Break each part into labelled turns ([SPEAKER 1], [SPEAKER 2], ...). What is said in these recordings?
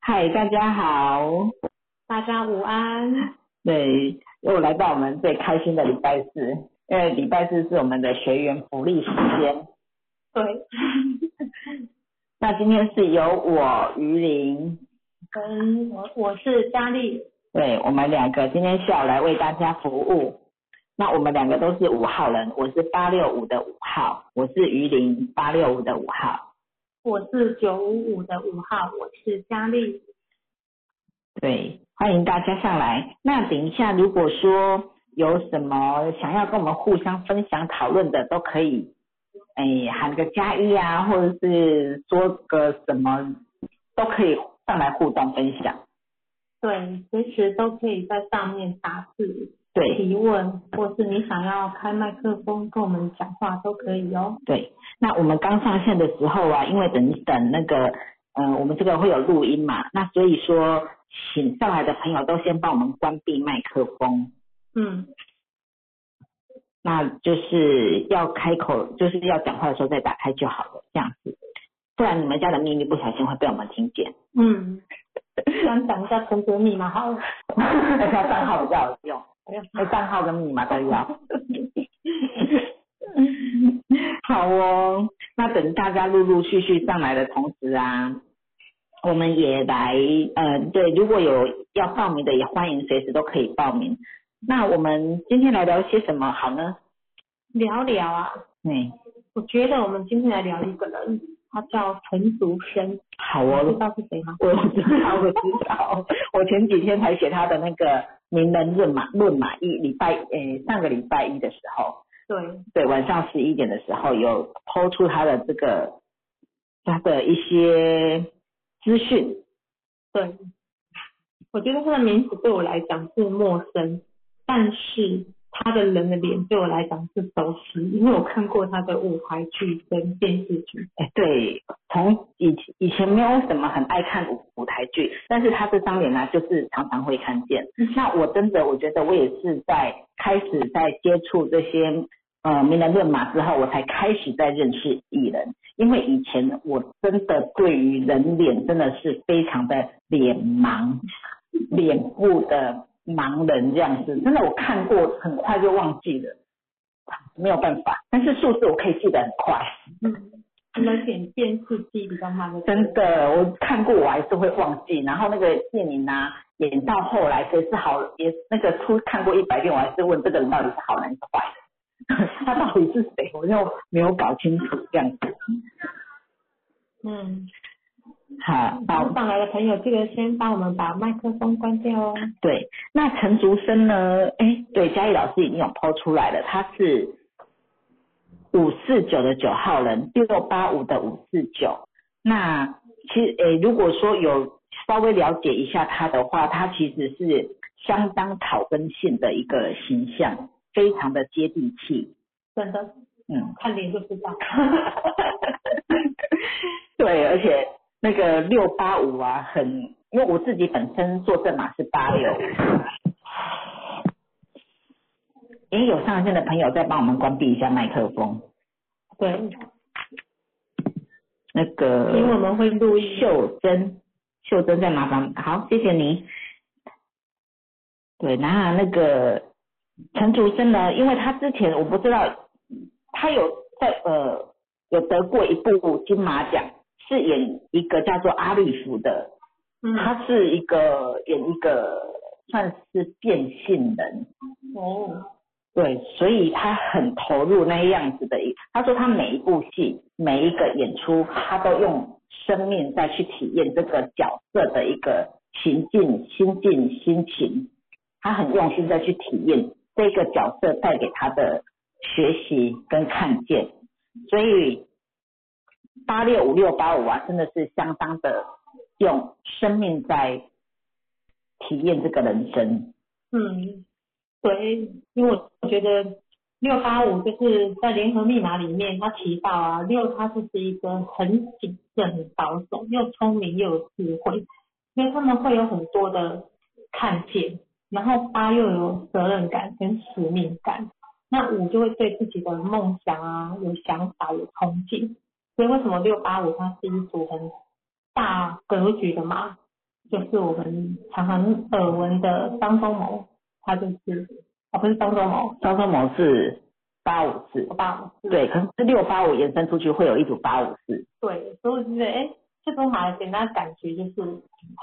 [SPEAKER 1] 嗨，大家好，
[SPEAKER 2] 大家午 安。
[SPEAKER 1] 对，又来到我们最开心的礼拜四，因为礼拜四是我们的学员福利时间。
[SPEAKER 2] 对，
[SPEAKER 1] 那今天是由我于林，
[SPEAKER 2] 跟我我是佳丽，
[SPEAKER 1] 对我们两个今天下午来为大家服务。那我们两个都是五号人，我是八六五的五号，我是于林八六五的五号。
[SPEAKER 2] 我是九五五的五号，我是佳丽。
[SPEAKER 1] 对，欢迎大家上来。那等一下，如果说有什么想要跟我们互相分享讨论的，都可以，哎，喊个加一啊，或者是说个什么，都可以上来互动分享。
[SPEAKER 2] 对，随时都可以在上面打字
[SPEAKER 1] 对，
[SPEAKER 2] 提问，或是你想要开麦克风跟我们讲话都可以哦。
[SPEAKER 1] 对，那我们刚上线的时候啊，因为等等那个，呃，我们这个会有录音嘛，那所以说，请上来的朋友都先帮我们关闭麦克风，
[SPEAKER 2] 嗯，
[SPEAKER 1] 那就是要开口，就是要讲话的时候再打开就好了，这样子，不然你们家的秘密不小心会被我们听见。
[SPEAKER 2] 嗯，先讲一下存折密码好了。
[SPEAKER 1] 而且账号比较有用，那账号跟密码都要。 好哦，那等大家陆陆续续上来的同时啊，我们也来，呃，对，如果有要报名的，也欢迎随时都可以报名。那我们今天来聊些什么好呢？
[SPEAKER 2] 聊聊啊，
[SPEAKER 1] 嗯，
[SPEAKER 2] 我觉得我们今天来聊一个人，他叫陈竹生，
[SPEAKER 1] 好
[SPEAKER 2] 你
[SPEAKER 1] 哦，
[SPEAKER 2] 知道是谁吗？
[SPEAKER 1] 我知道，我知道，我前几天才写他的那个名人论嘛论嘛，一礼拜，诶、上个礼拜一的时候，
[SPEAKER 2] 对，
[SPEAKER 1] 对，晚上十一点的时候有抛出他的这个他的一些资讯，
[SPEAKER 2] 对，我觉得他的名字对我来讲是陌生，但是他的人的脸对我来讲是熟悉，因为我看过他的舞台剧跟电视剧。
[SPEAKER 1] 哎，对，从以前以前没有什么很爱看舞舞台剧，但是他这张脸呢、啊就是常常会看见。那我真的我觉得我也是在开始在接触这些呃名人论马之后，我才开始在认识艺人，因为以前我真的对于人脸真的是非常的脸盲，脸部的盲人这样子，真的我看过很快就忘记了，没有办法。但是数字我可以记得很快。
[SPEAKER 2] 嗯，人脸辨识机比较慢的。
[SPEAKER 1] 真的，我看过我还是会忘记。然后那个谢宁啊，演到后来谁是好人，也那个出看过一百遍，我还是问这个人到底是好人还是坏人， 他到底是谁，我就没有搞清楚这样子。
[SPEAKER 2] 嗯，
[SPEAKER 1] 好，好，
[SPEAKER 2] 上来的朋友记得先帮我们把麦克风关掉哦。
[SPEAKER 1] 对，那陈竹生呢？哎，对，嘉义老师已经有抛出来了，他是五四九的九号人，六八五的五四九。那其实，诶，如果说有稍微了解一下他的话，他其实是相当草根性的一个形象，非常的接地气。
[SPEAKER 2] 真的，
[SPEAKER 1] 嗯，
[SPEAKER 2] 看脸就知道。
[SPEAKER 1] 对，而且那个六八五啊，很，因为我自己本身做正码是八六，也有上线的朋友再帮我们关闭一下麦克风，
[SPEAKER 2] 对，
[SPEAKER 1] 嗯那
[SPEAKER 2] 因为
[SPEAKER 1] 个
[SPEAKER 2] 我们会录音。
[SPEAKER 1] 秀珍，秀珍再麻烦，好，谢谢你。对，那那个陈竹生呢，因为他之前我不知道，他有在呃有得过一部金马奖，是演一个叫做阿利夫的
[SPEAKER 2] 嗯，
[SPEAKER 1] 他是一个演一个算是变性人，
[SPEAKER 2] 哦，
[SPEAKER 1] 对，所以他很投入那样子的一。他说他每一部戏、每一个演出，他都用生命再去体验这个角色的一个情境、心境、心情。他很用心再去体验这个角色带给他的学习跟看见，所以八六五六八五啊，真的是相当的用生命在体验这个人生。
[SPEAKER 2] 嗯，对，因为我觉得六八五就是在联合密码里面，他提到啊，六他就是一个很谨慎、很保守，又聪明又有智慧，因为他们会有很多的看见，然后八又有责任感跟使命感，那五就会对自己的梦想啊有想法、有憧憬，所以为什么六八五它是一组很大格局的嘛？就是我们常常耳闻的张忠谋，他就是啊不是张忠谋，
[SPEAKER 1] 张忠谋是八五四
[SPEAKER 2] 我，爸我是
[SPEAKER 1] 对，可是六八五延伸出去会有一组八五四，
[SPEAKER 2] 对，所以我就觉得哎，这种马来给人家感觉就是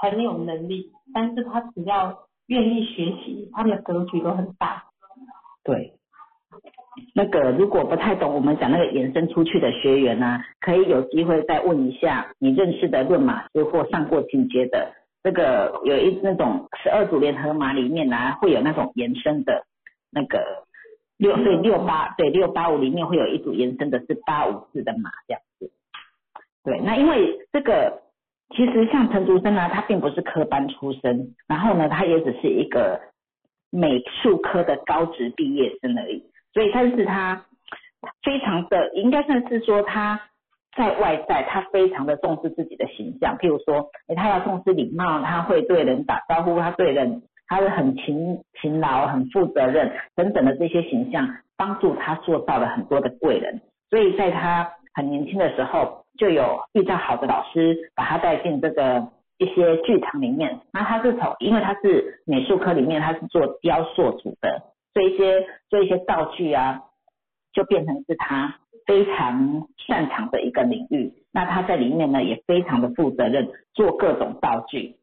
[SPEAKER 2] 很有能力，但是他只要愿意学习，他们的格局都很大。
[SPEAKER 1] 对。那个如果不太懂我们讲那个延伸出去的学员呢、可以有机会再问一下你认识的论马师或上过进阶的，这个有一那种十二组联合马里面啊，会有那种延伸的那个六，所以六八对六八五里面会有一组延伸的是八五四的马这样子。对，那因为这个其实像陈竹生呢、啊他并不是科班出身，然后呢，他也只是一个美术科的高职毕业生而已，所以但是他非常的应该算是说他在外在他非常的重视自己的形象，譬如说，诶他要重视礼貌，他会对人打招呼，他对人他会很勤勤劳、很负责任等等的这些形象，帮助他塑造了很多的贵人。所以在他很年轻的时候，就有遇到好的老师，把他带进这个一些剧场里面。那他是从，因为他是美术科里面，他是做雕塑组的，做一些做一些道具啊，就变成是他非常擅长的一个领域。那他在里面呢，也非常的负责任，做各种道具，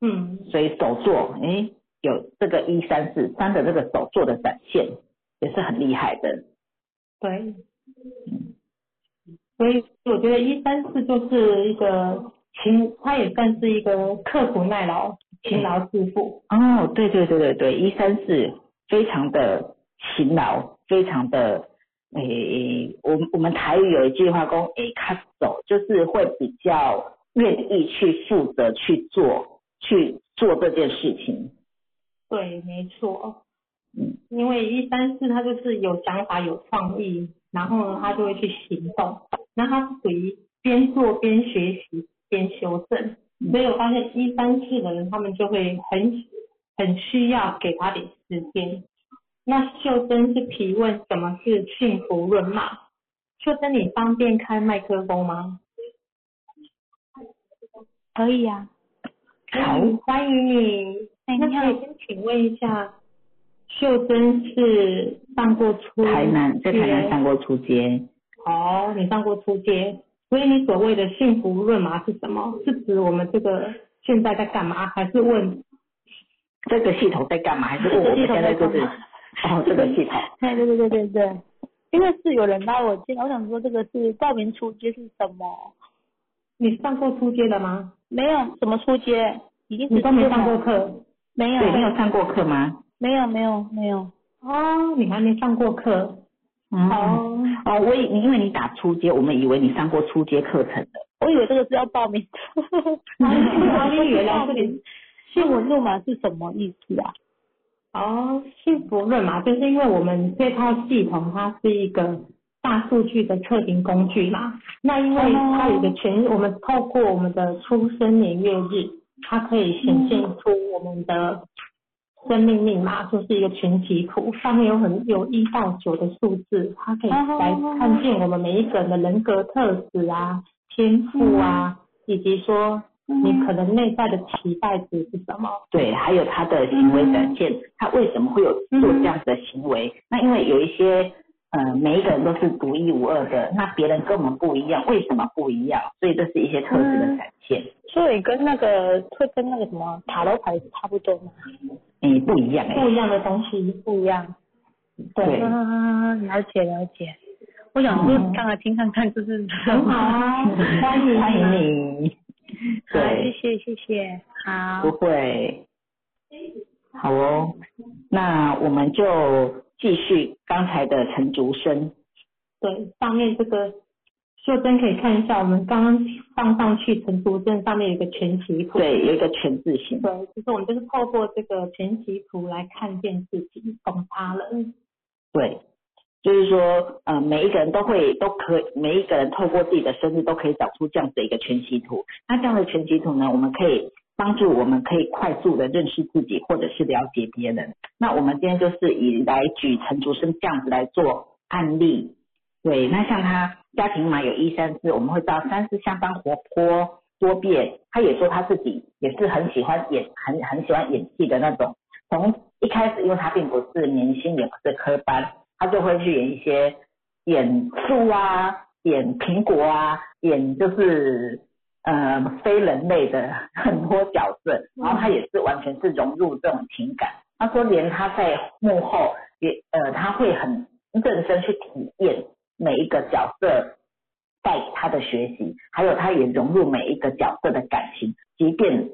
[SPEAKER 2] 嗯，
[SPEAKER 1] 所以手作，诶，有这个一三四三的这个手作的展现，也是很厉害的。
[SPEAKER 2] 对。所以我觉得一三四就是一个勤，他也算是一个刻苦耐劳、勤劳致富。
[SPEAKER 1] 哦，对对对对对，一三四非常的勤劳，非常的诶、我们我们台语有一句话讲诶，卡走，就是会比较愿意去负责去做去做这件事情。
[SPEAKER 2] 对，没错。哦
[SPEAKER 1] 嗯，
[SPEAKER 2] 因为一三四他就是有想法、有创意，然后呢，他就会去行动。那他是属于边做边学习边修正，所以我发现一三四的人他们就会很很需要给他点时间。那秀珍是提问什么是幸福论嘛？秀珍，你方便开麦克风吗？
[SPEAKER 3] 可以啊，
[SPEAKER 1] 好，哎
[SPEAKER 2] 嗯欢迎你。
[SPEAKER 3] 等
[SPEAKER 2] 那
[SPEAKER 3] 一下
[SPEAKER 2] 可以先请问一下，秀珍是上过初
[SPEAKER 1] 台南在台南
[SPEAKER 2] 阶
[SPEAKER 1] 上过初阶，
[SPEAKER 2] 哦，你上过初阶，所以你所谓的幸福论麻是什么？是指我们这个现在在干嘛，还是问
[SPEAKER 1] 这个系统在干嘛？还是问我们现在就是哦，这个系统
[SPEAKER 3] 哎，对对对对对，因为是有人拉我进来，我想说这个是报名初阶是什么？
[SPEAKER 2] 你上过初阶的吗？
[SPEAKER 3] 没有什么初阶，已经是
[SPEAKER 2] 你都没上过
[SPEAKER 3] 初阶了，
[SPEAKER 2] 课
[SPEAKER 3] 没有
[SPEAKER 1] 对，你有上过课吗？
[SPEAKER 3] 没有没有没有，
[SPEAKER 2] 哦，你还没上过课
[SPEAKER 1] 嗯
[SPEAKER 2] 哦。
[SPEAKER 1] 哦，我以因为你打初阶，我们以为你上过初阶课程的。
[SPEAKER 3] 我以为这个是要报名的。
[SPEAKER 2] 我以为来这里
[SPEAKER 3] 新闻录嘛是什么意思啊？
[SPEAKER 2] 哦，幸福论嘛，就是因为我们这套系统它是一个大数据的测评工具嘛。那因为它有一个全，我们透过我们的出生年月日，它可以显现出我们的生命密码，就是一个全体图，上面有很有一到九的数字，它可以来看见我们每一个人的人格特质啊、天赋啊，以及说你可能内在的期待值是什么。
[SPEAKER 1] 对，还有他的行为展现，他为什么会有做这样子的行为？那因为有一些呃，每一个人都是独一无二的，那别人跟我们不一样，为什么不一样？所以这是一些特质的展现，
[SPEAKER 3] 所以跟那个会跟那个什么塔罗牌差不多吗？
[SPEAKER 1] 你、不一样哎、
[SPEAKER 2] 不一样的东西。
[SPEAKER 3] 不一样。
[SPEAKER 1] 对，
[SPEAKER 3] 嗯，了解了解。我想说
[SPEAKER 1] 嗯
[SPEAKER 3] 刚才听看看，就是
[SPEAKER 2] 很好啊，欢迎
[SPEAKER 1] 欢迎你，
[SPEAKER 3] 好，谢
[SPEAKER 1] 对，
[SPEAKER 3] 谢谢谢，好
[SPEAKER 1] 不，会，好哦，那我们就继续刚才的陈竹生，
[SPEAKER 2] 对，上面这个秀珍可以看一下，我们刚刚放上去陈图证上面有一个全息图。
[SPEAKER 1] 对，有一个全字形，
[SPEAKER 2] 对，就是我们就是透过这个全息图来看见自己，懂他了。
[SPEAKER 1] 对，就是说，呃，每一个人都会都可以，每一个人透过自己的生日都可以找出这样子的一个全息图。那这样的全息图呢，我们可以帮助我们可以快速的认识自己，或者是了解别人。那我们今天就是以来举陈竹生这样子来做案例。对，那像他家庭嘛有一三四，我们会知道三是相当活泼，多变，他也说他自己也是很喜欢演，很很喜欢演戏的那种。从一开始，因为他并不是明星，也不是科班，他就会去演一些演树啊、演苹果啊、演就是呃非人类的很多角色。然后他也是完全是融入这种情感。他说，连他在幕后也呃，他会很认真去体验每一个角色带给他的学习，还有他也融入每一个角色的感情，即便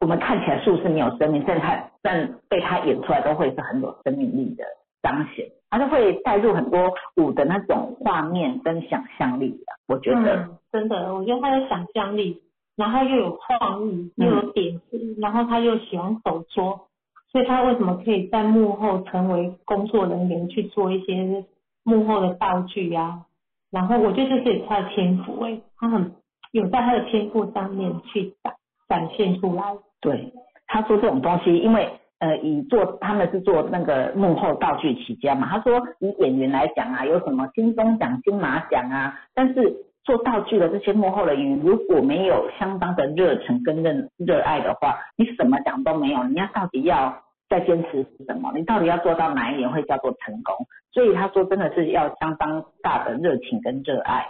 [SPEAKER 1] 我们看起来树是没有生命，但他但被他演出来都会是很有生命力的彰显，他就会带入很多舞的那种画面跟想象力的，我觉得，
[SPEAKER 2] 嗯，真的，我觉得他有想象力，然后又有创意，又有点子，然后他又喜欢手作，所以他为什么可以在幕后成为工作人员去做一些幕后的道具呀、然后我觉得这是也是他的天赋诶、他很有在他的天赋上面去展展现出来。
[SPEAKER 1] 对，他说这种东西，因为呃，以做他们是做那个幕后道具起家嘛，他说以演员来讲啊，有什么金钟奖、金马奖啊，但是做道具的这些幕后的人，如果没有相当的热忱跟热热爱的话，你什么奖都没有，你要到底要在坚持什么？你到底要做到哪一点会叫做成功？所以他说真的是要相当大的热情跟热爱。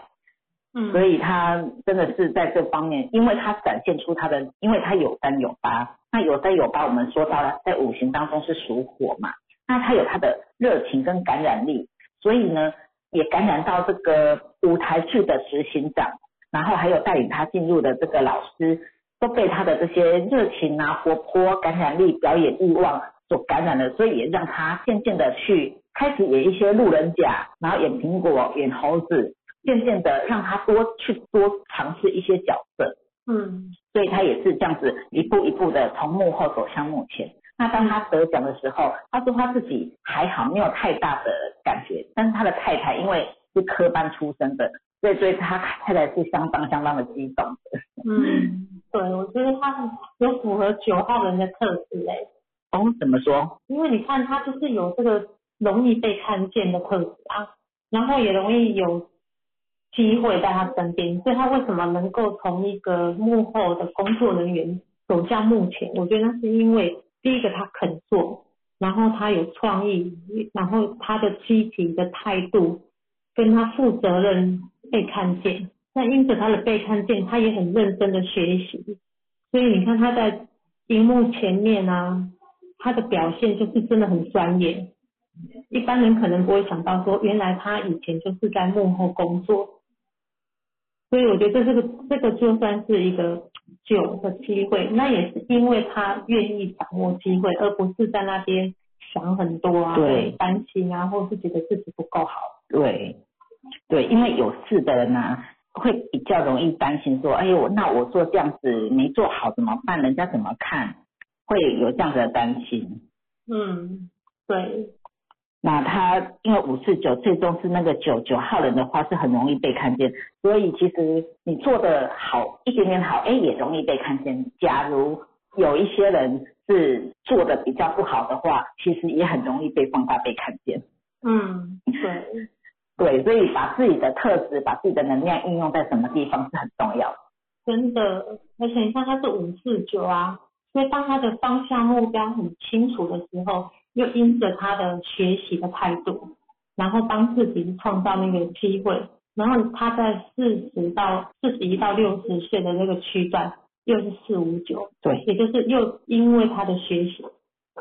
[SPEAKER 2] 嗯
[SPEAKER 1] 所以他真的是在这方面，因为他展现出他的，因为他有三有八，那有三有八，我们说到了，在五行当中是属火嘛，那他有他的热情跟感染力，所以呢，也感染到这个舞台剧的执行长，然后还有带领他进入的这个老师，都被他的这些热情啊、活泼、感染力、表演欲望所感染了，所以也让他渐渐的去开始演一些路人甲，然后演苹果、演猴子，渐渐的让他多去多尝试一些角色，
[SPEAKER 2] 嗯，
[SPEAKER 1] 所以他也是这样子一步一步的从幕后走向幕前。那当他得奖的时候，他说他自己还好，没有太大的感觉，但是他的太太因为是科班出身的，所以所以他太太是相当相当的激动的。
[SPEAKER 2] 嗯， 对，我觉得他有符合九号人的特质欸诶、
[SPEAKER 1] 哦，怎么说？
[SPEAKER 2] 因为你看他就是有这个容易被看见的特质啊，然后也容易有机会在他身边，所以他为什么能够从一个幕后的工作人员走向幕前？我觉得那是因为第一个他肯做，然后他有创意，然后他的积极的态度，跟他负责任被看见。那因此他的被看见，他也很认真的学习，所以你看他在荧幕前面啊，他的表现就是真的很专业。一般人可能不会想到说，原来他以前就是在幕后工作，所以我觉得这个这个就算是一个酒的机会，那也是因为他愿意掌握机会，而不是在那边想很多啊，
[SPEAKER 1] 对
[SPEAKER 2] 担心啊，或是觉得自己不够好。
[SPEAKER 1] 对，对，因为有事的人呢、啊会比较容易担心说，哎呦，我那我做这样子没做好怎么办？人家怎么看？会有这样子的担心。
[SPEAKER 2] 嗯，对，
[SPEAKER 1] 那他因为五四九最终是那个九九号人的话，是很容易被看见，所以其实你做的好一点点好，哎，也容易被看见。假如有一些人是做的比较不好的话，其实也很容易被放大被看见。
[SPEAKER 2] 嗯，对，
[SPEAKER 1] 对，所以把自己的特质、把自己的能量应用在什么地方是很重要的。
[SPEAKER 2] 真的，而且你看他是五四九啊，所以当他的方向目标很清楚的时候，又因着他的学习的态度，然后帮自己创造那个机会，然后他在四十到四十一到六十岁的那个区段，又是四五九，
[SPEAKER 1] 对，
[SPEAKER 2] 也就是又因为他的学习，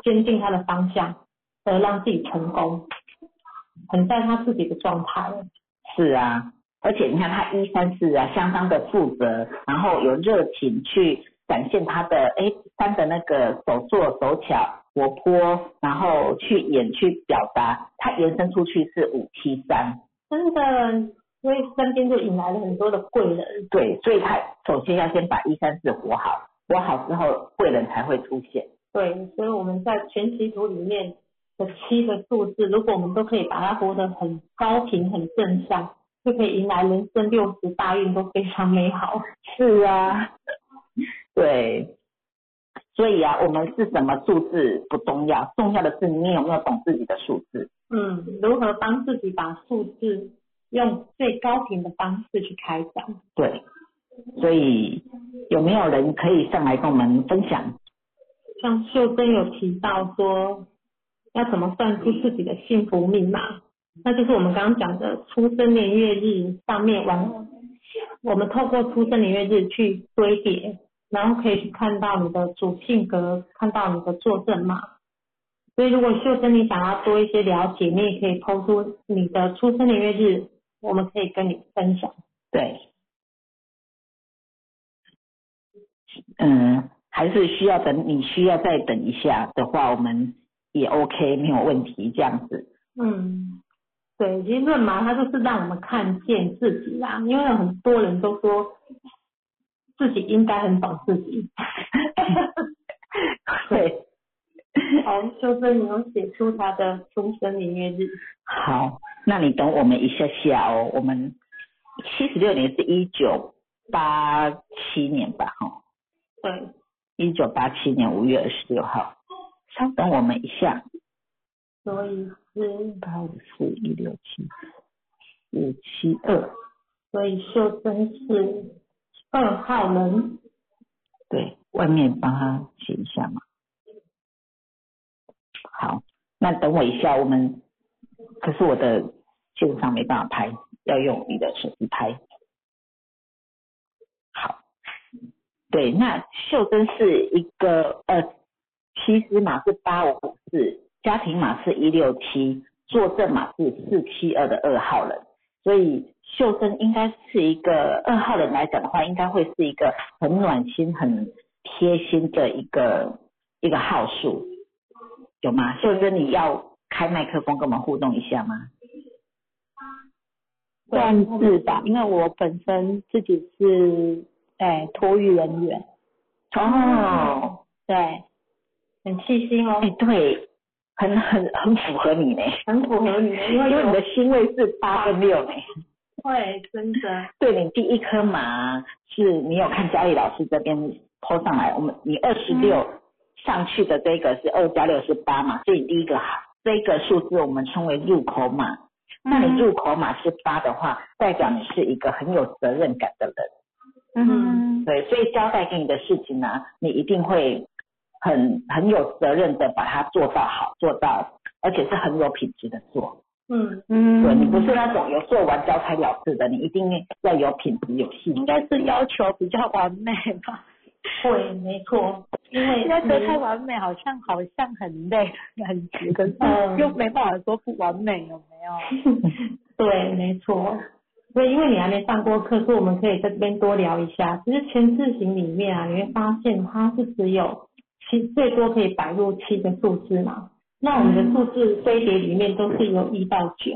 [SPEAKER 2] 坚定他的方向，而让自己成功，很在他自己的状态。
[SPEAKER 1] 是啊，而且你看他一三四啊，相当的负责，然后有热情去展现他的哎三的那个手作手巧活泼，然后去演去表达，他延伸出去是五七三，
[SPEAKER 2] 真的，所以身边就引来了很多的贵人。
[SPEAKER 1] 对，所以他首先要先把一三四活好，活好之后贵人才会出现。
[SPEAKER 2] 对，所以我们在全息图里面的七个数字，如果我们都可以把它活得很高频、很正向，就可以迎来人生六十大运，都非常美好。
[SPEAKER 1] 是啊， 对，所以啊，我们是什么数字不重要，重要的是你有没有懂自己的数字。
[SPEAKER 2] 嗯，如何帮自己把数字用最高频的方式去开展？
[SPEAKER 1] 对，所以有没有人可以上来跟我们分享？
[SPEAKER 2] 像秀珍有提到说，要怎么算出自己的幸福密码？那就是我们刚刚讲的出生年月日上面完，我们透过出生年月日去堆叠，然后可以去看到你的主性格，看到你的作证码。所以如果秀珍你想要多一些了解，你也可以抛出你的出生年月日，我们可以跟你分享。
[SPEAKER 1] 对，嗯，还是需要等，你需要再等一下的话，我们也 OK，没有问题，这样子。
[SPEAKER 2] 嗯，对，其实论嘛，它就是让我们看见自己啦。因为很多人都说自己应该很懂自己。
[SPEAKER 1] 对，
[SPEAKER 2] 好，修真，你有写出他的出生年月日。
[SPEAKER 1] 好，那你等我们一下下哦。我们七十六年是一九八七年吧？哈，
[SPEAKER 2] 对，
[SPEAKER 1] 一九八七年五月二十六号。稍等我们一下，
[SPEAKER 2] 所以是，
[SPEAKER 1] 八五四一六七五七二，
[SPEAKER 2] 所以秀珍是二号人。
[SPEAKER 1] 对，外面帮他写一下嘛。好，那等我一下，我们可是我的线上没办法拍，要用你的手机拍。好，对，那秀珍是一个呃，其实码是八五四，家庭码是一六七，作证码是四七二的二号人，所以秀珍应该是一个二号人来讲的话，应该会是一个很暖心、很贴心的一个一个号数，有吗？秀珍，你要开麦克风跟我们互动一下吗？
[SPEAKER 3] 算是吧，因为我本身自己是哎托育人员，
[SPEAKER 1] 哦，
[SPEAKER 3] 对，
[SPEAKER 2] 很细心哦
[SPEAKER 1] 哎、，对，很很很符合你呢，
[SPEAKER 2] 很符合你，因为
[SPEAKER 1] 因为你
[SPEAKER 2] 有
[SPEAKER 1] 的星位是八跟六呢。
[SPEAKER 2] 会真的
[SPEAKER 1] 对你第一颗麻是你有看嘉义老师这边抛上来，我们你二十六
[SPEAKER 2] 嗯
[SPEAKER 1] 上去的这个是二加六是八嘛，所以第一个这个数字我们称为入口码。那
[SPEAKER 2] 嗯
[SPEAKER 3] 嗯
[SPEAKER 1] 你入口码是八的话，代表你是一个很有责任感的人。
[SPEAKER 3] 嗯，
[SPEAKER 1] 对，所以交代给你的事情呢、你一定会很很有责任的把它做到好，做到，而且是很有品质的做。
[SPEAKER 2] 嗯，
[SPEAKER 3] 嗯
[SPEAKER 1] 对你不是那种有做完交差了事的，你一定要有品质、有细
[SPEAKER 3] 应
[SPEAKER 1] 心。
[SPEAKER 3] 该是要求比较完美吧？
[SPEAKER 2] 会没错，因为
[SPEAKER 3] 应该说太完美，好像好像很累的感觉，可是
[SPEAKER 2] 嗯
[SPEAKER 3] 又没办法说不完美，有没有？
[SPEAKER 2] 对，没错。所以因为你还没上过课，所以我们可以在这边多聊一下。其实全字形里面啊，你会发现它是只有七，最多可以摆入七个数字嘛。那我们的数字堆叠里面都是由一到九，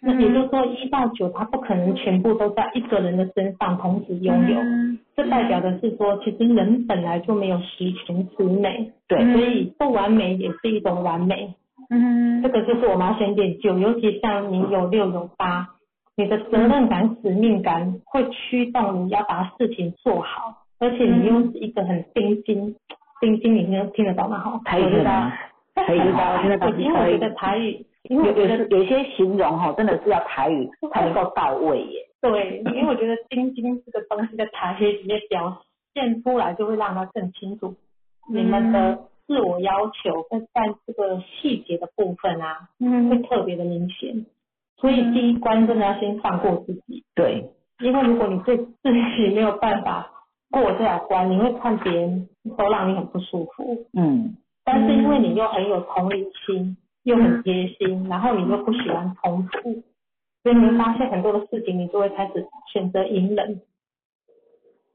[SPEAKER 2] 那也
[SPEAKER 4] 嗯
[SPEAKER 2] 就是说一到九它不可能全部都在一个人的身上同时拥有。
[SPEAKER 4] 嗯
[SPEAKER 2] 这代表的是说，其实人本来就没有十全十美，
[SPEAKER 1] 对，
[SPEAKER 2] 所以不完美也是一种完美。
[SPEAKER 3] 嗯
[SPEAKER 2] 这个就是我们要先练就，尤其像你有六有八，你的责任感、使命感会驱动你要把事情做好，而且你又是一个很钉钉，钉钉，你能听得懂吗？好，
[SPEAKER 1] 台语
[SPEAKER 2] 我知
[SPEAKER 1] 很
[SPEAKER 2] 道
[SPEAKER 1] 难，，台语
[SPEAKER 2] 我
[SPEAKER 1] 很
[SPEAKER 2] 知
[SPEAKER 1] 难
[SPEAKER 2] 道因为我觉得台语，
[SPEAKER 3] 嗯
[SPEAKER 2] 因为
[SPEAKER 1] 有
[SPEAKER 2] 我觉
[SPEAKER 1] 有
[SPEAKER 2] 得
[SPEAKER 1] 有些形容哦哈、真的是要台语才能够到位耶。
[SPEAKER 2] 对，因为我觉得钉钉这个东西在台语里面表现出来，就会让它更清楚你们的自我要求会在这个细节的部分啊，会
[SPEAKER 3] 嗯
[SPEAKER 2] 特别的明显。所以第一关真的要先放过自己，
[SPEAKER 1] 对，
[SPEAKER 2] 因为如果你对自己没有办法过这两关，你会看别人都让你很不舒服。
[SPEAKER 1] 嗯，
[SPEAKER 2] 但是因为你又很有同理心，又
[SPEAKER 3] 嗯
[SPEAKER 2] 很贴心，然后你又不喜欢重复，所以你会发现很多的事情，你就会开始选择隐忍，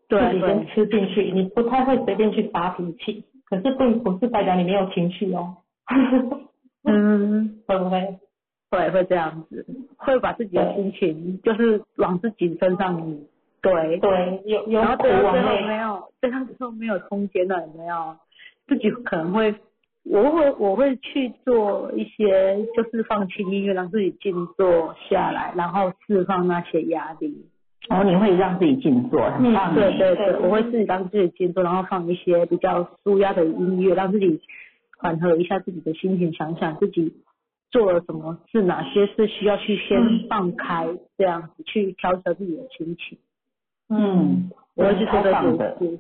[SPEAKER 2] 自
[SPEAKER 3] 对
[SPEAKER 2] 己先
[SPEAKER 3] 对，
[SPEAKER 2] 吃进去，你不太会随便去发脾气。可是并不是代表你没有情绪哦，
[SPEAKER 3] 嗯，
[SPEAKER 2] 会不会？
[SPEAKER 3] 会会这样子，会把自己的心情就是往自己身上对，
[SPEAKER 2] 对，有有
[SPEAKER 3] 然后
[SPEAKER 2] 苦
[SPEAKER 3] 对到
[SPEAKER 2] 往
[SPEAKER 3] 最后
[SPEAKER 2] 内
[SPEAKER 3] 没有，对到最后没有空间了，有没有？自己可能会，我会我会去做一些，就是放轻音乐，让自己静坐下来，然后释放那些压力。
[SPEAKER 1] 然后你会让自己静坐，很棒耶。
[SPEAKER 3] 嗯对
[SPEAKER 1] 嗯
[SPEAKER 3] 对
[SPEAKER 2] 对
[SPEAKER 3] 对，我会自己让自己静坐，然后放一些比较舒压的音乐，让自己缓和一下自己的心情，想想自己做了什么事，哪些事需要去先放开，这样子去调整自己的心情。
[SPEAKER 1] 嗯，
[SPEAKER 3] 我会去做
[SPEAKER 1] 超
[SPEAKER 3] 这
[SPEAKER 1] 棒
[SPEAKER 3] 件
[SPEAKER 1] 的，
[SPEAKER 3] 事。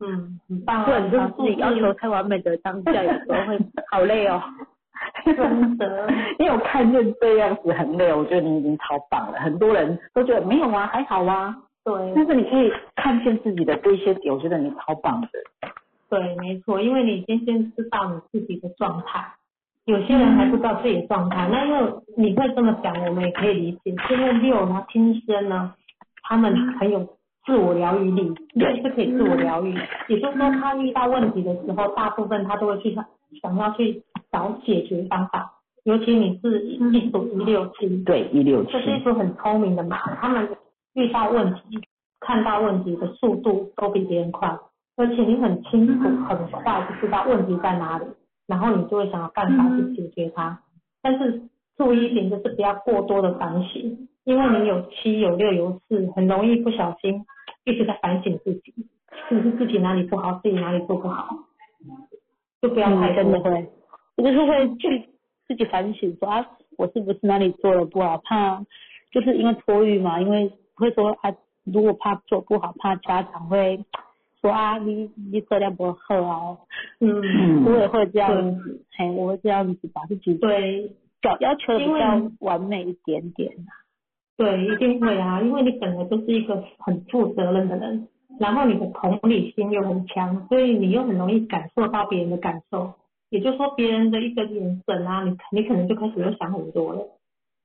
[SPEAKER 2] 嗯，很棒啊，
[SPEAKER 5] 不然就
[SPEAKER 2] 把
[SPEAKER 5] 是自己要
[SPEAKER 2] 数字
[SPEAKER 5] 求太完美的当下，有时候 会好累哦。
[SPEAKER 2] 真的，
[SPEAKER 1] 因为我看见这样子很累，我觉得你已经超棒了。很多人都觉得没有啊，还好啊，但
[SPEAKER 2] 对
[SPEAKER 1] 是你可以看见自己的这些点，我觉得你超棒的。
[SPEAKER 2] 对，没错，因为你先先知道你自己的状态，有些
[SPEAKER 5] 嗯
[SPEAKER 2] 人还不知道自己的状态，那因为你会这么讲，我们也可以理解，因为六呢天生呢，他们很有自我疗愈力，六是可以自我疗愈，也就是说他遇到问题的时候，大部分他都会去想想要去找解决方法，尤其你是一一组一六七，
[SPEAKER 1] 对，一六七
[SPEAKER 2] 这，是一组很聪明的马，他们遇到问题、看到问题的速度都比别人快，而且你很清楚、
[SPEAKER 5] 嗯
[SPEAKER 2] 很快就知道问题在哪里，然后你就会想要办法去解决它。但是注意一点就是不要过多的反省，因为你有七、有六、有四，很容易不小心一直在反省自己，是不是自己哪里不好，自己哪里做不好，就不要太
[SPEAKER 5] 嗯，
[SPEAKER 2] 多
[SPEAKER 5] 真的会，我就是会去自己反省说啊，我是不是哪里做的不好？怕就是因为托育嘛，因为会说啊，如果怕做不好，怕家长会说啊，你你质量不好啊，
[SPEAKER 2] 嗯，
[SPEAKER 1] 嗯
[SPEAKER 5] 我也会这样子，嘿，我会这样子把自己
[SPEAKER 2] 对，
[SPEAKER 5] 要要求的比
[SPEAKER 2] 因为
[SPEAKER 5] 较完美一点点。啊
[SPEAKER 2] 对，一定会啊，因为你本来就是一个很负责任的人，然后你的同理心又很强，所以你又很容易感受到别人的感受。也就是说，别人的一个眼神啊，你你可能就开始又想很多了。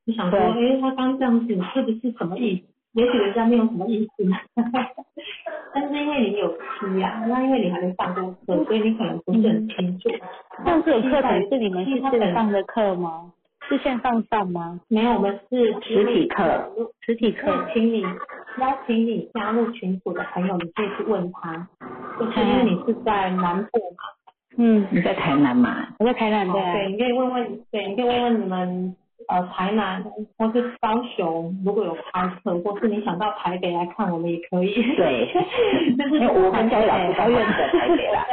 [SPEAKER 2] 你想说，
[SPEAKER 5] 对
[SPEAKER 2] 诶，他刚这样子是不是什么意思？也许人家没有什么意思， 但是因为你有期啊，那因为你还没上过课，所以你可能不是很清楚。
[SPEAKER 5] 上次有课程是你们是线上的课吗？是线上上吗？
[SPEAKER 2] 没有，我们是
[SPEAKER 1] 实体课，
[SPEAKER 5] 实体
[SPEAKER 2] 可
[SPEAKER 5] 课？
[SPEAKER 2] 以请你邀请你加入群组的朋友，你可以去问他，就是因为你是在南部嘛，
[SPEAKER 5] 嗯，
[SPEAKER 1] 你在台南嘛？
[SPEAKER 5] 我在台南对啊。
[SPEAKER 2] 对，你可以问问，对，你可以问问你们呃台南或是高雄如果有开课，或是你想到台北来看我们也可以。
[SPEAKER 1] 对，
[SPEAKER 2] 就是
[SPEAKER 1] 因
[SPEAKER 5] 嗯
[SPEAKER 1] 为我们家里老师
[SPEAKER 2] 台
[SPEAKER 1] 高
[SPEAKER 2] 北
[SPEAKER 1] 院在台北 啦。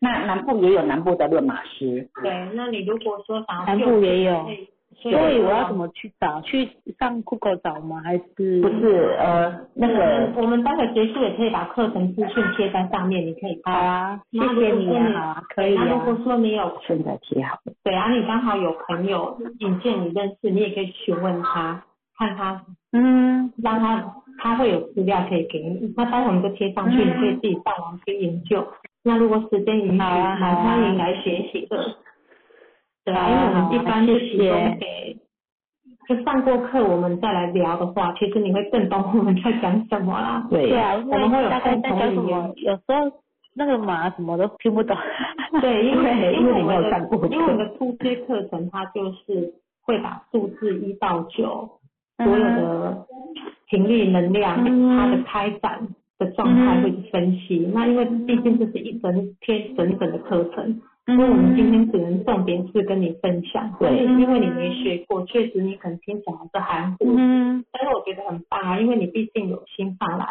[SPEAKER 1] 那南部也有南部的论马师，
[SPEAKER 2] 对，那你如果说想要
[SPEAKER 5] 南部也有
[SPEAKER 2] 对所
[SPEAKER 5] 所以我要怎么去找？去上 Google 找吗？还是
[SPEAKER 1] 不是呃那
[SPEAKER 2] 我
[SPEAKER 1] 个
[SPEAKER 5] 嗯
[SPEAKER 2] 们我们待会结束也可以把课程资讯贴在上面，你可以
[SPEAKER 5] 好
[SPEAKER 2] 看。
[SPEAKER 5] 啊？谢
[SPEAKER 2] 那如果
[SPEAKER 5] 谢你
[SPEAKER 2] 说
[SPEAKER 5] 啊，好啊，可以
[SPEAKER 2] 那如
[SPEAKER 5] 啊。
[SPEAKER 2] 果说你有
[SPEAKER 1] 现在贴好了，
[SPEAKER 2] 对啊，你刚好有朋友引荐你认识，你也可以询问他，看他
[SPEAKER 5] 嗯，
[SPEAKER 2] 让他他会有资料可以给你。那待会我们就贴上去，你可以自己上网去研究。那如果时间允许，
[SPEAKER 5] 好啊好啊
[SPEAKER 2] 蛮欢迎来学习的。对啊，因为我
[SPEAKER 5] 好啊
[SPEAKER 2] 们一般就
[SPEAKER 5] 谢
[SPEAKER 2] 提
[SPEAKER 5] 谢
[SPEAKER 2] 供给，就上过课我们再来聊的话，其实你会更懂我们在讲什么啦。
[SPEAKER 5] 对
[SPEAKER 1] 对，
[SPEAKER 5] 啊，
[SPEAKER 2] 我们会有
[SPEAKER 5] 大概在
[SPEAKER 2] 共
[SPEAKER 5] 讲
[SPEAKER 2] 同
[SPEAKER 5] 什
[SPEAKER 2] 语言
[SPEAKER 5] 么？有时候那个马什么都听不懂。
[SPEAKER 2] 对，因为
[SPEAKER 1] 因为
[SPEAKER 2] 我
[SPEAKER 1] 你没有
[SPEAKER 2] 们的
[SPEAKER 1] 上过课
[SPEAKER 2] 因为我们的初阶课程它就是会把数字一到九所
[SPEAKER 5] 嗯
[SPEAKER 2] 有的频率能量，
[SPEAKER 5] 嗯
[SPEAKER 2] 它的开展的状态会去分析。那因为毕竟这是一整天整整的课程，
[SPEAKER 5] 嗯
[SPEAKER 2] 所以我们今天只能重点是跟你分享。
[SPEAKER 1] 对
[SPEAKER 2] 但是因为你没学过，确实你可能听起来是含糊，
[SPEAKER 5] 嗯，
[SPEAKER 2] 但是我觉得很棒啊，因为你毕竟有心上来，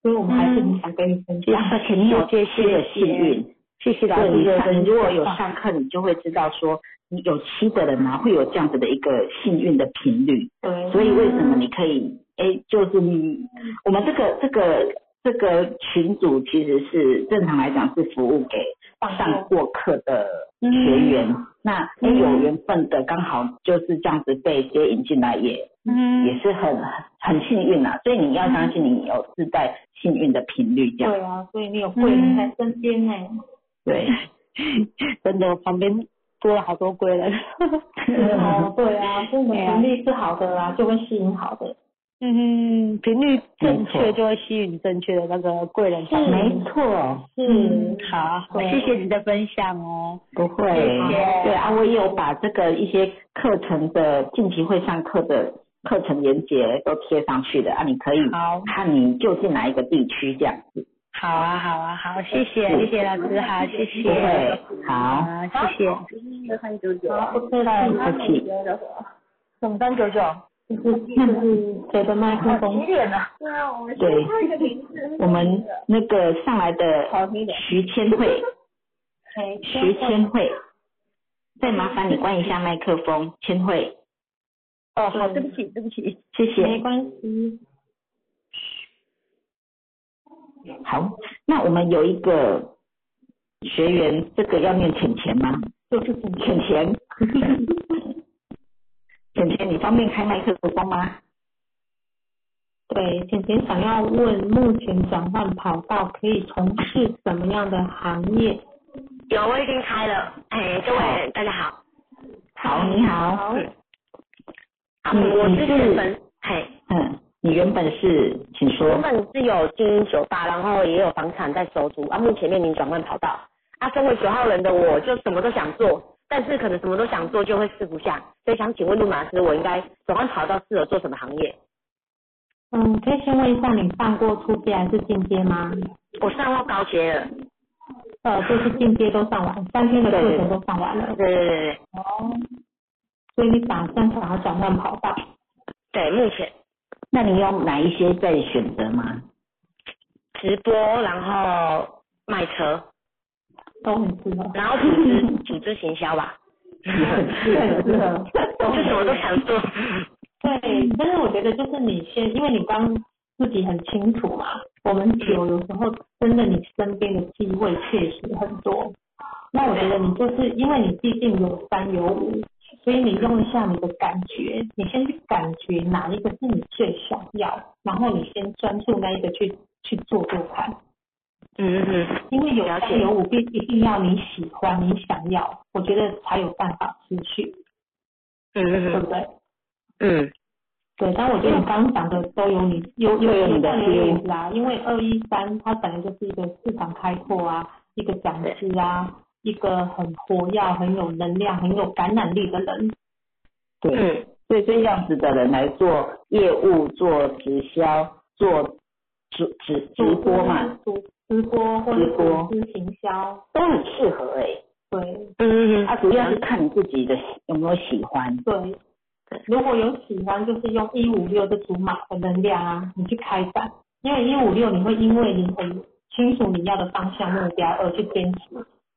[SPEAKER 2] 所以我们还是很想跟你分享。
[SPEAKER 1] 而且你哦有
[SPEAKER 5] 谢
[SPEAKER 1] 这
[SPEAKER 5] 谢
[SPEAKER 1] 些幸运，
[SPEAKER 5] 谢嗯谢老
[SPEAKER 1] 对，
[SPEAKER 5] 师
[SPEAKER 1] 你
[SPEAKER 5] 的
[SPEAKER 1] 可能
[SPEAKER 5] 分
[SPEAKER 1] 如果有
[SPEAKER 5] 享
[SPEAKER 1] 上课，你就会知道说，你有七的人啊，会有这样子的一个幸运的频率。
[SPEAKER 2] 对，
[SPEAKER 1] 所以为什么你可以，哎，就是你，我们这个这个这个群组其实是正常来讲是服务给上过课的学员，那哎有缘分的刚好就是这样子被接引进来也，
[SPEAKER 5] 嗯
[SPEAKER 1] 也是很很幸运啊。所以你要相信你有自带幸运的频率，这样嗯
[SPEAKER 2] 对啊，所以你有贵人在身边呢、
[SPEAKER 1] 对。
[SPEAKER 5] 真的，我旁边多了好多贵人。
[SPEAKER 2] 哦，对啊，所以你能力是好的啊，就会吸引好的。
[SPEAKER 5] 嗯，频率正
[SPEAKER 1] 没
[SPEAKER 5] 确
[SPEAKER 1] 错
[SPEAKER 5] 就会吸引正确的那个贵人上
[SPEAKER 2] 是
[SPEAKER 5] 门。
[SPEAKER 1] 没错，
[SPEAKER 2] 嗯，
[SPEAKER 5] 好啊，好啊谢谢你的分享哦。
[SPEAKER 1] 不会，
[SPEAKER 5] 谢谢
[SPEAKER 1] 对啊，我也有把这个一些课程的近期会上课的课程连接都贴上去的啊，你可以
[SPEAKER 5] 好，
[SPEAKER 1] 看你就近哪一个地区这样子。
[SPEAKER 5] 好啊，好啊，好，谢谢，谢谢老师，好，谢
[SPEAKER 1] 不会
[SPEAKER 5] 谢，，
[SPEAKER 1] 好，
[SPEAKER 5] 啊，谢谢。
[SPEAKER 2] 好，不客气，
[SPEAKER 1] 不客气，
[SPEAKER 6] 总单九九，
[SPEAKER 2] 就是就是谁的麦克风
[SPEAKER 6] 几点呢？
[SPEAKER 1] 对，我们那个上来的徐千惠，
[SPEAKER 2] 谁
[SPEAKER 1] 徐千惠，再麻烦你关一下麦克风，千惠，
[SPEAKER 6] 哦，好，对不起，对不起。
[SPEAKER 1] 谢谢。
[SPEAKER 2] 没关系，
[SPEAKER 1] 好，那我们有一个学员这个要念浅浅吗？
[SPEAKER 2] 就是很
[SPEAKER 1] 浅浅，浅浅，你方便开麦克风吗？
[SPEAKER 2] 对，简简想要问，目前转换跑道可以从事什么样的行业？
[SPEAKER 7] 有，我已经开了。哎，各位大家好。
[SPEAKER 1] 好，你好，
[SPEAKER 7] 好，嗯
[SPEAKER 1] 你
[SPEAKER 7] 我
[SPEAKER 1] 你
[SPEAKER 7] 之
[SPEAKER 1] 是
[SPEAKER 7] 前本嘿，
[SPEAKER 1] 嗯，你原本是，请说
[SPEAKER 7] 原，本是有经营酒吧，然后也有房产在收租，啊，目前面临转换跑道。啊，身为九号人的我，就什么都想做，但是可能什么都想做就会试不下，所以想请问路马师，我应该转换跑道适合做什么行业？
[SPEAKER 2] 嗯，可以先问一下你上过初阶还是进阶吗？
[SPEAKER 7] 我上到高阶了，
[SPEAKER 2] 呃，就是进阶都上完，三天的课程都上完了
[SPEAKER 7] 对，对对对
[SPEAKER 2] 所以你打算想要转换跑道？
[SPEAKER 7] 对，目前
[SPEAKER 1] 那你有哪一些在选择吗？
[SPEAKER 7] 直播，然后卖车，
[SPEAKER 2] 都很适合，
[SPEAKER 7] 然后组织组织行销吧，
[SPEAKER 2] 对，很适合。
[SPEAKER 7] 就什么都想做。
[SPEAKER 2] 对，但是我觉得就是你先，因为你刚自己很清楚嘛，我们酒有时候真的你身边的机会确实很多。那我觉得你就是因为你毕竟有三有五，所以你用一下你的感觉，你先去感觉哪一个是你最想要，然后你先专注那一个去去做做看，
[SPEAKER 7] 嗯嗯嗯，
[SPEAKER 2] 因为有
[SPEAKER 7] 了解
[SPEAKER 2] 三有五必一定要你喜欢你想要，我觉得才有办法持续，
[SPEAKER 7] 嗯
[SPEAKER 2] 对不
[SPEAKER 7] 嗯
[SPEAKER 2] 对？
[SPEAKER 7] 嗯
[SPEAKER 2] 对，但我觉得你刚刚讲的都有你有有
[SPEAKER 1] 嗯有你的
[SPEAKER 2] 有有影子啊，因为二一三它本来就是一个市场开拓啊，一个讲师啊，
[SPEAKER 1] 嗯
[SPEAKER 2] 一个很活跃、很有能量、很有感染力的人。
[SPEAKER 1] 对，
[SPEAKER 7] 嗯
[SPEAKER 1] 所以这样子的人来做业务、做直销、做直直直播
[SPEAKER 7] 嗯
[SPEAKER 1] 嘛，，
[SPEAKER 2] 直直播或者
[SPEAKER 1] 直播
[SPEAKER 2] 组织行销，
[SPEAKER 1] 都很适合哎、
[SPEAKER 2] 对
[SPEAKER 7] 嗯嗯嗯，
[SPEAKER 1] 它、主要是看你自己的有没有喜欢。
[SPEAKER 2] 对
[SPEAKER 7] 对。
[SPEAKER 2] 如果有喜欢，就是用一五六这组码的能量啊，你去开展，因为一五六你会因为你很清楚你要的方向目标而去坚持，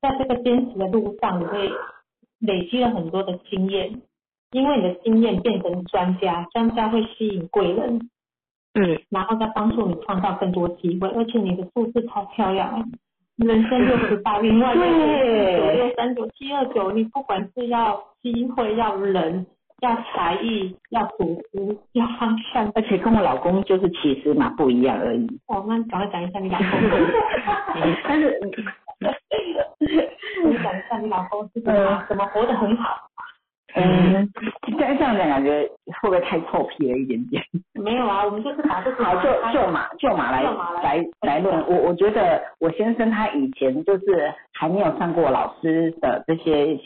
[SPEAKER 2] 在这个坚持的路上，你会累积了很多的经验，因为你的经验变成专家，专家会吸引贵人，
[SPEAKER 7] 嗯
[SPEAKER 2] 然后再帮助你创造更多机会，而且你的数字超漂亮啊，人生六十大运，外面九六三九七二九，你不管是要机会、要人、要才艺、要组织、要方向，
[SPEAKER 1] 而且跟我老公就是其实嘛不一样而已。
[SPEAKER 2] 哦，那你赶快讲一下你老公，
[SPEAKER 7] 嗯
[SPEAKER 1] 但是嗯
[SPEAKER 2] 你讲一下你老公是怎么怎么活得很好？
[SPEAKER 1] 嗯，这样这样讲感觉会不会太臭屁了一点点？
[SPEAKER 2] 没有啊，我们就是把这个
[SPEAKER 1] 好，就就马就马来
[SPEAKER 2] 就马来
[SPEAKER 1] 来来论，我我觉得我先生他以前就是还没有上过老师的这些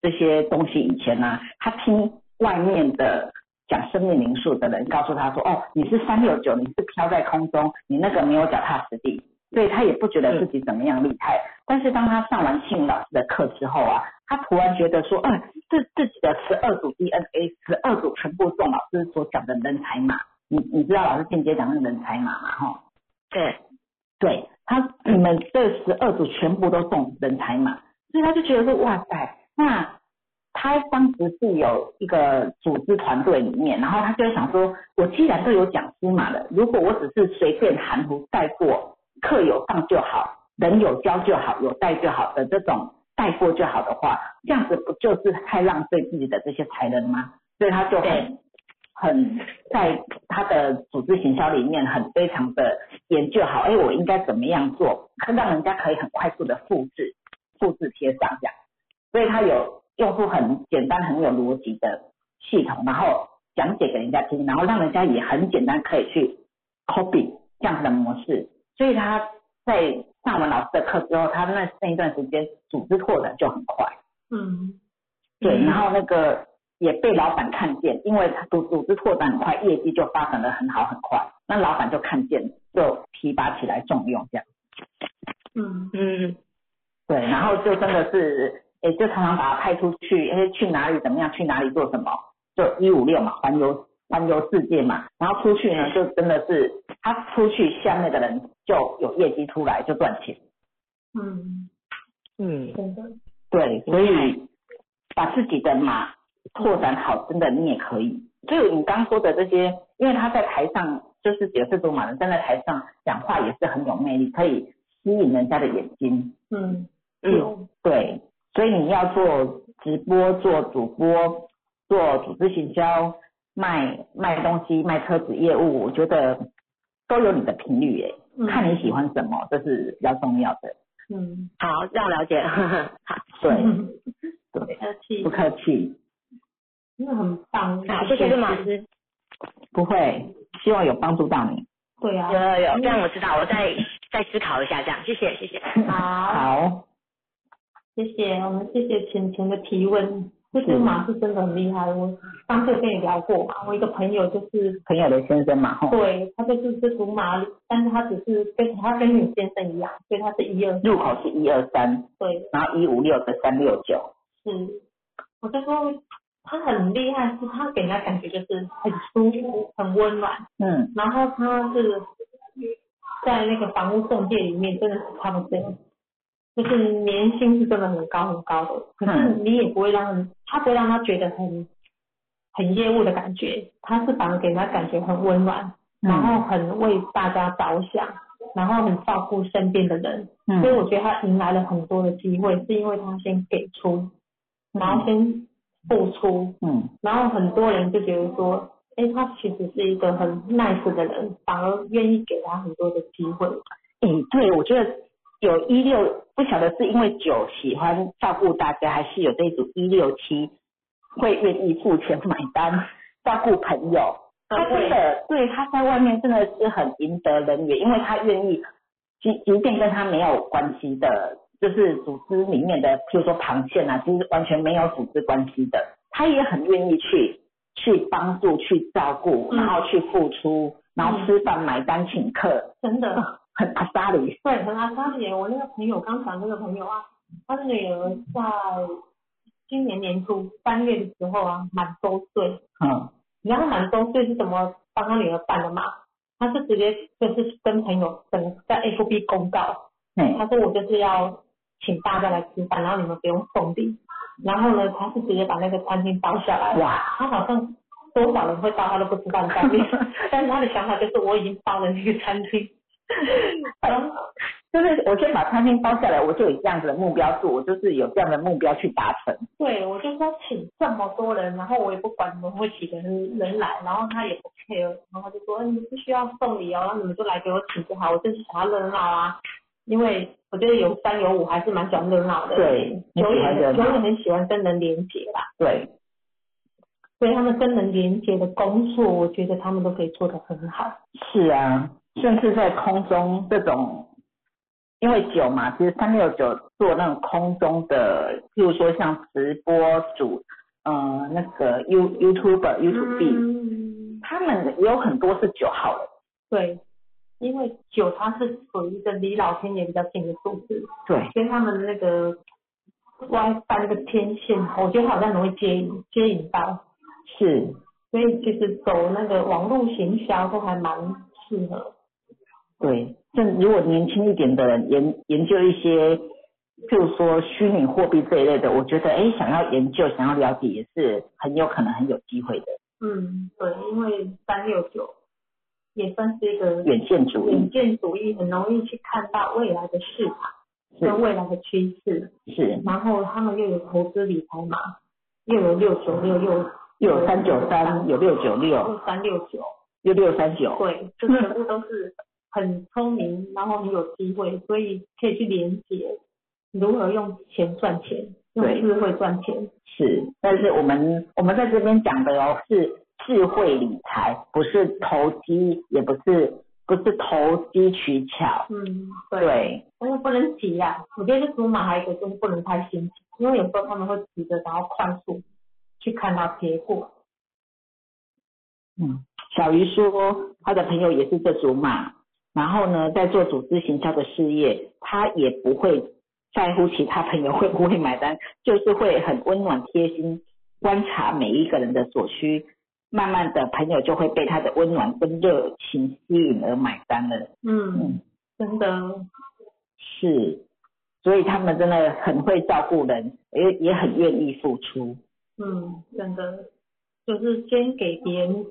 [SPEAKER 1] 这些东西以前呢、啊他听外面的讲生命灵数的人告诉他说，哦，你是三六九，你是飘在空中，你那个没有脚踏实地，所以他也不觉得自己怎么样厉害。但是当他上完庆老师的课之后啊，他突然觉得说，嗯，自自己的十二组 DNA，十二组全部中老师所讲的人才码。你你知道老师间接讲的人才码嘛？哈，
[SPEAKER 7] 对，
[SPEAKER 1] 对他，你们这十二组全部都中人才码，所以他就觉得说，哇塞，那他当时是有一个组织团队里面，然后他就想说，我既然都有讲师码了，如果我只是随便含糊带过，课有上就好，人有教就好，有带就好的这种带过就好的话，这样子不就是太浪费自己的这些才能吗？所以他就很
[SPEAKER 7] 对
[SPEAKER 1] 很在他的组织行销里面很非常的研究好，哎，我应该怎么样做，让人家可以很快速的复制、复制贴上这样。所以他有用出很简单、很有逻辑的系统，然后讲解给人家听，然后让人家也很简单可以去 copy 这样子的模式。所以他在上完老师的课之后，他那那一段时间组织拓展就很快。
[SPEAKER 2] 嗯，
[SPEAKER 1] 对，然后那个也被老板看见，因为他组组织拓展很快，业绩就发展的很好很快，那老板就看见，就提拔起来重用这样。
[SPEAKER 2] 嗯
[SPEAKER 7] 嗯嗯
[SPEAKER 1] 对，然后就真的是，也就常常把他派出去，哎，去哪里怎么样，去哪里做什么，就一五六嘛，环游环游世界嘛，然后出去呢，就真的是他出去下面的人就有业绩出来，就赚钱。
[SPEAKER 2] 嗯，
[SPEAKER 7] 嗯，
[SPEAKER 2] 真的，
[SPEAKER 1] 对，所以把自己的码拓展好，真的你也可以。所以你刚说的这些，因为他在台上就是解释祖马人站在台上讲话也是很有魅力，可以吸引人家的眼睛。
[SPEAKER 2] 嗯，
[SPEAKER 7] 嗯，
[SPEAKER 1] 对，所以你要做直播、做主播、做组织行销、卖卖东西、卖车子业务，我觉得都有你的频率诶，
[SPEAKER 2] 嗯
[SPEAKER 1] 看你喜欢什么，这是比较重要的。
[SPEAKER 2] 嗯，
[SPEAKER 7] 好，让我了解。 好，
[SPEAKER 1] 对，
[SPEAKER 2] 对，客气
[SPEAKER 1] 不，啊客气，
[SPEAKER 2] 真的很棒，
[SPEAKER 7] 好，谢谢陆老师。
[SPEAKER 1] 不会，希望有帮助到你。
[SPEAKER 2] 对啊
[SPEAKER 7] 有，呃有有，
[SPEAKER 1] 嗯
[SPEAKER 7] 这样我知道，我再再思考一下，这样，谢谢谢谢。
[SPEAKER 2] 好，
[SPEAKER 1] 好，
[SPEAKER 2] 谢谢，我们谢谢浅浅的提问。就是
[SPEAKER 1] 是
[SPEAKER 2] 马是真的很厉害，我上次跟你聊过嘛，我一个朋友就是
[SPEAKER 1] 朋友的先生嘛，吼，
[SPEAKER 2] 对他就是是属马，但是他只是跟他跟你先生一样，所以他是一二
[SPEAKER 1] 入口是一二三，
[SPEAKER 2] 对
[SPEAKER 1] 然后一五六的三六九，
[SPEAKER 2] 是，我就说他很厉害，是他给人家感觉就是很舒服、很温暖，
[SPEAKER 1] 嗯，
[SPEAKER 2] 然后他是在那个房屋中介里面真的是他们这样，就是年薪是真的很高很高的，可
[SPEAKER 1] 嗯
[SPEAKER 2] 是你也不会让人他不会让他觉得很很业务的感觉，他是反而给人家感觉很温暖，然后很为大家着想，然后很照顾身边的人，
[SPEAKER 1] 嗯
[SPEAKER 2] 所以我觉得他迎来了很多的机会，是因为他先给出，然后先付出，
[SPEAKER 1] 嗯
[SPEAKER 2] 然后很多人就觉得说，哎，他其实是一个很 nice 的人，反而愿意给他很多的机会。
[SPEAKER 1] 诶，嗯对，我觉得有一六，不晓得是因为九喜欢照顾大家，还是有这一组一六七会愿意付钱买单照顾朋友。他真的对他在外面真的是很赢得人缘，因为他愿意，即即便跟他没有关系的，就是组织里面的，譬如说螃蟹啊，就是完全没有组织关系的，他也很愿意去去帮助、去照顾，
[SPEAKER 2] 嗯
[SPEAKER 1] 然后去付出，然后吃饭、买单、请客，
[SPEAKER 2] 真的，
[SPEAKER 1] 很阿莎里。
[SPEAKER 2] 对，很阿莎姐，我那个朋友刚讲那个朋友啊，他的女儿在今年年初三月的时候啊，满周岁，
[SPEAKER 1] 嗯
[SPEAKER 2] 你知道他满周岁是怎么帮他女儿办的吗？他是直接就是跟朋友等在 FB 公告，，
[SPEAKER 1] 嘿
[SPEAKER 2] 他说我就是要请大家来吃饭，然后你们不用送礼。然后呢，他是直接把那个餐厅包下来，
[SPEAKER 1] 哇，
[SPEAKER 2] 他好像多少人会包他都不知道你在面，但是他的想法就是我已经包了那个餐厅，然后
[SPEAKER 1] 就是我先把餐厅包下来，我就有这样子的目标数，我就是有这样的目标去达成。
[SPEAKER 2] 对，我就说请这么多人，然后我也不管你们会几个人人来，然后他也不 care，然后就说、嗯、你不需要送礼哦，然后你们就来给我请就好，我就是想要热闹啊，因为我觉得有三有五还是蛮喜欢热闹的，，
[SPEAKER 1] 对，你喜
[SPEAKER 2] 永
[SPEAKER 1] 欢
[SPEAKER 2] 远
[SPEAKER 1] 人
[SPEAKER 2] 永，远很喜欢跟人连接啦，
[SPEAKER 1] 对，
[SPEAKER 2] 所以他们跟人连接的工作，我觉得他们都可以做得很好，
[SPEAKER 1] 是啊，甚至在空中这种，因为九嘛，其实三六九做那种空中的，譬如说像直播主，呃，那个 You YouTuber、YouTube，、
[SPEAKER 2] 嗯，
[SPEAKER 1] 他们也有很多是九号人，
[SPEAKER 2] 对，因为九它是属于一个离老天爷比较近的数字，
[SPEAKER 1] 对，
[SPEAKER 2] 跟他们那个 WiFi 的天线，我觉得好像容易接引接引到，
[SPEAKER 1] 是，
[SPEAKER 2] 所以其实走那个网络行销都还蛮适合。
[SPEAKER 1] 对，但如果年轻一点的人研研究一些，譬如说虚拟货币这一类的，我觉得哎，诶想要研究、想要了解也是很有可能很有机会的。
[SPEAKER 2] 嗯，对，因为三六九也算是一个
[SPEAKER 1] 远见主
[SPEAKER 2] 远
[SPEAKER 1] 义
[SPEAKER 2] 见主义，很容易去看到未来的市场跟
[SPEAKER 1] 是
[SPEAKER 2] 未来的趋势，
[SPEAKER 1] 是，
[SPEAKER 2] 然后他们又有投资理财嘛，又有六九六又
[SPEAKER 1] 又有三九三，有六九六，
[SPEAKER 2] 又三六九，
[SPEAKER 1] 有六三九，
[SPEAKER 2] 对，这全部都是很聪明，然后很有机会，所以可以去连接如何用钱赚钱，
[SPEAKER 1] 对
[SPEAKER 2] 用智慧赚钱。
[SPEAKER 1] 是。但是我们我们在这边讲的哦，是智慧理财，不是投机，也不是不是投机取巧，
[SPEAKER 2] 嗯，对。
[SPEAKER 1] 对，
[SPEAKER 2] 但是不能急啦，我觉得这属马还有一个就是不能太心急，因为有时候他们会急着想要快速去看到结果。
[SPEAKER 1] 嗯，小鱼说他的朋友也是这组马，然后呢，在做组织行销的事业，他也不会在乎其他朋友会不会买单，就是会很温暖贴心，观察每一个人的所需，慢慢的朋友就会被他的温暖跟热情吸引而买单了。
[SPEAKER 2] 嗯
[SPEAKER 1] 嗯，
[SPEAKER 2] 真的，
[SPEAKER 1] 是，所以他们真的很会照顾人，也也很愿意付出。
[SPEAKER 2] 嗯，真的，就是先给别人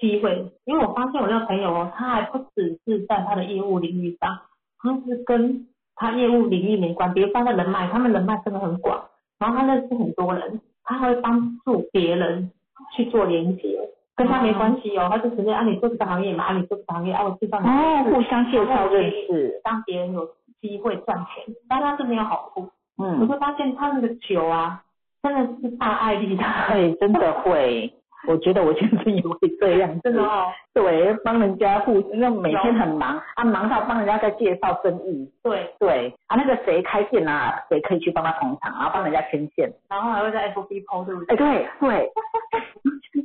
[SPEAKER 2] 机会，因为我发现我那个朋友哦，他还不只是在他的业务领域上，他是跟他业务领域没关，比如帮他人脉，他们人脉真的很广，然后他认识很多人，他还会帮助别人去做连接，跟他没关系哦，他就直接啊你做这个行业嘛，啊你做这个行业，啊我介绍你
[SPEAKER 1] 哦，互相介绍认识，
[SPEAKER 2] 让别人有机会赚钱，但他是没有好处。我
[SPEAKER 1] 嗯，
[SPEAKER 2] 就发现他那个酒啊，真的是大爱力 大，
[SPEAKER 1] 对，哎真的会。我觉得我先生也会这样，
[SPEAKER 2] 真的哦，
[SPEAKER 1] 对，帮人家互，那每天很忙啊，忙到帮人家在介绍生意，
[SPEAKER 2] 对，
[SPEAKER 1] 对啊，那个谁开店啊，谁可以去帮他捧场，然后帮人家牵线。
[SPEAKER 2] 然后还会在 FB PO 对不
[SPEAKER 1] 哎、
[SPEAKER 2] 对？
[SPEAKER 1] 对对，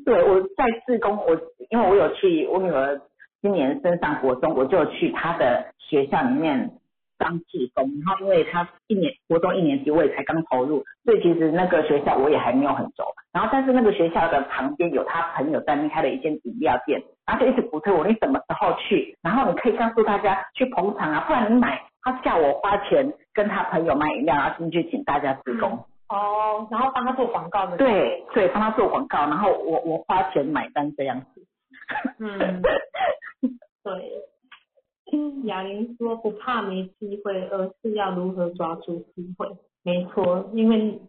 [SPEAKER 1] 对我在自工，我因为我有去我女儿今年升上国中，我就去她的学校里面当志工，然后因为她一年国中一年级，我也才刚投入，所以其实那个学校我也还没有很熟。然后但是那个学校的旁边有她朋友在那边开了一间饮料店，然后就一直鼓吹我你什么时候去，然后你可以告诉大家去捧场啊，不然你买。他叫我花钱跟他朋友买饮料，然后进去请大家自工。
[SPEAKER 2] 哦，然后帮他做广告的，，
[SPEAKER 1] 对对，帮他做广告，然后我我花钱买单这样子。
[SPEAKER 2] 嗯，对。听哑铃说，不怕没机会，而是要如何抓住机会。没错，因为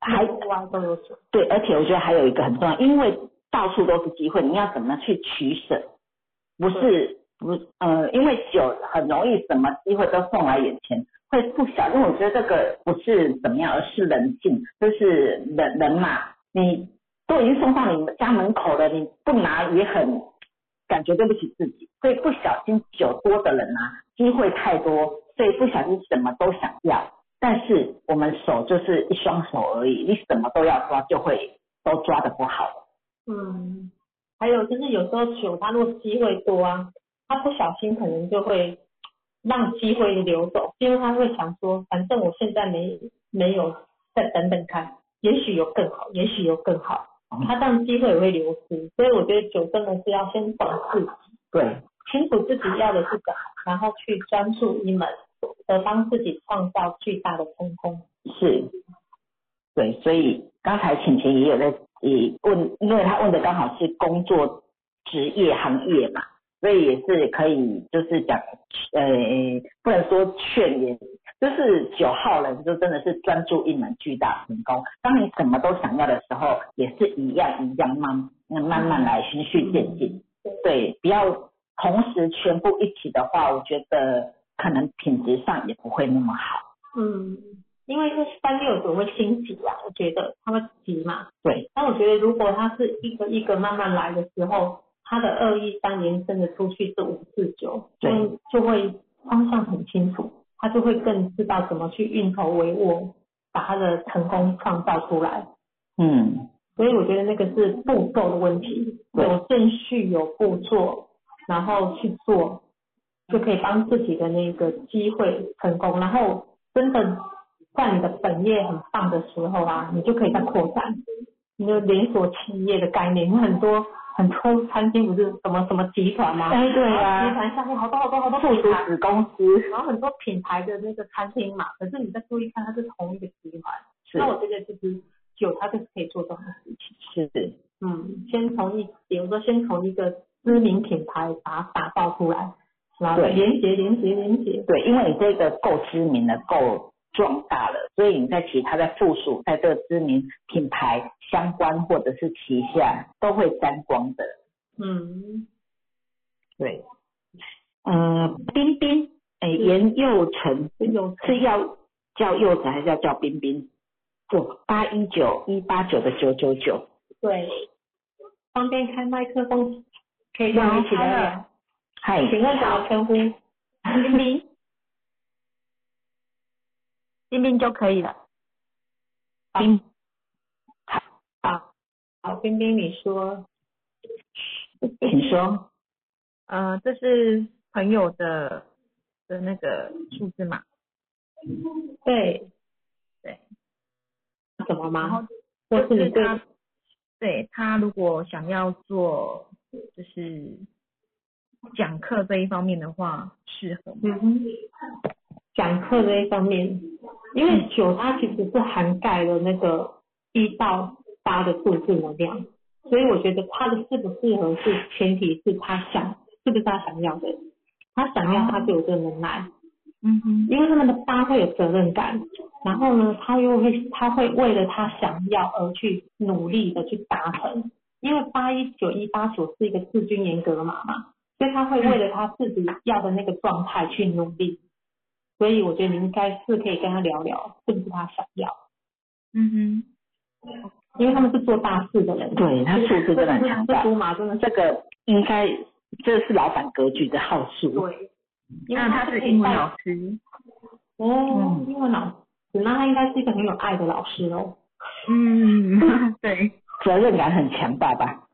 [SPEAKER 1] 还
[SPEAKER 2] 国外都有所，
[SPEAKER 1] 对，而且我觉得还有一个很重要，因为到处都是机会，你要怎么去取舍？不是不呃，因为酒很容易什么机会都送来眼前，会不小心。我觉得这个不是怎么样，而是人性，就是人人嘛，你都已经送到你家门口了，你不拿也很感觉对不起自己。所以不小心酒多的人啊，机会太多，所以不小心什么都想要。但是我们手就是一双手而已，你什么都要抓，就会都抓的不好。
[SPEAKER 2] 嗯，还有就是有时候酒，他如果机会多啊，他不小心可能就会让机会流走，因为他会想说，反正我现在没没有，再等等看，也许有更好，也许有更好
[SPEAKER 1] 哦，
[SPEAKER 2] 他这样机会也会流失，所以我觉得酒真的是要先懂自己。
[SPEAKER 1] 对，
[SPEAKER 2] 清楚自己要的是什么，然后去专注一门，而帮自己创造巨大的成功。
[SPEAKER 1] 是，对，所以刚才浅浅也有在也问，因为他问的刚好是工作职业行业嘛，所以也是可以就是讲，呃，不能说劝也，就是九号人就真的是专注一门巨大成功。当你什么都想要的时候，也是一样一样慢慢慢来，循序渐进。对，不要同时全部一起的话，我觉得可能品质上也不会那么好。
[SPEAKER 2] 嗯，因为这三六九会心急啊，我觉得他会急嘛。
[SPEAKER 1] 对。
[SPEAKER 2] 但我觉得如果他是一个一个慢慢来的时候，他的二一三延伸的出去是五四九，
[SPEAKER 1] 对
[SPEAKER 2] 就就会方向很清楚，他就会更知道怎么去运筹帷幄，把他的成功创造出来。
[SPEAKER 1] 嗯。
[SPEAKER 2] 所以我觉得那个是步骤的问题，
[SPEAKER 1] 对
[SPEAKER 2] 有顺序、有步骤，然后去做，就可以帮自己的那个机会成功。然后真的在你的本业很棒的时候啊，你就可以再扩展你的连锁企业的概念。有很多很多餐厅不是什么什么集团吗？
[SPEAKER 1] 哎，对
[SPEAKER 2] 集
[SPEAKER 1] 呀、
[SPEAKER 2] 团下面好多好多好多
[SPEAKER 1] 附
[SPEAKER 2] 品
[SPEAKER 1] 属
[SPEAKER 2] 牌，
[SPEAKER 1] 子公司
[SPEAKER 2] 然后很多品牌的那个餐厅嘛，可是你再注意看，它是同一个集团。
[SPEAKER 1] 是
[SPEAKER 2] 那我觉得其实酒它就是可以做这种事情。
[SPEAKER 1] 是，
[SPEAKER 2] 嗯，先从一，比如说先从一个知名品牌把它打造出来，然后
[SPEAKER 1] 对
[SPEAKER 2] 连接连接连接，
[SPEAKER 1] 对，因为你这个够知名了，够壮大了，所以你在其他在附属在这个知名品牌相关或者是旗下都会沾光的。
[SPEAKER 2] 嗯，
[SPEAKER 1] 对，呃，冰冰，哎，严幼成
[SPEAKER 2] 很有
[SPEAKER 1] 是要叫幼成还是要叫冰冰？不，八一九一八九的九九九，
[SPEAKER 2] 对，方便开麦克风，可以跟我一起聊聊。
[SPEAKER 1] 嗨，
[SPEAKER 2] 请问怎么称呼？
[SPEAKER 4] 冰冰，冰冰就可以了。
[SPEAKER 1] 冰
[SPEAKER 2] 好，冰冰，你说，
[SPEAKER 1] 请说，
[SPEAKER 4] 呃，这是朋友的的那个数字嘛，
[SPEAKER 2] 对，
[SPEAKER 4] 对，
[SPEAKER 2] 怎么
[SPEAKER 4] 然
[SPEAKER 2] 吗？
[SPEAKER 4] 后
[SPEAKER 2] 或
[SPEAKER 4] 就是是
[SPEAKER 2] 你对
[SPEAKER 4] 他，对他如果想要做就是讲课这一方面的话，适合吗？
[SPEAKER 2] 嗯哼，讲课这一方面，因为九它其实是涵盖了那个一到八的数字能量，所以我觉得它的适不适合是前提是他想是不是他想要的，他想要他就有这个能耐，
[SPEAKER 4] 嗯哼，
[SPEAKER 2] 因为他们的他会有责任感，然后呢，他又会他会为了他想要而去努力的去达成，因为八一九一八九是一个治军严格码嘛，所以他会为了他自己要的那个状态去努力，所以我觉得你应该是可以跟他聊聊是不是他想要，
[SPEAKER 4] 嗯
[SPEAKER 2] 因为他们是做大事的人，
[SPEAKER 1] 对他素质真的很强
[SPEAKER 2] 这
[SPEAKER 1] 大，嗯
[SPEAKER 2] 猪马真的是
[SPEAKER 1] 这个应该这是老板格局的好处，
[SPEAKER 2] 对，
[SPEAKER 4] 哼，
[SPEAKER 2] 因为
[SPEAKER 4] 那啊他
[SPEAKER 2] 可
[SPEAKER 4] 是
[SPEAKER 2] 以
[SPEAKER 4] 英文
[SPEAKER 2] 带
[SPEAKER 4] 老师，
[SPEAKER 2] 哦，英文老师，那他应该是一个很有爱的老师哦，
[SPEAKER 4] 嗯，对，
[SPEAKER 1] 责任感很强大吧？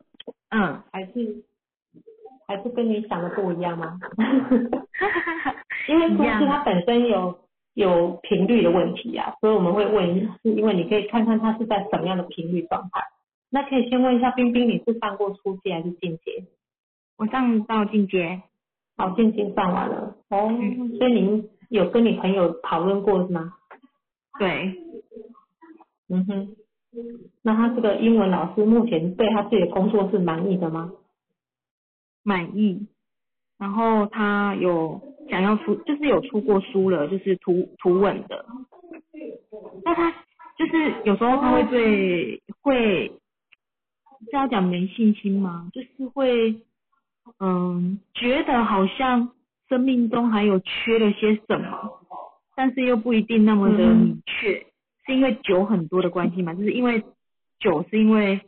[SPEAKER 4] 嗯，
[SPEAKER 2] 还是还是跟你想的不一样吗？
[SPEAKER 4] 因为
[SPEAKER 2] 因为公司它本身有有频率的问题啊，所以我们会问你，是因为你可以看看它是在什么样的频率状态。那可以先问一下冰冰，你是上过初阶还是进阶？
[SPEAKER 4] 我上到进阶，
[SPEAKER 2] 哦，进阶上完了。哦，
[SPEAKER 4] 嗯
[SPEAKER 2] 所以您有跟你朋友讨论过是吗？
[SPEAKER 4] 对，
[SPEAKER 2] 嗯哼。那他这个英文老师目前对他自己的工作是满意的吗？
[SPEAKER 4] 满意。然后他有想要出，就是有出过书了，就是图图文的。那他就是有时候他会对会是要讲没信心吗？就是会嗯，觉得好像生命中还有缺了些什么，但是又不一定那么的明确，是因为酒很多的关系嘛？就是因为酒是因为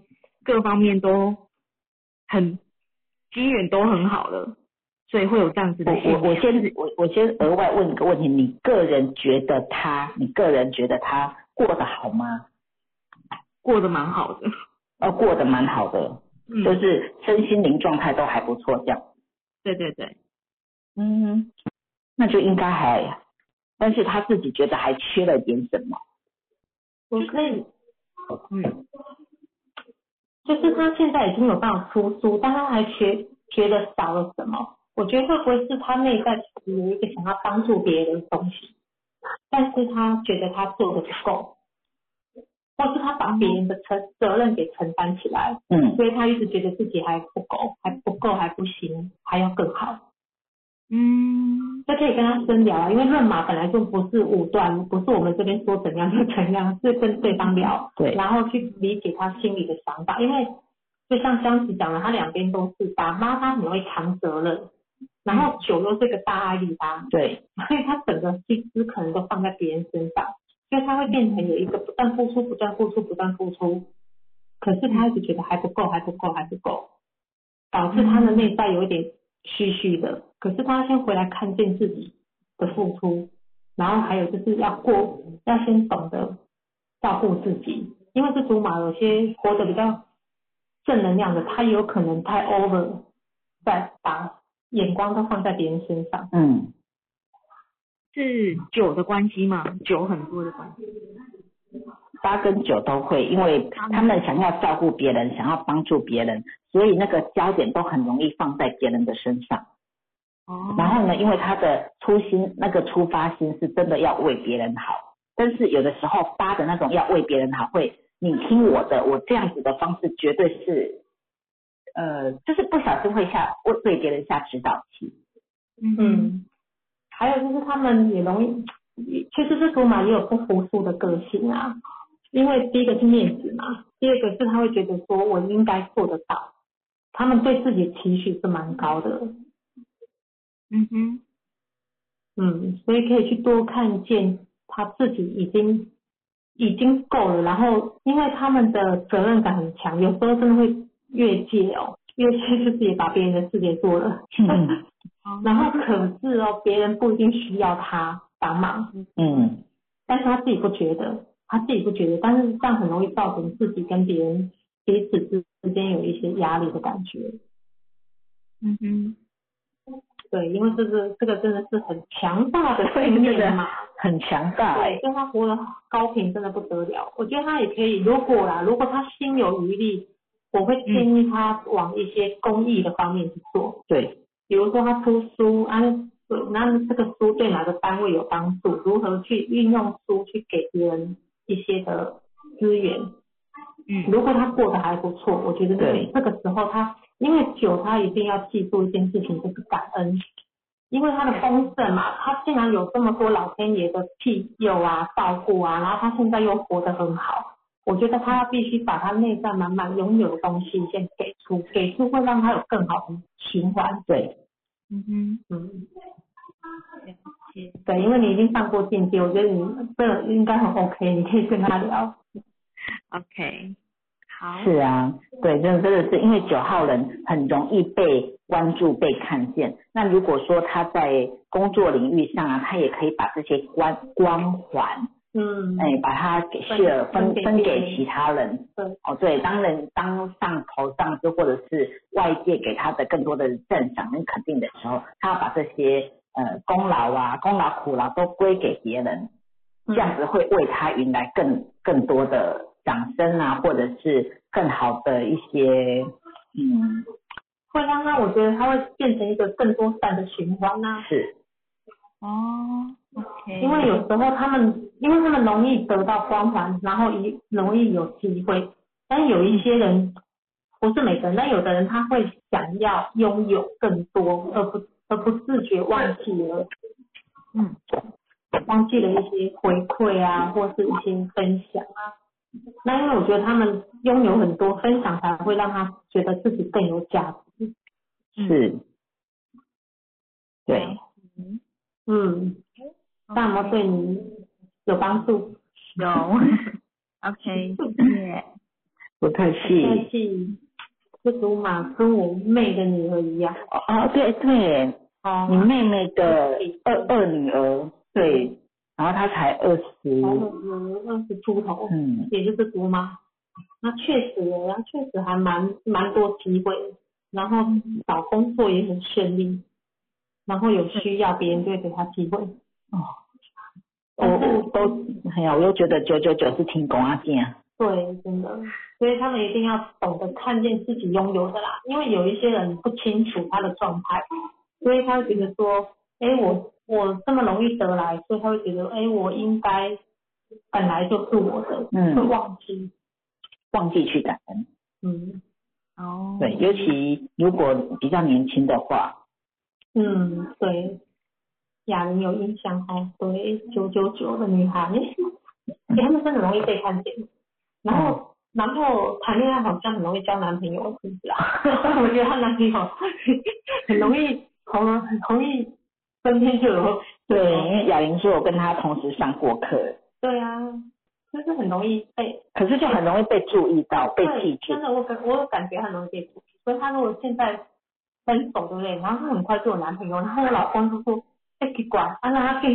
[SPEAKER 4] 各方面都很机缘都很好了，所以会有这样子
[SPEAKER 1] 我
[SPEAKER 4] 的现
[SPEAKER 1] 我我
[SPEAKER 4] 象
[SPEAKER 1] 先我我先额外问一个问题，你个人觉得他，你个人觉得他过得好吗？
[SPEAKER 4] 过得蛮好的，
[SPEAKER 1] 呃，过得蛮好的，
[SPEAKER 4] 嗯，
[SPEAKER 1] 就是身心灵状态都还不错，这样。
[SPEAKER 4] 对对对，
[SPEAKER 1] 嗯，那就应该还，但是他自己觉得还缺了点什么。
[SPEAKER 2] 我可以
[SPEAKER 4] 嗯，
[SPEAKER 2] 就是他现在已经有办法出书，但他还觉觉得少了什么？我觉得会不会是他内在其实有一个想要帮助别人的东西，但是他觉得他做的不够，或是他把别人的承责任给承担起来，
[SPEAKER 1] 嗯，
[SPEAKER 2] 所以他一直觉得自己还不够，还不够，还不行，还要更好。
[SPEAKER 4] 嗯，
[SPEAKER 2] 这可以跟他深聊啊，因为论马本来就不是武断，不是我们这边说怎样就怎样，是跟对方聊，
[SPEAKER 1] 对
[SPEAKER 2] 然后去理解他心里的想法，因为就像江子讲的，他两边都是爸妈，他很会扛责任，然后酒又是个大爱力吧，
[SPEAKER 1] 对，
[SPEAKER 2] 所以他整个心思可能都放在别人身上，所以他会变成有一个不断付出、不断付出、不断付出，可是他一直觉得还不够、还不够、还不够，导致他的内在有一点虚虚的。可是他先回来看见自己的付出，然后还有就是要过，要先懂得照顾自己，因为这竹马有些活得比较正能量的，他有可能太 over，在把眼光都放在别人身上。
[SPEAKER 1] 嗯，
[SPEAKER 4] 是酒的关系嘛，酒很多的关系，
[SPEAKER 1] 八跟九都会，因为他们想要照顾别人，想要帮助别人，所以那个焦点都很容易放在别人的身上。
[SPEAKER 4] 哦，
[SPEAKER 1] 然后呢，因为他的初心，那个出发心是真的要为别人好，但是有的时候八的那种要为别人好，会你听我的，我这样子的方式绝对是，呃，就是不小心会下为对别人下指导棋。
[SPEAKER 4] 嗯
[SPEAKER 2] 嗯，还有就是他们也容易，其实这属马也有不服输的个性啊，因为第一个是面子嘛，第二个是他会觉得说我应该做得到，他们对自己的期许是蛮高的，
[SPEAKER 4] 嗯哼，
[SPEAKER 2] 嗯，所以可以去多看见他自己已经已经够了，然后因为他们的责任感很强，有时候真的会越界哦，越界就是也把别人的事给做了，
[SPEAKER 1] 嗯
[SPEAKER 2] 然后可是哦，别人不一定需要他帮忙。
[SPEAKER 1] 嗯，
[SPEAKER 2] 但是他自己不觉得，他自己不觉得，但是这样很容易造成自己跟别人彼此之之间有一些压力的感觉。
[SPEAKER 4] 嗯哼，
[SPEAKER 2] 对，因为这个这个真的是很强大的
[SPEAKER 1] 对
[SPEAKER 2] 信
[SPEAKER 1] 这个
[SPEAKER 2] 念嘛，
[SPEAKER 1] 很强大、欸
[SPEAKER 2] 对，所以他活得高频真的不得了。我觉得他也可以，如果啦，如果他心有余力，我会建议他往一些公益的方面去做。
[SPEAKER 1] 对，
[SPEAKER 2] 比如说他出书，啊，那这个书对哪个单位有帮助？如何去运用书去给别人一些的资源？
[SPEAKER 4] 嗯，
[SPEAKER 2] 如果他过得还不错，我觉得这
[SPEAKER 1] 对
[SPEAKER 2] 个这个时候他，因为酒他一定要记住一件事情，就是感恩。因为他的丰盛嘛，他竟然有这么多老天爷的庇佑啊、照顾啊，然后他现在又活得很好，我觉得他必须把他内在满满拥有的东西先给出，给出会让他有更好的循环。
[SPEAKER 1] 对，
[SPEAKER 4] 嗯哼，
[SPEAKER 2] 嗯，对，因为你已经上过进阶，我觉得你这个应该很 OK，你可以跟他聊。
[SPEAKER 4] OK，好，
[SPEAKER 1] 是啊，对，真的真的是因为九号人很容易被关注、被看见。那如果说他在工作领域上啊，他也可以把这些光光环，
[SPEAKER 2] 嗯，
[SPEAKER 1] 哎，把它给
[SPEAKER 2] 分
[SPEAKER 1] share 分
[SPEAKER 2] 分给
[SPEAKER 1] 分
[SPEAKER 2] 别
[SPEAKER 1] 给
[SPEAKER 2] 人
[SPEAKER 1] 其他人。
[SPEAKER 2] 对
[SPEAKER 1] 哦，对，当人当上头上司或者是外界给他的更多的赞赏跟肯定的时候，他要把这些呃功劳啊、功劳苦劳都归给别人，这
[SPEAKER 2] 嗯
[SPEAKER 1] 样子会为他迎来更更多的掌声啊，或者是更好的一些嗯
[SPEAKER 2] 会让他，我觉得他会变成一个更多善的循环啊呐、
[SPEAKER 1] 是
[SPEAKER 4] 哦，OK，
[SPEAKER 2] 因为有时候他们，因为他们容易得到光环，然后也容易有机会，但有一些人不是每个人，但有的人他会想要拥有更多，而不而不自觉忘记了，
[SPEAKER 4] 嗯，
[SPEAKER 2] 忘记了一些回馈啊，或是一些分享啊。那因为我觉得他们拥有很多分享，才会让他觉得自己更有价值。
[SPEAKER 1] 是，对。
[SPEAKER 2] 嗯，大魔对你有帮助，
[SPEAKER 4] 有 ，OK，谢谢，
[SPEAKER 1] 不客
[SPEAKER 2] 但
[SPEAKER 1] 气
[SPEAKER 2] 是这竹马跟我妹的女儿一样。
[SPEAKER 1] 哦，对对，
[SPEAKER 2] 哦
[SPEAKER 1] 你妹妹的
[SPEAKER 2] 嗯
[SPEAKER 1] 二二女儿，对，然后她才二十，
[SPEAKER 2] 才有二十出头，
[SPEAKER 1] 嗯，
[SPEAKER 2] 也就是竹马。那确实，然后确实还蛮蛮多机会，然后找工作也很顺利，然后有需要别人就会给他机会。
[SPEAKER 1] 我我都哎呀，我又觉得九九九是挺公啊劲啊，
[SPEAKER 2] 对，真的，所以他们一定要懂得看见自己拥有的啦，因为有一些人不清楚他的状态，所以他会觉得说，哎，我我这么容易得来，所以他会觉得，哎，我应该本来就是我的，
[SPEAKER 1] 嗯
[SPEAKER 2] 会忘记，
[SPEAKER 1] 忘记去感恩，
[SPEAKER 2] 嗯
[SPEAKER 4] 哦，
[SPEAKER 1] 对，尤其如果比较年轻的话，
[SPEAKER 2] 嗯，对，雅玲有印象哦，对，九九九的女孩，哎，他们真的容易被看见，然后。然后谈恋爱好像很容易交男朋友，是不是啊？ 我觉得她男朋友很容易，从很容易身边就有。
[SPEAKER 1] 对，因为雅玲说我跟她同时上过课，
[SPEAKER 2] 对啊，就是很容易被
[SPEAKER 1] 可是就很容易被注意到、被记
[SPEAKER 2] 对，
[SPEAKER 1] 住
[SPEAKER 2] 真，的我感我有感觉很容易被出去，所以她如果现在分手对不对？然后她很快就有男朋友，然后我老公就说：“哎，给管，啊让他 给。”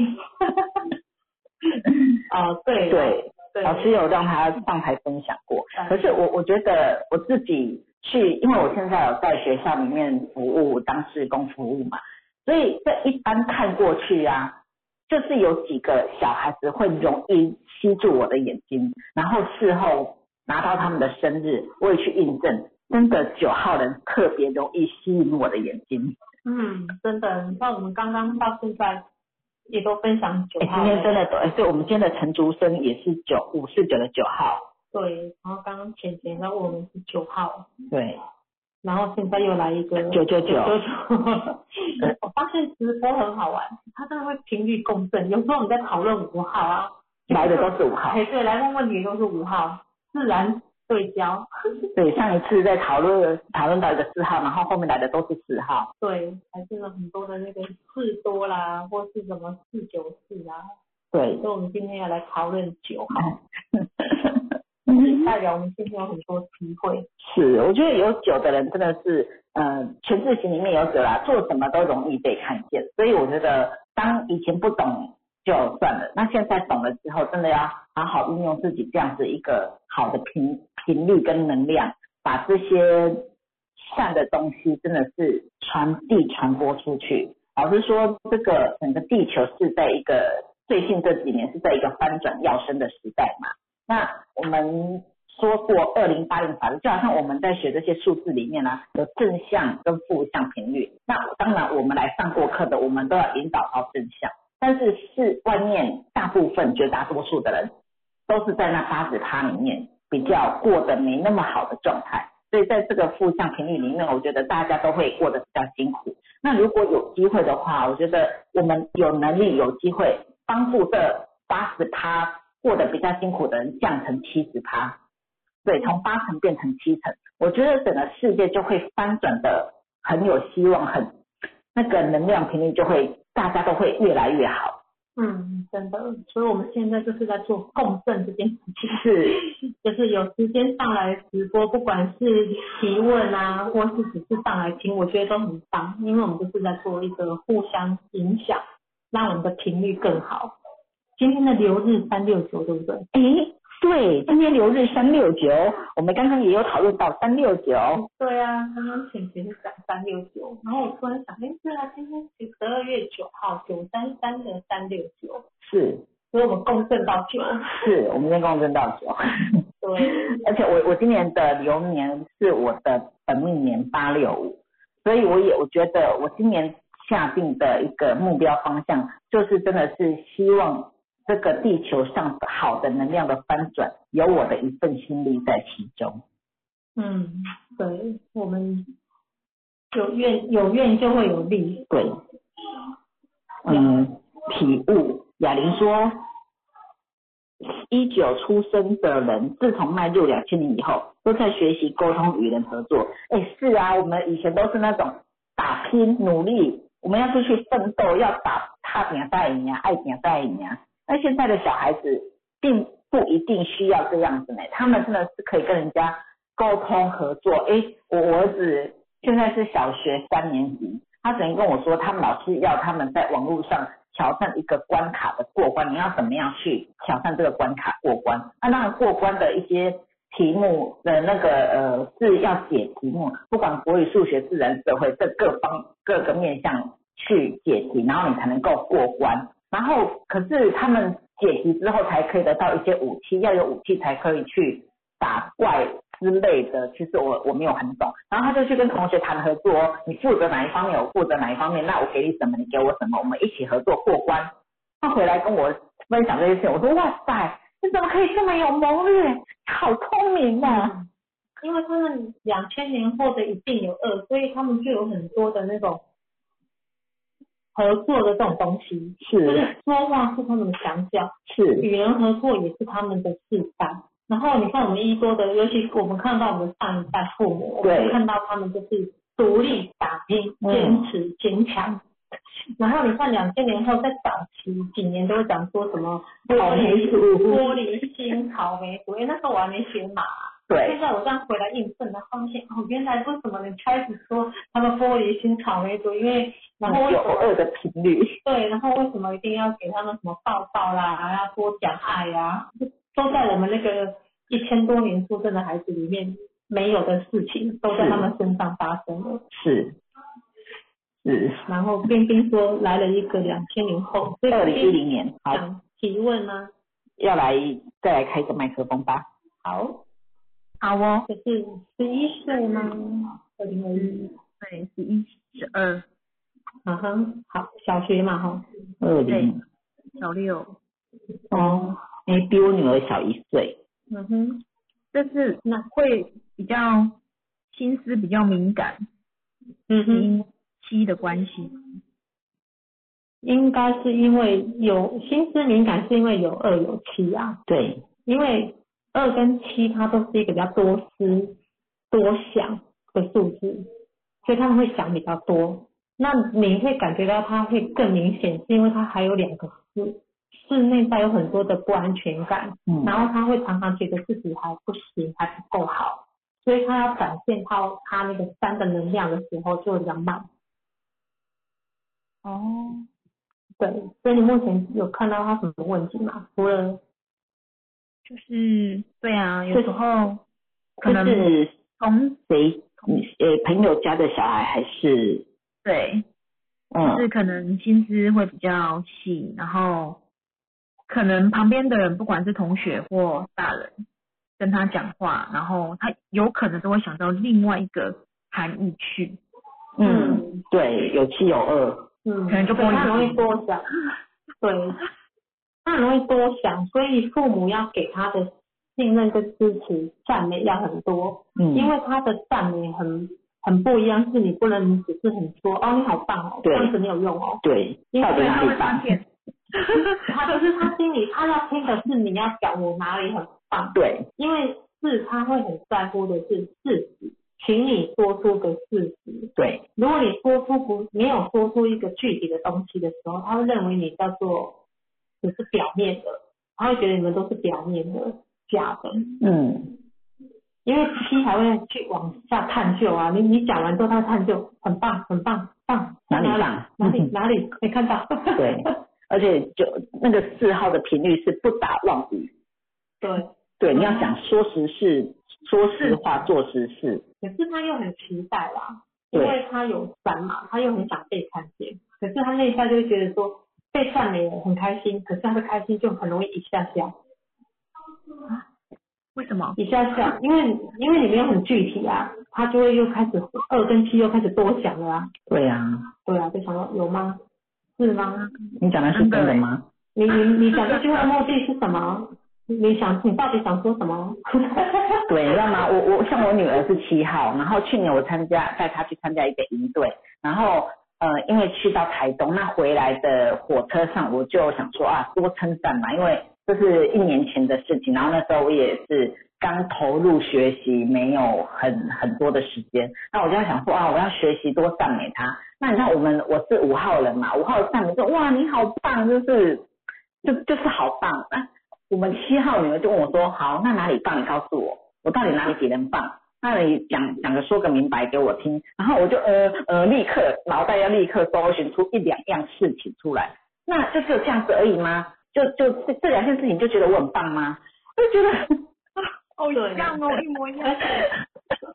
[SPEAKER 2] 啊，对
[SPEAKER 1] 对，
[SPEAKER 2] 对，
[SPEAKER 1] 老师有让她上台分享过，
[SPEAKER 2] 嗯
[SPEAKER 1] 可是我我觉得我自己去，因为我现在有在学校里面服务，当志工服务嘛，所以这一般看过去啊，就是有几个小孩子会容易吸住我的眼睛，然后事后拿到他们的生日，我也去印证，真的九号人特别容易吸引我的眼睛。
[SPEAKER 2] 嗯，真的，你看我们刚刚到现在也都分享九
[SPEAKER 1] 哎、
[SPEAKER 2] 号
[SPEAKER 1] 今
[SPEAKER 2] 了，
[SPEAKER 1] 天真的懂，哎、对我们今天的陈竹生也是九五四九的九号，
[SPEAKER 2] 对，然后刚刚浅浅在问我们是九号，
[SPEAKER 1] 对，
[SPEAKER 2] 然后现在又来一个
[SPEAKER 1] 999
[SPEAKER 2] 九， 我发现直播很好玩，它真的会频率共振，有时候我们在讨论五号啊，
[SPEAKER 1] 来的都是五号。
[SPEAKER 2] 哎，对，来问问题都是五号，自然对焦，
[SPEAKER 1] 对，上一次在讨论讨论到一个四号，然后后面来的都是四号，
[SPEAKER 2] 对，还是有很多的那个四多啦，或是什么四九四啊，
[SPEAKER 1] 对
[SPEAKER 2] 所以，我们今天要来讨论九号，
[SPEAKER 1] 嗯
[SPEAKER 2] 代表我们今天有很多机会，
[SPEAKER 1] 是，我觉得有酒的人真的是，呃，全字型里面有酒啦，做什么都容易被看见，所以我觉得当以前不懂就算了，那现在懂了之后，真的要好好运用自己这样子一个好的频频率跟能量，把这些善的东西真的是传递传播出去。老实说，这个整个地球是在一个最近这几年是在一个翻转要升的时代嘛。那我们说过二零八零法则，就好像我们在学这些数字里面呢、有正向跟负向频率。那当然，我们来上过课的，我们都要引导到正向。但是是外面大部分绝大多数的人都是在那八十趴里面比较过得没那么好的状态，所以在这个负向频率里面，我觉得大家都会过得比较辛苦。那如果有机会的话，我觉得我们有能力、有机会帮助这八十趴过得比较辛苦的人降成七十趴，对，从八成变成七成，我觉得整个世界就会翻转的很有希望，很那个能量频率就会大家都会越来越好。
[SPEAKER 2] 嗯，真的，所以我们现在就是在做共振这件事情，
[SPEAKER 1] 是，
[SPEAKER 2] 就是有时间上来直播，不管是提问啊，或是只是上来听，我觉得都很棒，因为我们就是在做一个互相影响，让我们的频率更好。今天的留日三六九，对不对？
[SPEAKER 1] 诶，对，今天留日三六九，我们刚刚也有讨论到三六九，
[SPEAKER 2] 对啊，刚刚浅浅是讲三六九，然后我突然想，哎，对啊，今天是十二月九号，九三三的三六九，
[SPEAKER 1] 是
[SPEAKER 2] 所以我们共振到九。
[SPEAKER 1] 是，我们今天共振到九。
[SPEAKER 2] 对，
[SPEAKER 1] 而且我我今年的流年是我的本命年八六五，所以我也我觉得我今年下定的一个目标方向，就是真的是希望这个地球上好的能量的翻转，有我的一份心力在其中。
[SPEAKER 2] 嗯，对，我们有愿有愿就会有力。
[SPEAKER 1] 对，嗯，体悟。哑铃说，一九出生的人，自从迈入两千年以后，都在学习沟通、与人合作。哎，是啊，我们以前都是那种打拼、努力，我们要出去奋斗，要打踏点带赢啊，爱点带赢啊。那现在的小孩子并不一定需要这样子呢，他们真的是可以跟人家沟通合作。哎，我我儿子现在是小学三年级，他曾经跟我说，他们老师要他们在网络上挑战一个关卡的过关，你要怎么样去挑战这个关卡过关？啊那当然，过关的一些题目的那个呃是要解题目，不管国语、数学、自然、社会这各方各个面向去解题，然后你才能够过关。然后可是他们解题之后才可以得到一些武器，要有武器才可以去打怪之类的，其实我我没有很懂。然后他就去跟同学谈合作哦，你负责哪一方面，我负责哪一方面，那我给你什么，你给我什么，我们一起合作过关。他回来跟我分享这些事情，我说哇塞，你怎么可以这么有谋略，好聪明啊！
[SPEAKER 2] 嗯，因为他们两千年后的一定有二，所以他们就有很多的那种合作的这种东西，就是说话是他们的强项，
[SPEAKER 1] 是
[SPEAKER 2] 与人合作也是他们的示范。然后你看我们一多的，尤其我们看到我们上一代父母，我
[SPEAKER 1] 对
[SPEAKER 2] 们看到他们就是独立、打拼、
[SPEAKER 1] 嗯
[SPEAKER 2] 坚持、坚强。然后你看两千年后，在早期几年都会讲说什么
[SPEAKER 1] 草莓
[SPEAKER 2] 璃
[SPEAKER 1] 族，
[SPEAKER 2] 玻璃心、草莓族，哎，那时候我还没学马，现
[SPEAKER 1] 对
[SPEAKER 2] 在我这样回来印证，然后发现哦，原来为什么你开始说他们玻璃心、草莓族，因为然后为什
[SPEAKER 1] 有
[SPEAKER 2] 么
[SPEAKER 1] 二的频率，
[SPEAKER 2] 对，然后为什么一定要给他们什么抱抱啦，要多讲爱呀、都在我们那个一千多年出生的孩子里面没有的事情，都在他们身上发生了。
[SPEAKER 1] 是是
[SPEAKER 2] 然后冰冰说来了一个两千年后，所以
[SPEAKER 1] 二
[SPEAKER 2] 冰
[SPEAKER 1] 零一零年，好，
[SPEAKER 2] 想提问吗？
[SPEAKER 1] 要来再来开一个麦克风吧。
[SPEAKER 2] 好，
[SPEAKER 4] 好哦，
[SPEAKER 2] 就是十一岁吗？二零二一，
[SPEAKER 4] 对，十一、十二、
[SPEAKER 2] 啊哈，好，小学嘛哈。
[SPEAKER 1] 二零
[SPEAKER 4] 小六，
[SPEAKER 1] 哦，哎，比我女儿小一岁。
[SPEAKER 2] 嗯哼，
[SPEAKER 4] 就是那会比较心思比较敏感，
[SPEAKER 2] 嗯
[SPEAKER 4] 是
[SPEAKER 2] 哼，
[SPEAKER 4] 因七的关系。
[SPEAKER 2] 应该是因为有心思敏感，是因为有二有七啊。
[SPEAKER 1] 对，
[SPEAKER 2] 因为二跟七它都是一个比较多思多想的数字，所以他们会想比较多。那你会感觉到它会更明显，是因为它还有两个四，是内在有很多的不安全感，
[SPEAKER 1] 嗯，
[SPEAKER 2] 然后他会常常觉得自己还不行，还不够好，所以他要展现他他那个三的能量的时候就比较慢。
[SPEAKER 4] 哦，
[SPEAKER 2] 对，所以你目前有看到他什么问题吗？除了
[SPEAKER 4] 就是对啊，有
[SPEAKER 1] 就是
[SPEAKER 4] 时候可
[SPEAKER 1] 就
[SPEAKER 4] 能
[SPEAKER 1] 是
[SPEAKER 4] 从
[SPEAKER 1] 谁，你呃，朋友家的小孩还是
[SPEAKER 4] 对，就
[SPEAKER 1] 嗯
[SPEAKER 4] 是可能心思会比较细，然后可能旁边的人不管是同学或大人跟他讲话，然后他有可能都会想到另外一个含义去。
[SPEAKER 1] 嗯，对，有七有二，
[SPEAKER 2] 嗯，
[SPEAKER 4] 可能就
[SPEAKER 2] 对
[SPEAKER 4] 玻璃
[SPEAKER 2] 他容易
[SPEAKER 4] 心
[SPEAKER 2] 多想，对，他很容易多想，所以父母要给他的信任跟支持、赞美要很多，因
[SPEAKER 1] 嗯，
[SPEAKER 2] 为他的赞美很很不一样，是你不能只是很说哦你好棒哦，这
[SPEAKER 1] 对
[SPEAKER 2] 样子没有用哦，
[SPEAKER 1] 对，
[SPEAKER 2] 因为
[SPEAKER 1] 到底哪里
[SPEAKER 2] 他
[SPEAKER 1] 棒？
[SPEAKER 2] 会他就是他心里他要听的是你要讲我哪里很棒，
[SPEAKER 1] 对
[SPEAKER 2] 因为是他会很在乎的是事实，请你说出个事实。
[SPEAKER 1] 对
[SPEAKER 2] 如果你说出不没有说出一个具体的东西的时候，他会认为你叫做只是表面的，他会觉得你们都是表面的、假的。
[SPEAKER 1] 嗯，
[SPEAKER 2] 因为 P 还会去往下探究啊，你你讲完之后他探究，很棒很棒棒，
[SPEAKER 1] 哪里棒？
[SPEAKER 2] 哪里哪里没看到？
[SPEAKER 1] 对，而且就那个四号的频率是不打妄语，
[SPEAKER 2] 对，
[SPEAKER 1] 对，你要想说实事，说实话，做实事，
[SPEAKER 2] 可是他又很期待啦，因
[SPEAKER 1] 对
[SPEAKER 2] 为他有闪嘛，他又很想被看见，可是他那一下就会觉得说被赞美了很开心，可是他的开心就很容易一下下
[SPEAKER 4] 为什么？
[SPEAKER 2] 一下下，因为因为你没有很具体啊，他就会又开始二跟七又开始多想了啊，
[SPEAKER 1] 对啊，
[SPEAKER 2] 对啊，就想到有吗？是吗？
[SPEAKER 1] 你讲的是真的吗？
[SPEAKER 2] 你你你讲这句话的目的是什么？你想你到底想说什么？
[SPEAKER 1] 对，你知道吗？我我像我女儿是七号，然后去年我参加带她去参加一个营队，然后呃，因为去到台东，那回来的火车上我就想说啊，多称赞嘛，因为这是一年前的事情，然后那时候我也是刚投入学习，没有很很多的时间，那我就在想说啊，我要学习多赞美她。那你知道我们我是五号人嘛，五号赞美说哇你好棒，就是就就是好棒。那、我们七号女儿就问我说，好，那哪里棒？你告诉我，我到底哪里比人棒？那你讲讲个说个明白给我听，然后我就呃呃立刻脑袋要立刻搜寻出一两样事情出来，那就只有这样子而已吗？就就这这两件事情就觉得我很棒吗？我就觉得
[SPEAKER 2] 哦，有
[SPEAKER 4] 这样哦，一模一样
[SPEAKER 2] 而。且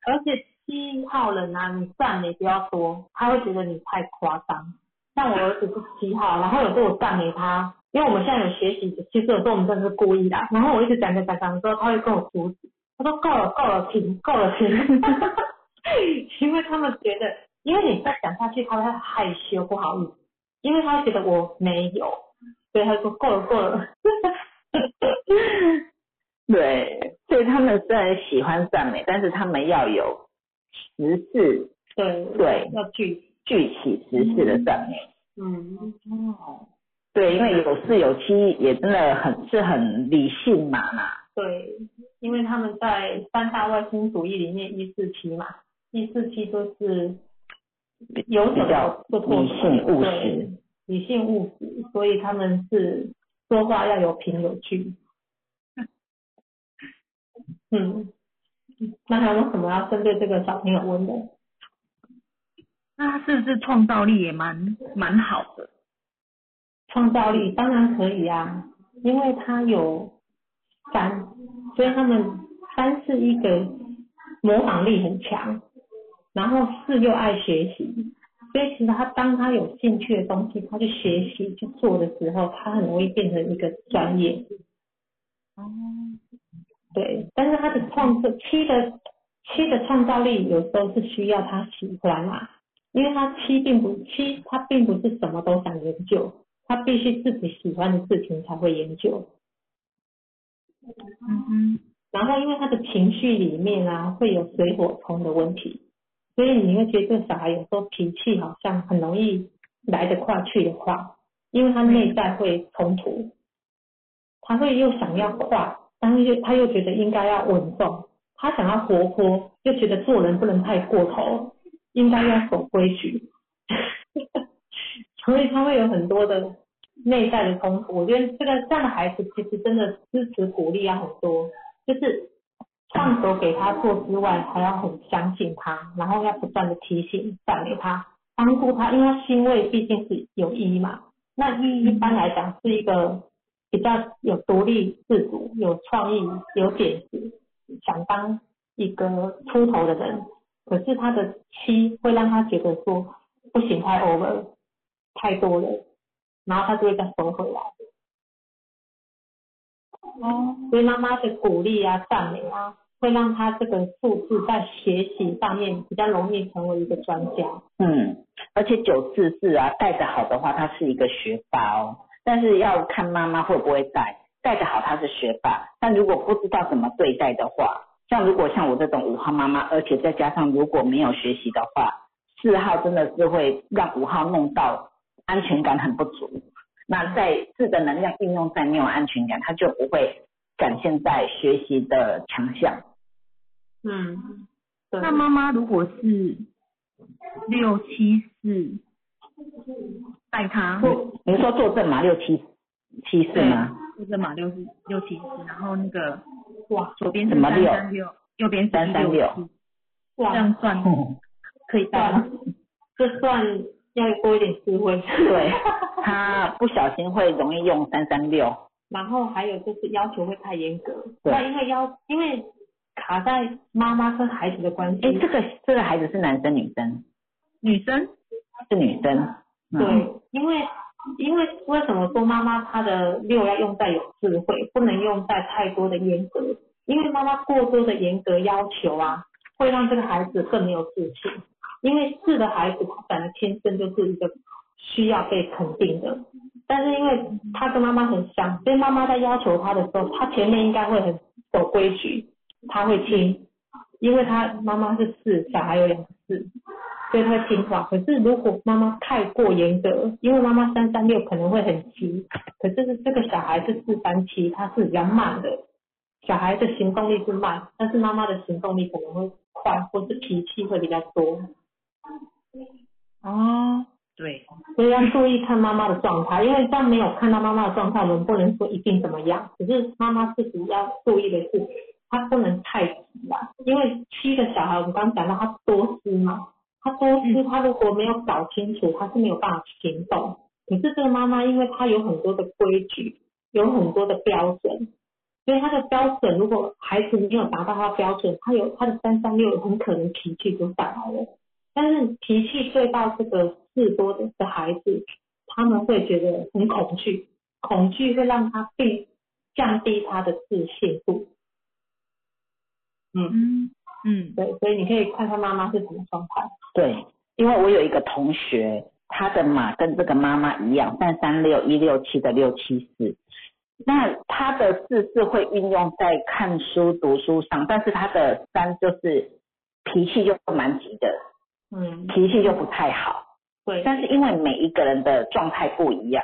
[SPEAKER 2] 而且七号人啊，你赞美不要多，他会觉得你太夸张。像我儿子是七号，然后有时候我赞美他，因为我们现在有学习，其实有时候我们真的是故意的。然后我一直讲讲讲讲之后，他会跟我阻止，他说够了够了停够了停， 因为他们觉得，因为你再讲下去，他会害羞不好意思，因为他会觉得我没有，所以他就说够了够 了。
[SPEAKER 1] 对，所以他们虽然喜欢赞美，但是他们要有实事
[SPEAKER 2] 对
[SPEAKER 1] 对
[SPEAKER 2] 要具体，
[SPEAKER 1] 具体实事的赞美。
[SPEAKER 2] 嗯，
[SPEAKER 1] 对，因为有事有七也真的很是很理性嘛
[SPEAKER 2] 对，因为他们在三大外星主义里面一四七嘛，一四七就是有什
[SPEAKER 1] 比
[SPEAKER 2] 么
[SPEAKER 1] 较
[SPEAKER 2] 就做
[SPEAKER 1] 理
[SPEAKER 2] 什
[SPEAKER 1] 性
[SPEAKER 2] 么
[SPEAKER 1] 务
[SPEAKER 2] 对
[SPEAKER 1] 实，
[SPEAKER 2] 理性务实，所以他们是说话要有凭有据。嗯，那还有没有什么要针对这个小朋友问的？
[SPEAKER 4] 那他是不是创造力也蛮蛮好的？
[SPEAKER 2] 创造力当然可以啊，因为它有三，所以他们三是一个模仿力很强，然后四又爱学习，所以其实他当他有兴趣的东西，他去学习去做的时候，他很容易变成一个专业。
[SPEAKER 4] 哦，
[SPEAKER 2] 对，但是他的创作七的七的创造力有时候是需要他喜欢啦、因为他七并不七他并不是什么都想研究，他必须自己喜欢的事情才会研究。
[SPEAKER 4] 嗯哼，
[SPEAKER 2] 然后因为他的情绪里面啊会有水火冲的问题，所以你会觉得这个小孩有时候脾气好像很容易来得快去得快，因为他内在会冲突，他会又想要快，但是又他又觉得应该要稳重，他想要活泼，又觉得做人不能太过头，应该要守规矩， 所以他会有很多的内在的冲突。我觉得这个这样的孩子其实真的支持鼓励啊要很多。就是放手给他做之外，还要很相信他，然后要不断的提醒、赞美他、帮助他，因为他星位毕竟是有一嘛，那一一般来讲是一个比较有独立自主、有创意、有点子，想当一个出头的人，可是他的七会让他觉得说不行，太 over，太多了，然后他就会再收回来。
[SPEAKER 4] 哦，
[SPEAKER 2] 所以妈妈的鼓励啊、赞美啊，会让他这个素质在学习上面比较容易成为一个专家。
[SPEAKER 1] 嗯，而且九四四啊，带得好的话，他是一个学霸哦，但是要看妈妈会不会带，带得好他是学霸，但如果不知道怎么对待的话，像如果像我这种五号妈妈，而且再加上如果没有学习的话，四号真的是会让五号弄到安全感很不足。那在四的能量运用在没有安全感，他就不会展现在学习的强项。
[SPEAKER 2] 嗯，对
[SPEAKER 4] 那妈妈如果是六七四带他，
[SPEAKER 1] 你说作证嘛，六七七四吗？
[SPEAKER 4] 就是马六是六七四，然后那个
[SPEAKER 2] 哇
[SPEAKER 4] 左边
[SPEAKER 1] 什
[SPEAKER 4] 是
[SPEAKER 1] 么
[SPEAKER 4] 三
[SPEAKER 1] 六
[SPEAKER 4] 三六，右边是
[SPEAKER 1] 336
[SPEAKER 4] 167这
[SPEAKER 2] 哇，
[SPEAKER 4] 样算可以带吗？
[SPEAKER 2] 算这算要多一点智慧。
[SPEAKER 1] 对，他不小心会容易用三三六。
[SPEAKER 2] 然后还有就是要求会太严格，
[SPEAKER 1] 对
[SPEAKER 2] 那因为要因为卡在妈妈跟孩子的关系，
[SPEAKER 1] 哎，这个这个孩子是男生女生？
[SPEAKER 4] 女生
[SPEAKER 1] 是女生。嗯
[SPEAKER 2] 对，因为因为为什么说妈妈她的六要用在有智慧，不能用在太多的严格，因为妈妈过多的严格要求啊，会让这个孩子更没有自信。因为是的孩子，他本来天生就是一个需要被肯定的，但是因为他跟妈妈很像，所以妈妈在要求他的时候，他前面应该会很守规矩，他会听，因为他妈妈是四，小孩有两个四，所以他会听话。可是如果妈妈太过严格，因为妈妈三三六可能会很急，可是这个小孩是四三七，他是比较慢的，小孩的行动力是慢，但是妈妈的行动力可能会快，或是脾气会比较多。
[SPEAKER 4] 哦，对，
[SPEAKER 2] 所以要注意看妈妈的状态，因为当没有看到妈妈的状态，我们不能说一定怎么样。只是妈妈自己要注意的是，她不能太急啦，因为七个小孩，我们刚刚讲到他多思嘛，他多思，他如果没有搞清楚，他是没有办法行动。可是这个妈妈，因为她有很多的规矩，有很多的标准，所以她的标准如果孩子没有达到她的标准，她有她的三三六很可能脾气就上来了。但是脾气对到这个事多的孩子，他们会觉得很恐惧，恐惧会让他被降低他的自信度。
[SPEAKER 4] 嗯嗯，
[SPEAKER 2] 对，所以你可以看看妈妈是什么状态。
[SPEAKER 1] 对，因为我有一个同学，他的马跟这个妈妈一样，三三六一六七的六七四。那他的四是会运用在看书、读书上，但是他的三就是脾气就蛮急的，
[SPEAKER 2] 嗯，
[SPEAKER 1] 脾气就不太好。
[SPEAKER 2] 对，
[SPEAKER 1] 但是因为每一个人的状态不一样，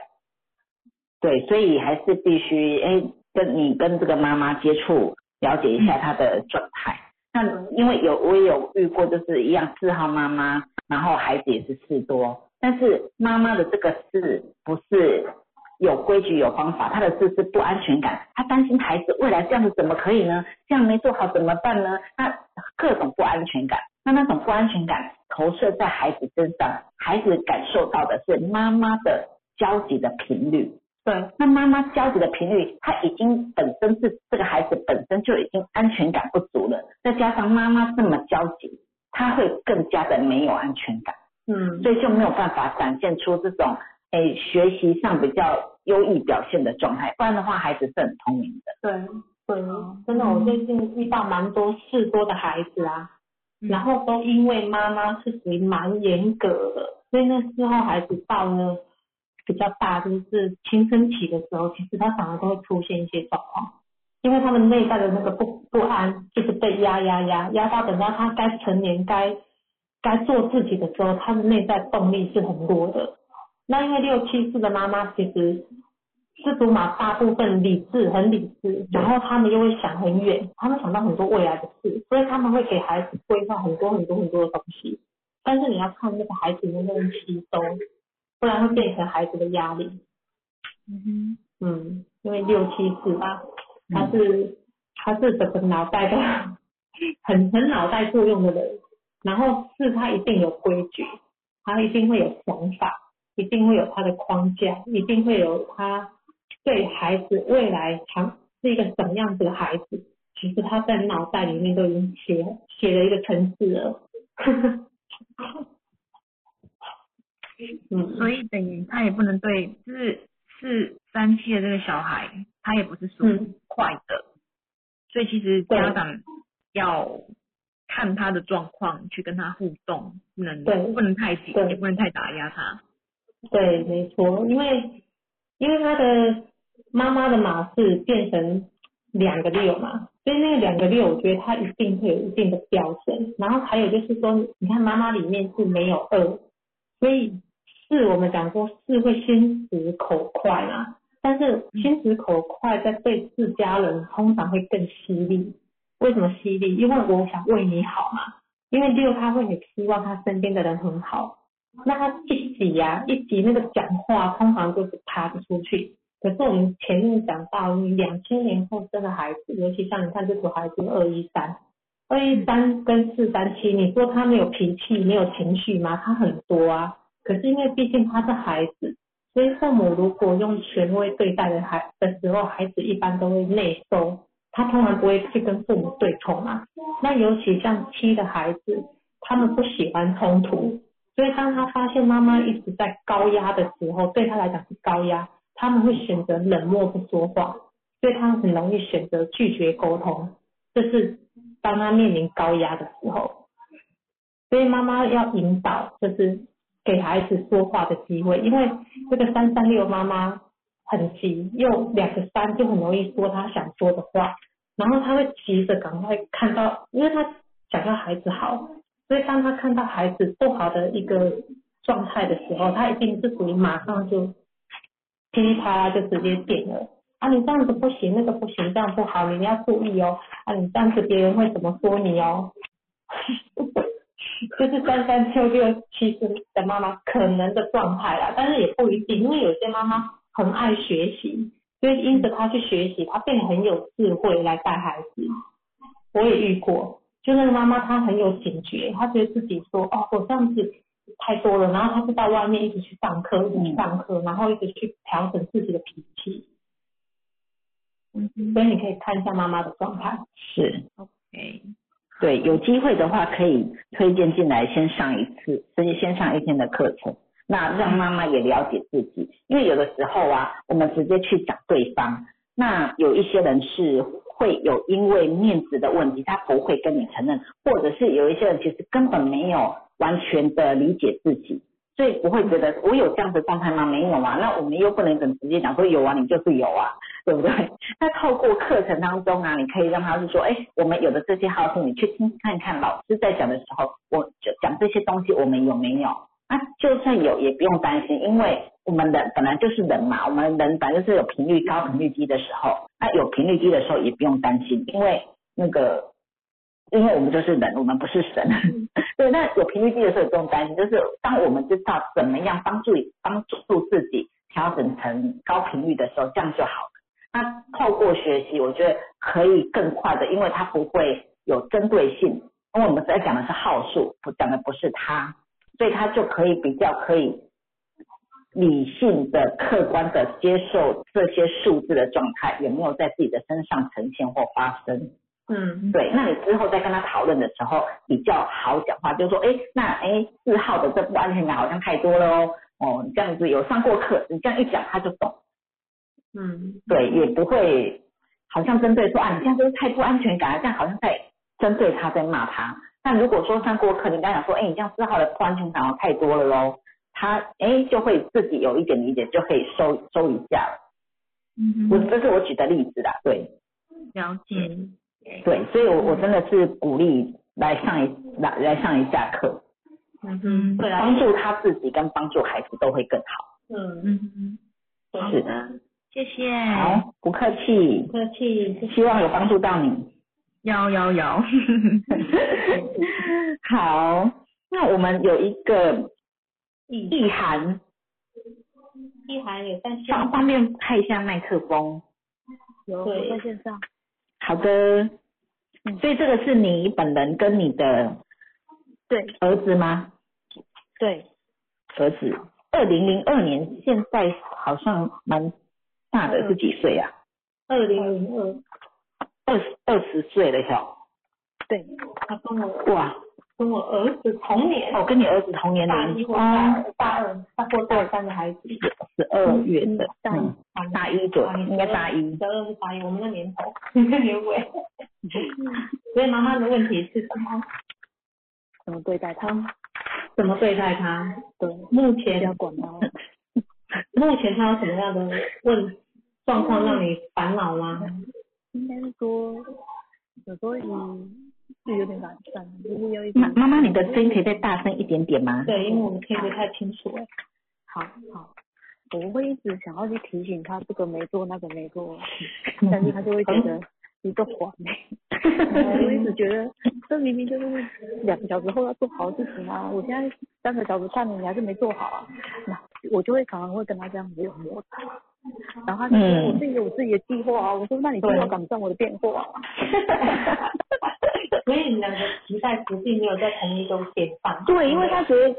[SPEAKER 1] 对，所以还是必须哎，跟你跟这个妈妈接触，了解一
[SPEAKER 2] 嗯
[SPEAKER 1] 下她的状态。那因为有我也有遇过，就是一样四号妈妈，然后孩子也是事多，但是妈妈的这个事不是有规矩有方法，她的事是不安全感，她担心孩子未来这样子怎么可以呢？这样没做好怎么办呢？那各种不安全感，那那种不安全感投射在孩子身上，孩子感受到的是妈妈的焦急的频率。
[SPEAKER 2] 对，
[SPEAKER 1] 那妈妈焦急的频率，她已经本身是这个孩子本身就已经安全感不足了，再加上妈妈这么焦急，她会更加的没有安全感，
[SPEAKER 2] 嗯，
[SPEAKER 1] 所以就没有办法展现出这种诶、学习上比较优异表现的状态，不然的话孩子是很聪明的。
[SPEAKER 2] 对，对，真的，我最近遇到蛮多事多的孩子啊，
[SPEAKER 4] 嗯
[SPEAKER 2] 然后都因为妈妈是属于蛮严格的，所以那时候孩子到了比较大，就是青春期的时候，其实他反而都会出现一些状况，因为他们内在的那个不不安，就是被压压压压到，等到他该成年该该做自己的时候，他的内在动力是很弱的。那因为六七四的妈妈其实是祖玛大部分理智很理智，然后他们又会想很远，他们想到很多未来的事，所以他们会给孩子规划很多很多很多的东西。但是你要看那个孩子能不能吸收，不然会变成孩子的压力。
[SPEAKER 4] 嗯
[SPEAKER 2] 嗯，因为六七四吧，他是他是整个脑袋都 很很脑袋作用的人，然后是他一定有规矩，他一定会有想法，一定会有他的框架，一定会有他对孩子未来长是一个什么样子的孩子，其实他在脑袋里面都已经写写了一个程式了。 嗯嗯
[SPEAKER 4] 哼，，所以等于他也不能对，就是是三七的这个小孩，他也不是属于
[SPEAKER 2] 嗯
[SPEAKER 4] 快的，所以其实
[SPEAKER 2] 对
[SPEAKER 4] 家长要看他的状况去跟他互动，不能
[SPEAKER 2] 对
[SPEAKER 4] 不能太紧，
[SPEAKER 2] 对
[SPEAKER 4] 也不能太打压他。
[SPEAKER 2] 对，没错，因为因为他的妈妈的马是变成两个六嘛，所以那两个六，我觉得它一定会有一定的标准。然后还有就是说，你看妈妈里面是没有二，所以四我们讲过四会心直口快嘛，但是心直口快在对自家人通常会更犀利。为什么犀利？因为我想为你好嘛。因为六他会很希望他身边的人很好，那他一急呀、一急那个讲话通常就是爬不出去。可是我们前面讲到，你两千年后生的孩子，尤其像你看这组孩子二一三，二一三跟四三七，你说他没有脾气、没有情绪吗？他很多啊。可是因为毕竟他是孩子，所以父母如果用权威对待的孩的时候，孩子一般都会内收，他通常不会去跟父母对冲啊。那尤其像七的孩子，他们不喜欢冲突，所以当他发现妈妈一直在高压的时候，对他来讲是高压，他们会选择冷漠不说话，所以他们很容易选择拒绝沟通，这是当他面临高压的时候。所以妈妈要引导，就是给孩子说话的机会，因为这个三三六妈妈很急，又两个三就很容易说她想说的话，然后他会急着赶快看到，因为他想要孩子好，所以当他看到孩子不好的一个状态的时候，他一定是属于马上就噼里啪啦就直接点了。啊，你这样子不行，那个不行，这样不好，你要注意哦。啊，你这样子别人会怎么说你哦？ 就是三三六六七十的妈妈可能的状态啦，但是也不一定，因为有些妈妈很爱学习，所以因着他去学习，他变得很有智慧来带孩子。我也遇过，就那个妈妈她很有警觉，她觉得自己说哦，我这样子太多了，然后她就到外面一直去上课，一直去上课，然后一直去调整自己的脾气。所以你可以看一下妈妈的状态。
[SPEAKER 1] 是
[SPEAKER 4] ，OK，
[SPEAKER 1] 对，有机会的话可以推荐进来，先上一次，甚至先上一天的课程，那让妈妈也了解自己，因为有的时候啊，我们直接去讲对方，那有一些人是会有因为面子的问题，他不会跟你承认，或者是有一些人其实根本没有完全的理解自己。所以不会觉得我有这样的状态吗？没有啊，那我们又不能很直接讲说有啊，你就是有啊，对不对？那透过课程当中啊，你可以让他是说，哎，我们有的这些好处，你去听看看老师在讲的时候，我就讲这些东西，我们有没有？啊，就算有也不用担心，因为我们人本来就是人嘛，我们人本来就是有频率高、频率低的时候，那有频率低的时候也不用担心，因为那个，因为我们就是人，我们不是神。 对，那有频率低的时候也不用担心，就是当我们知道怎么样帮助帮助自己调整成高频率的时候，这样就好了。那透过学习，我觉得可以更快的，因为它不会有针对性，因为我们在讲的是号数，不讲的不是它，所以它就可以比较可以理性的、客观的接受这些数字的状态有没有在自己的身上呈现或发生。
[SPEAKER 2] 嗯，
[SPEAKER 1] 对，那你之后再跟他讨论的时候比较好讲话，就是说，哎，那哎四号的这不安全感好像太多了哦，哦，你这样子有上过课，你这样一讲他就懂，
[SPEAKER 2] 嗯，
[SPEAKER 1] 对，也不会好像针对说啊，你这样就是太不安全感了，这样好像在针对他在骂他。那如果说上过课，你跟他讲说，哎，你这样四号的不安全感哦太多了哦，他哎就会自己有一点理解，就可以收收一下了。
[SPEAKER 4] 嗯
[SPEAKER 1] 我这是我举的例子啦，对。
[SPEAKER 4] 了解。
[SPEAKER 1] 对，所以我我真的是鼓励来上一来来上一下课，
[SPEAKER 2] 嗯哼，对啊，
[SPEAKER 1] 帮助他自己跟帮助孩子都会更好。
[SPEAKER 2] 嗯，
[SPEAKER 4] 嗯嗯，
[SPEAKER 2] 对啊
[SPEAKER 1] 是
[SPEAKER 4] 的，谢谢。
[SPEAKER 1] 好，不客气
[SPEAKER 2] 不，客气，谢谢
[SPEAKER 1] 希望有帮助到你。
[SPEAKER 4] 幺幺 幺，
[SPEAKER 1] 好，那我们有一个意涵，
[SPEAKER 2] 意涵也在线
[SPEAKER 1] 方方便开一下麦克风。
[SPEAKER 3] 有
[SPEAKER 2] 对
[SPEAKER 3] 在线上，
[SPEAKER 1] 好的，所以这个是你本人跟你的
[SPEAKER 3] 对
[SPEAKER 1] 儿子吗？
[SPEAKER 3] 对，
[SPEAKER 1] 儿子，二零零二年，现在好像蛮大的，
[SPEAKER 3] 嗯
[SPEAKER 1] 是几岁啊？
[SPEAKER 2] 二零零二，
[SPEAKER 1] 二十二十岁了哟。
[SPEAKER 2] 他跟我
[SPEAKER 1] 哇，
[SPEAKER 2] 跟我儿子同年，
[SPEAKER 1] 我跟你儿子同年
[SPEAKER 2] 大一
[SPEAKER 1] 龄
[SPEAKER 2] 或大二，大二大或大三的孩子，
[SPEAKER 1] 十二月的，
[SPEAKER 3] 大一
[SPEAKER 1] 嗯，大一左右，应该大一。
[SPEAKER 2] 十二是大一，我们的年头，你的年尾。所以妈妈的问题是什么？
[SPEAKER 3] 怎么对待他？
[SPEAKER 2] 怎么对待他？
[SPEAKER 3] 对，
[SPEAKER 2] 目
[SPEAKER 3] 不要
[SPEAKER 2] 前
[SPEAKER 3] 管他。
[SPEAKER 2] 目前他有什么样的问状况让你烦恼吗？
[SPEAKER 3] 应该是说，
[SPEAKER 5] 有时候嗯，就有点懒散，就是要一
[SPEAKER 3] 嗯
[SPEAKER 5] 直
[SPEAKER 1] 妈妈妈，你的声音可以再大声一点点吗？
[SPEAKER 2] 对，因为我们听不太清楚了。
[SPEAKER 5] 好好，我会一直想要去提醒他这个没做那个没做，但是他就会觉得你都谎 欸，我一直觉得这明明就是两个小时后要做好的事情啊，我现在三个小时半了你还是没做好啊，那我就会常常会跟他这样子有摩擦，然后他就说
[SPEAKER 1] 嗯
[SPEAKER 5] 我自己有我自己的计划啊，我说那你计划赶不上我的变化啊，
[SPEAKER 2] 所以你们两个期待值并没有在同一个点上。
[SPEAKER 5] 对，因为他觉得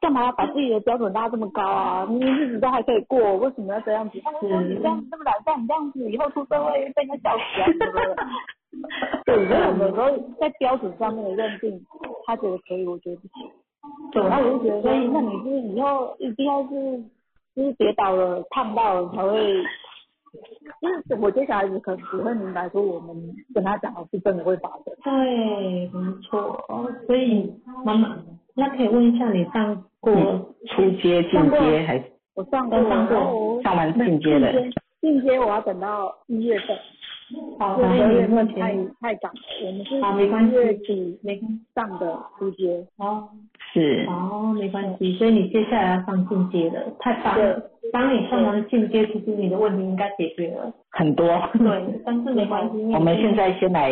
[SPEAKER 5] 干嘛要把自己的标准拉这么高啊？明明日子都还可以过，为什么要这样子？他说你这样子这么懒散，你这样子以后出社会被人家笑死啊什么的。对，所以我们有时候在标准上面的认定，他觉得可以，我觉得不行。
[SPEAKER 2] 对
[SPEAKER 5] 然后我就觉得说，那你是以后一定要是就是跌倒了、烫到了才会。就是我觉得小孩子可能不会明白，说我们跟他讲的是真的会发生。
[SPEAKER 2] 对，没错。所以妈妈，那可以问一下你上过
[SPEAKER 1] 初阶、进阶还是
[SPEAKER 5] 我上
[SPEAKER 2] 都上过
[SPEAKER 5] 然后我
[SPEAKER 1] 上完进阶了？
[SPEAKER 5] 进阶我要等到一月份，
[SPEAKER 2] 好
[SPEAKER 5] 十
[SPEAKER 2] 所以
[SPEAKER 5] 二月
[SPEAKER 2] 你目
[SPEAKER 5] 份太
[SPEAKER 2] 前
[SPEAKER 5] 太赶了，我们是
[SPEAKER 2] 好没关
[SPEAKER 5] 一
[SPEAKER 2] 系
[SPEAKER 5] 月底
[SPEAKER 2] 没关系
[SPEAKER 5] 上的初阶，
[SPEAKER 2] 哦
[SPEAKER 1] 是
[SPEAKER 2] 哦，没关系。所以你接下来要上进阶了，太棒了！当你上完进阶，其实你的问题应该解决了。
[SPEAKER 1] 很多。
[SPEAKER 2] 对， 但是没关系，因为
[SPEAKER 1] 我们现在先来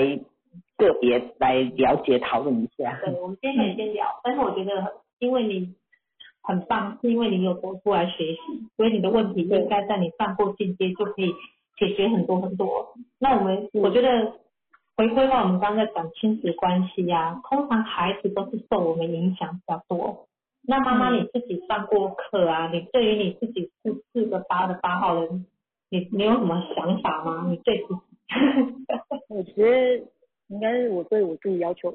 [SPEAKER 1] 个别来了解讨论一下。
[SPEAKER 2] 对，我们今天可以先聊，但是我觉得因为你很棒，是因为你有多出来学习，所以你的问题应该在你上过进阶就可以解决很多很多。那我们我觉得回归到我们刚刚在讲亲子关系呀、通常孩子都是受我们影响比较多。那妈妈你自己上过课啊，你对于你自己是四个八的八号人，你你有什么想法吗？你对自己？
[SPEAKER 5] 我觉得应该是我对我自己要求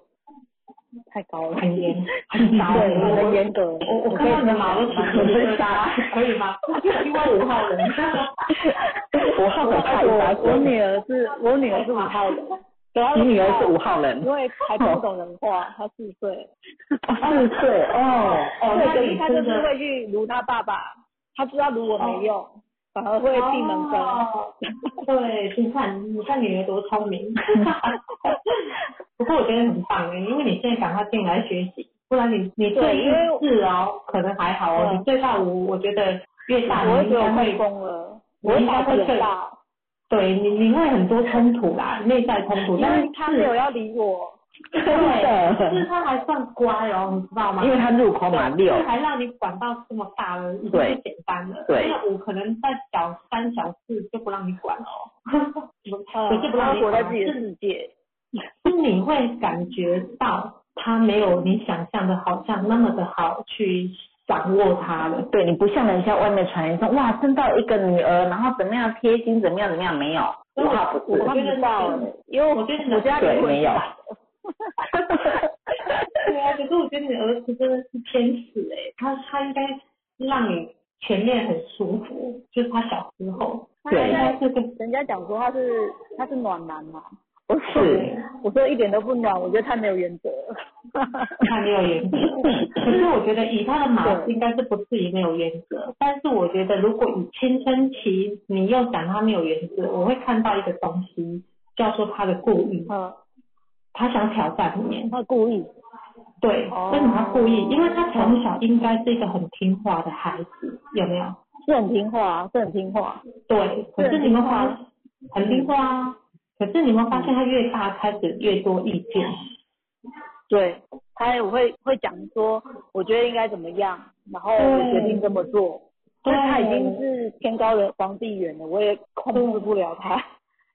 [SPEAKER 5] 太高了，
[SPEAKER 2] 很 严，
[SPEAKER 5] 很高，对，
[SPEAKER 2] 我
[SPEAKER 5] 很严格。
[SPEAKER 2] 我我看到你的马路骑
[SPEAKER 5] 我
[SPEAKER 2] 自 行可以吗？因为五号人，
[SPEAKER 1] 五号很怕一发
[SPEAKER 5] 我我
[SPEAKER 1] 生，
[SPEAKER 5] 女儿是我女儿是五号的，
[SPEAKER 1] 你女儿是五号人
[SPEAKER 5] 因，为还听不懂人话，她四岁，
[SPEAKER 1] 四岁哦，
[SPEAKER 2] 哦，
[SPEAKER 5] 对，
[SPEAKER 2] 那
[SPEAKER 5] 可
[SPEAKER 2] 你
[SPEAKER 5] 是她就
[SPEAKER 2] 真
[SPEAKER 5] 是
[SPEAKER 2] 的
[SPEAKER 5] 会去撸她爸爸，她知道撸我没用，反而会闭门羹。
[SPEAKER 2] 哦 对，你看，你看女儿多聪明。 不过我觉得很棒哎，因为你现在赶快进来学习，不然你你对
[SPEAKER 5] 对因为
[SPEAKER 2] 一四哦，可能还好哦，
[SPEAKER 5] 嗯
[SPEAKER 2] 你对到五，我觉得越大
[SPEAKER 5] 我
[SPEAKER 2] 你应
[SPEAKER 5] 会觉得
[SPEAKER 2] 该
[SPEAKER 5] 我快
[SPEAKER 2] 会，
[SPEAKER 5] 疯了，
[SPEAKER 2] 你
[SPEAKER 5] 我会
[SPEAKER 2] 应该
[SPEAKER 5] 打
[SPEAKER 2] 会
[SPEAKER 5] 很
[SPEAKER 2] 更
[SPEAKER 5] 大，
[SPEAKER 2] 对你你会很多冲突啦，内在冲突，
[SPEAKER 5] 因
[SPEAKER 2] 但
[SPEAKER 5] 为
[SPEAKER 2] 是
[SPEAKER 5] 他没有要理我，
[SPEAKER 2] 对，
[SPEAKER 1] 的
[SPEAKER 2] 就是他还算乖哦，你知道吗？
[SPEAKER 1] 因为她入口码六
[SPEAKER 2] 这，还让你管到这么大了，已经不
[SPEAKER 1] 对
[SPEAKER 2] 简单了。
[SPEAKER 1] 对
[SPEAKER 2] 那我可能在小三、小四就不让你管哦，
[SPEAKER 5] 嗯
[SPEAKER 2] 不是不
[SPEAKER 5] 他
[SPEAKER 2] 让你
[SPEAKER 5] 活在
[SPEAKER 2] 管，
[SPEAKER 5] 自己的
[SPEAKER 2] 是
[SPEAKER 5] 世界。
[SPEAKER 2] 是你会感觉到他没有你想象的，好像那么的好去掌握他了。
[SPEAKER 1] 对你不像人家外面传言说哇生到一个女儿，然后怎么样贴心怎么样怎么样，没有，
[SPEAKER 2] 对
[SPEAKER 1] 五号不是
[SPEAKER 2] 我，
[SPEAKER 5] 他
[SPEAKER 2] 觉得
[SPEAKER 5] 不知道
[SPEAKER 2] 是
[SPEAKER 5] 欸，因为
[SPEAKER 2] 我觉得是
[SPEAKER 5] 我家
[SPEAKER 1] 对
[SPEAKER 5] 离婚
[SPEAKER 1] 没有，
[SPEAKER 2] 对啊，可是我觉得你儿子真的是天使哎、他他应该让你前面很舒服，就是他小时候，他
[SPEAKER 1] 对
[SPEAKER 2] 应该是个
[SPEAKER 5] 人家讲说他是他是暖男嘛，我说
[SPEAKER 1] 是
[SPEAKER 5] 我说一点都不暖，我觉得太没有原则了。
[SPEAKER 2] 他没有原则。可是我觉得以他的 码应该是不至于没有原则，但是我觉得如果以青春期你又讲他没有原则，我会看到一个东西叫做他的故意，
[SPEAKER 5] 嗯，
[SPEAKER 2] 他想挑战你，
[SPEAKER 5] 他故意，
[SPEAKER 2] 对，
[SPEAKER 5] 哦
[SPEAKER 2] 所以他故意，因为他从小应该是一个很听话的孩子，有没有？
[SPEAKER 5] 是很听话啊，是很听话。
[SPEAKER 2] 对，可是你们发很听话啊，可是你们发现他越大开始越多意见，
[SPEAKER 5] 对，他也会会讲说，我觉得应该怎么样，然后我决定这么做。
[SPEAKER 2] 对
[SPEAKER 5] 但他已经是天高人皇帝远了，我也控制不了他。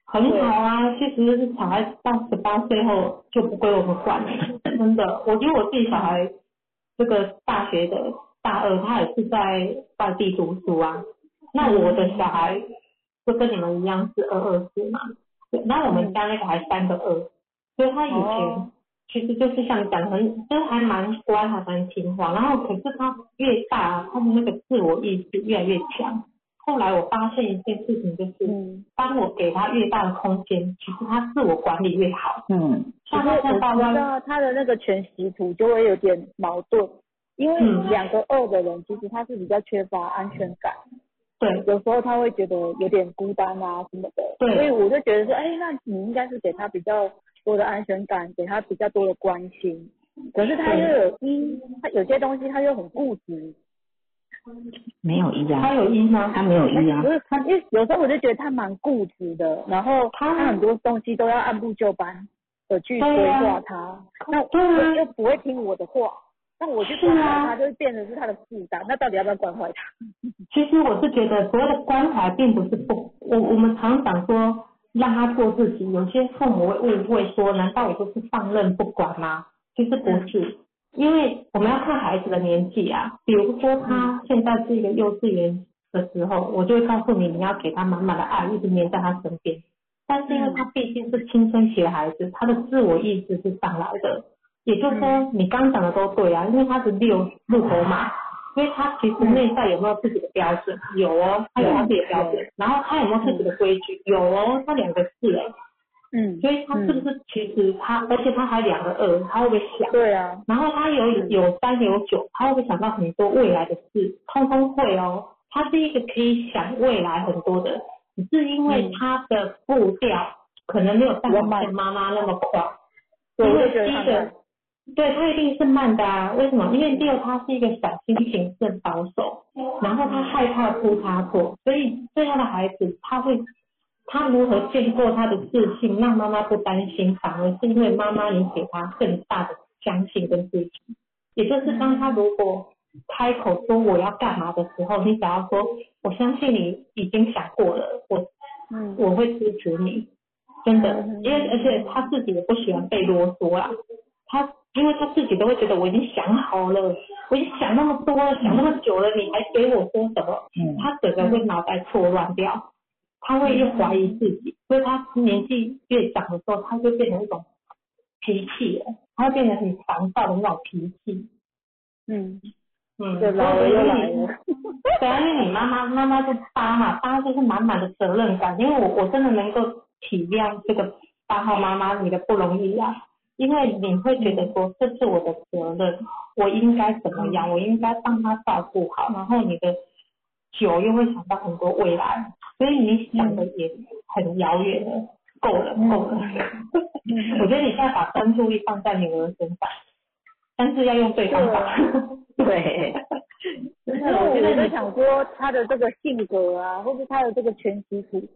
[SPEAKER 2] 很好啊，其实小孩到十八岁后就不归我们管了， 真的。我觉得我自己小孩这个大学的大二，他也是在外地读书啊。那我的小孩就跟你们一样是二二四嘛，对那我们家那个还三个二，所以他以前
[SPEAKER 5] 哦
[SPEAKER 2] 其实就是像你讲的很，就是还蛮乖，还蛮听话。然后可是他越大，他的那个自我意识越来越强。后来我发现一件事情就是。
[SPEAKER 5] 嗯，
[SPEAKER 2] 当我给他越大的空间，其实他自我管理越好。
[SPEAKER 1] 嗯，
[SPEAKER 5] 可
[SPEAKER 2] 像他
[SPEAKER 5] 是我
[SPEAKER 2] 在大
[SPEAKER 5] 知
[SPEAKER 2] 湾，
[SPEAKER 5] 道他的那个全息图就会有点矛盾，因为
[SPEAKER 2] 嗯
[SPEAKER 5] 两个二的人其实他是比较缺乏安全感，
[SPEAKER 2] 对
[SPEAKER 5] 有时候他会觉得有点孤单啊什么的。
[SPEAKER 2] 对
[SPEAKER 5] 所以我就觉得说，哎，那你应该是给他比较多的安全感，给他比较多的关心。可是他又有一，他有些东西他又很固执，
[SPEAKER 1] 没有一啊，
[SPEAKER 2] 他有一吗？
[SPEAKER 1] 他没有一啊
[SPEAKER 5] 不，是他，因为有时候我就觉得他蛮固执的，然后他很多东西都要按部就班的去规划他，那我又不会听我的话，那我去管
[SPEAKER 2] 是啊
[SPEAKER 5] 他，他就会变成是他的负担。那到底要不要关怀他？
[SPEAKER 2] 其实我是觉得所谓的关怀，并不是不，我我们常讲说让他做自己，有些父母会误会说，难道我就是放任不管吗？其实不是，因为我们要看孩子的年纪啊，比如说他现在是一个幼稚园的时候，我就会告诉你，你要给他满满的爱，一直黏在他身边。但是因为他毕竟是青春期的孩子，他的自我意识是上来的，也就是说，你刚讲的都对啊，因为他是六路头马，所以他其实内在有没有自己的标准？有哦，他有他自己的标准。然后他有没有自己的规矩？有哦，他两个是哎，
[SPEAKER 5] 嗯，
[SPEAKER 2] 所以他是不是其实他，而且他还两个二，他会不会想？
[SPEAKER 5] 对啊，
[SPEAKER 2] 然后他有有三有九，他会不会想到很多未来的事？通通会哦。他是一个可以想未来很多的，只是因为
[SPEAKER 5] 嗯
[SPEAKER 2] 他的步调可能没有像我们妈妈那么快。
[SPEAKER 5] 对
[SPEAKER 2] 因
[SPEAKER 5] 我
[SPEAKER 2] 为
[SPEAKER 5] 就觉得
[SPEAKER 2] 第
[SPEAKER 5] 他
[SPEAKER 2] 一个
[SPEAKER 5] 们，
[SPEAKER 2] 对他一定是慢的啊。为什么？因为第二他是一个小心谨慎保守，然后他害怕出差错，所以这样的孩子他会。他如何建构他的自信，让妈妈不担心，反而是因为妈妈也给他更大的相信跟自信。也就是当他如果开口说我要干嘛的时候，你只要说我相信你已经想过了，我
[SPEAKER 5] 嗯
[SPEAKER 2] 我会支持你，真的，因为而且他自己也不喜欢被啰嗦啦，他因为他自己都会觉得我已经想好了，我已经想那么多了，想那么久了，你还给我说什么？
[SPEAKER 1] 嗯
[SPEAKER 2] 他整个
[SPEAKER 5] 嗯
[SPEAKER 2] 会脑袋错乱掉，他会越怀疑自己，所以他年纪越长的时候，他就变成一种脾气了，他会变得很烦躁的那种脾气，
[SPEAKER 5] 嗯，
[SPEAKER 2] 嗯，
[SPEAKER 5] 对，老了又来了，
[SPEAKER 2] 对啊，因为你妈妈妈妈就八嘛，八就是满满的责任感。因为我我真的能够体谅这个八号妈妈你的不容易啊，因为你会觉得说这是我的责任，我应该怎么样，我应该帮他照顾好，然后你的九又会想到很多未来，所以你想的也很遥远了，够了够了。我觉得你现在把专注力放在女儿身上，但是要用对方法。
[SPEAKER 1] 对，
[SPEAKER 5] 因为我在想说他的这个性格啊，或是他的这个全集体，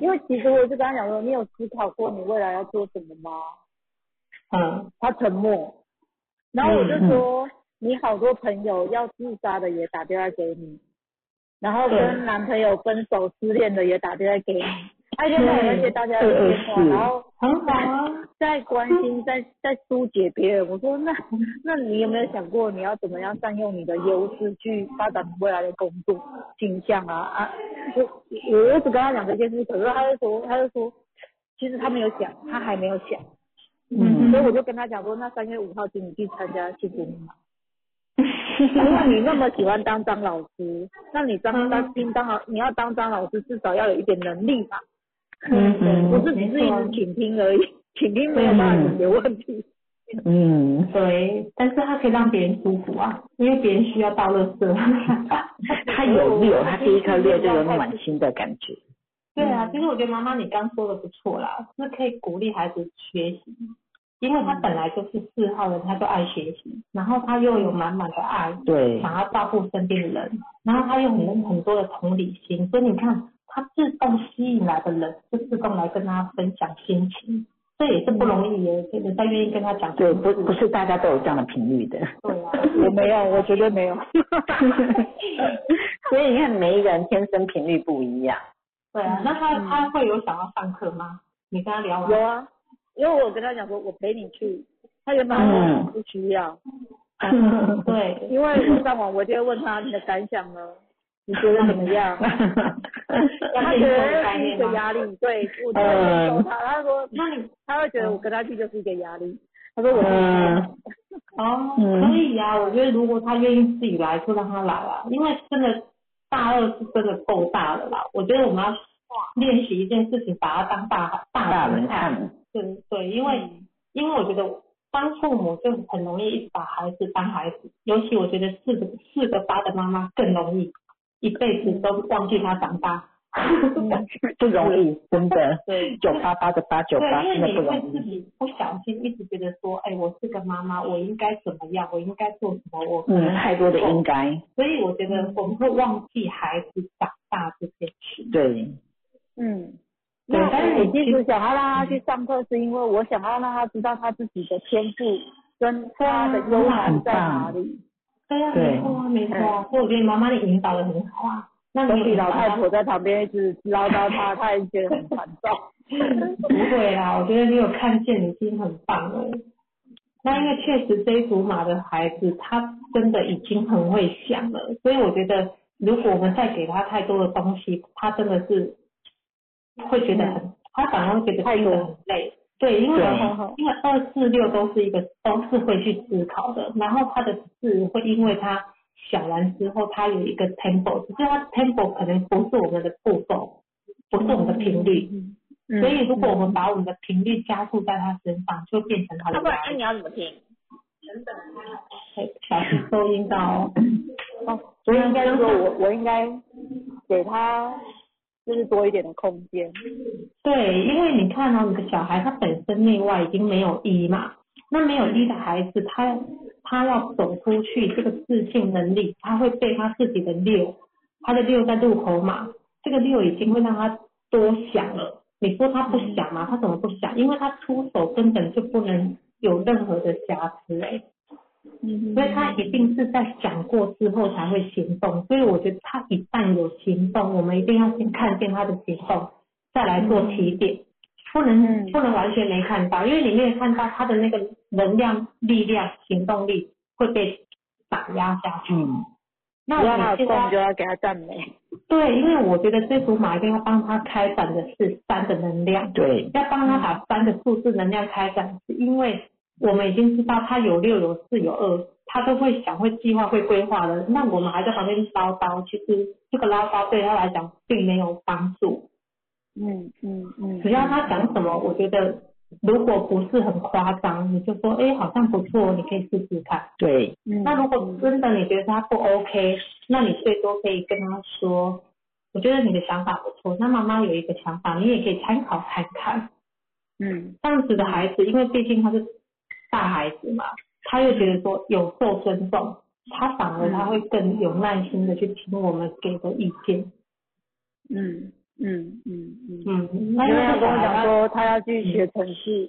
[SPEAKER 5] 因为其实我就跟他讲说，你有思考过你未来要做什么吗？
[SPEAKER 2] 嗯，
[SPEAKER 5] 他沉默，然后我就说，你好多朋友要自杀的也打电话给你，然后跟男朋友分手失恋的也打电话给你，而且在而且大家的电话，然后
[SPEAKER 2] 很好啊。
[SPEAKER 5] 在关心，在在疏解别人。我说那 那你有没有想过你要怎么样善用你的优势去发展你未来的工作倾向啊啊！我我我只跟他讲这件事，可是他就说他就说，其实他没有想，他还没有想。嗯，所以我就跟他讲说，那三月五号请你去参加幸福密码。如果你那么喜欢当张老师，那你当当当当老，你要当张老师，至少要有一点能力吧。
[SPEAKER 1] 嗯嗯
[SPEAKER 5] 不是只是一直倾听而已，倾听没有办法解决问题。
[SPEAKER 1] 嗯，
[SPEAKER 2] 对，但是他可以让别人舒服啊，因为别人需要到乐色。
[SPEAKER 1] 他有六，他第一颗六就有暖心的感觉。
[SPEAKER 2] 对啊，其实我觉得妈妈你刚说的不错啦，是可以鼓励孩子学习，因为他本来就是四号人，他就爱学习，然后他又有满满的爱，
[SPEAKER 1] 对，
[SPEAKER 2] 想要照顾身边的人，然后他又很很多的同理心，所以你看他自动吸引来的人，就自动来跟他分享心情，这也是不容易耶，人家愿意跟他讲心
[SPEAKER 1] 对，
[SPEAKER 2] 事。
[SPEAKER 1] 不不是大家都有这样的频率的。
[SPEAKER 2] 对啊，
[SPEAKER 5] 我没有，我绝对没有。
[SPEAKER 1] 所以你看，每一个人天生频率不一样。
[SPEAKER 2] 对啊，那他他会有想要上课吗？你跟他聊完
[SPEAKER 5] 有啊，因为我跟他讲说，我陪你去，他原本说不需要，
[SPEAKER 2] 对，
[SPEAKER 5] 因为我上网我就会问他你的感想呢，你觉得怎么样？
[SPEAKER 1] 嗯
[SPEAKER 5] 他觉得是一个压力，对我就会收
[SPEAKER 1] 嗯
[SPEAKER 5] 他。他说
[SPEAKER 2] 那你
[SPEAKER 5] 他会觉得我跟他去就是一个压力。他说我是
[SPEAKER 1] 嗯，
[SPEAKER 2] 哦，可以啊，我觉得如果他愿意自己来，就让他来啊，因为真的大二是真的够大了啦。我觉得我们要练习一件事情，把它当大
[SPEAKER 1] 大
[SPEAKER 2] 大
[SPEAKER 1] 人
[SPEAKER 2] 人看，嗯
[SPEAKER 1] 看，
[SPEAKER 2] 对对，因为因为我觉得当父母就很容易一直把孩子当孩子，尤其我觉得四个四个八的妈妈更容易一辈子都忘记他长大。
[SPEAKER 1] 不容易，真的。
[SPEAKER 2] 对，
[SPEAKER 1] 九八八的八九
[SPEAKER 2] 对，
[SPEAKER 1] 八，
[SPEAKER 2] 因
[SPEAKER 1] 真
[SPEAKER 2] 为
[SPEAKER 1] 的
[SPEAKER 2] 你
[SPEAKER 1] 不
[SPEAKER 2] 会
[SPEAKER 1] 容
[SPEAKER 2] 自
[SPEAKER 1] 易。
[SPEAKER 2] 己不小心一直觉得说，哎，我是个妈妈，我应该怎么样，我应该做什么，我可能
[SPEAKER 1] 嗯，太多的嗯
[SPEAKER 2] 做
[SPEAKER 1] 应该，
[SPEAKER 2] 所以我觉得我们会忘记孩子长大这件事。
[SPEAKER 1] 对，
[SPEAKER 5] 嗯，
[SPEAKER 1] 对
[SPEAKER 5] 那
[SPEAKER 1] 但是
[SPEAKER 5] 我
[SPEAKER 1] 你
[SPEAKER 5] 其
[SPEAKER 1] 其
[SPEAKER 5] 实想要让他去上课，是因为我想要让他知道他自己的天赋跟他
[SPEAKER 1] 嗯
[SPEAKER 5] 的优势在哪里，
[SPEAKER 2] 对啊，
[SPEAKER 1] 对嗯
[SPEAKER 2] 没错啊，没错啊。所以我觉得妈妈你引导的很好啊。那
[SPEAKER 5] 总
[SPEAKER 2] 你有
[SPEAKER 5] 比
[SPEAKER 2] 引导
[SPEAKER 5] 老太
[SPEAKER 2] 她
[SPEAKER 5] 婆在旁边一直唠叨他，他也觉得很烦躁。
[SPEAKER 2] 不会啦，我觉得你有看见已经很棒了。那因为确实这一组马的孩子，他真的已经很会想了，所以我觉得如果我们再给他太多的东西，他真的是会觉得很，他反而会觉得
[SPEAKER 5] 太
[SPEAKER 2] 真
[SPEAKER 5] 多
[SPEAKER 2] 的很累。对，因为
[SPEAKER 1] 对
[SPEAKER 2] 因为二四六都是一个都是会去思考的，然后他的字会因为他想完之后，他有一个 tempo，只是他 tempo 可能不是我们的步骤，不是我们的频率，
[SPEAKER 5] 嗯
[SPEAKER 2] 所以如果我们把我们的频率加注在他身上，就变成他的压力。
[SPEAKER 7] 你要怎么听？
[SPEAKER 2] 小心收音到哦。
[SPEAKER 5] 哦，所以应该是说我我应该给他就是多一点的空间。
[SPEAKER 2] 对，因为你看哦，你的小孩他本身内外已经没有一嘛，那没有一的孩子，他他要走出去，这个自信能力，他会被他自己的六，他的六在路口嘛，这个六已经会让他多想了。你说他不想吗？他怎么不想？因为他出手根本就不能有任何的瑕疵哎、
[SPEAKER 5] 嗯
[SPEAKER 2] 所以他一定是在想过之后才会行动，所以我觉得他一旦有行动，我们一定要先看见他的行动，再来做提点，不能
[SPEAKER 5] 嗯
[SPEAKER 2] 不能完全没看到，因为你没有看到他的那个能量、力量、行动力会被打压下去。
[SPEAKER 1] 嗯，
[SPEAKER 2] 那
[SPEAKER 5] 只要他
[SPEAKER 2] 我
[SPEAKER 5] 有
[SPEAKER 2] 现
[SPEAKER 5] 空，你
[SPEAKER 2] 在
[SPEAKER 5] 就要给他赞美。
[SPEAKER 2] 对，因为我觉得这组马一定要帮他开展的是三的能量，
[SPEAKER 1] 对，
[SPEAKER 2] 要帮他把三个数字能量开展，是因为我们已经知道他有六、有四、有二，他都会想、会计划、会规划的。那我们还在旁边唠叨，其实这个唠叨对他来讲并没有帮助。
[SPEAKER 5] 嗯嗯嗯
[SPEAKER 2] 只要他讲什么，我觉得如果不是很夸张，你就说，哎，好像不错，你可以试试看。
[SPEAKER 1] 对，
[SPEAKER 5] 嗯
[SPEAKER 2] 那如果真的你觉得他不 OK，那你最多可以跟他说，我觉得你的想法不错，那妈妈有一个想法，你也可以参考看看。
[SPEAKER 5] 嗯
[SPEAKER 2] 这样子的孩子，因为毕竟他是大孩子嘛，他又觉得说有受尊重，他反而他会更有耐心的去听我们给的意见。
[SPEAKER 5] 嗯嗯嗯嗯，
[SPEAKER 2] 嗯，那
[SPEAKER 5] 因
[SPEAKER 2] 因
[SPEAKER 5] 为
[SPEAKER 2] 为
[SPEAKER 5] 他
[SPEAKER 2] 这
[SPEAKER 5] 跟
[SPEAKER 2] 个
[SPEAKER 5] 我
[SPEAKER 2] 孩
[SPEAKER 5] 讲
[SPEAKER 2] 子
[SPEAKER 5] 说他要去学程序，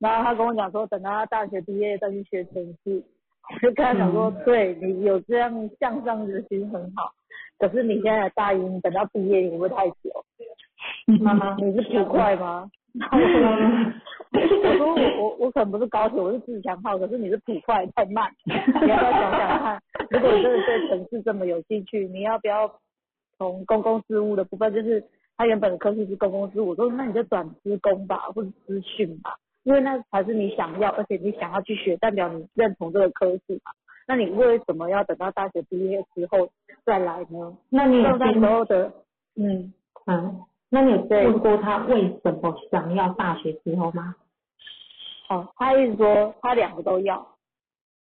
[SPEAKER 5] 然后他跟我讲说等到他大学毕业再去学程序，我就跟他讲说，对你有这样向上的心很好，可是你现在大一，你等到毕业你会不会太久，
[SPEAKER 2] 妈妈，
[SPEAKER 5] 你是捕快吗？我说我我我可能不是高手，我是自强号，可是你是捕快太慢， 你要不要想想看？如果你真的对城市这么有兴趣，你要不要从公共事务的部分，就是他原本的科系是公共事务，我说那你就转职工吧，或者资讯吧，因为那才是你想要，而且你想要去学，代表你认同这个科系嘛。那你为什么要等到大学毕业之后再来呢？
[SPEAKER 2] 那你有
[SPEAKER 5] 那那时
[SPEAKER 2] 问
[SPEAKER 5] 候的，嗯，
[SPEAKER 2] 嗯，那你有
[SPEAKER 5] 对
[SPEAKER 2] 问过他为什么想要大学之后吗？
[SPEAKER 5] 好、他一直说他两个都要，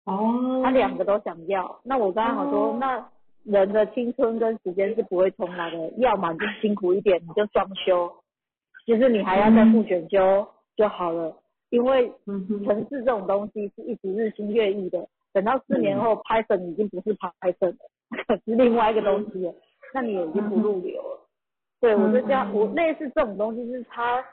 [SPEAKER 2] 哦
[SPEAKER 5] 他两个都想要。那我刚刚好说，那人的青春跟时间是不会重来的，要么你就辛苦一点，你就双休，就是你还要再复选修就好了。因为
[SPEAKER 2] 嗯哼，
[SPEAKER 5] 城市这种东西是一直日新月异的，等到四年
[SPEAKER 2] 嗯
[SPEAKER 5] 后、Python 已经不是 Python 了， 可是另外一个东
[SPEAKER 2] 嗯
[SPEAKER 5] 西了，那你也已经不入流了。对，我就这样，我类似这种东西是他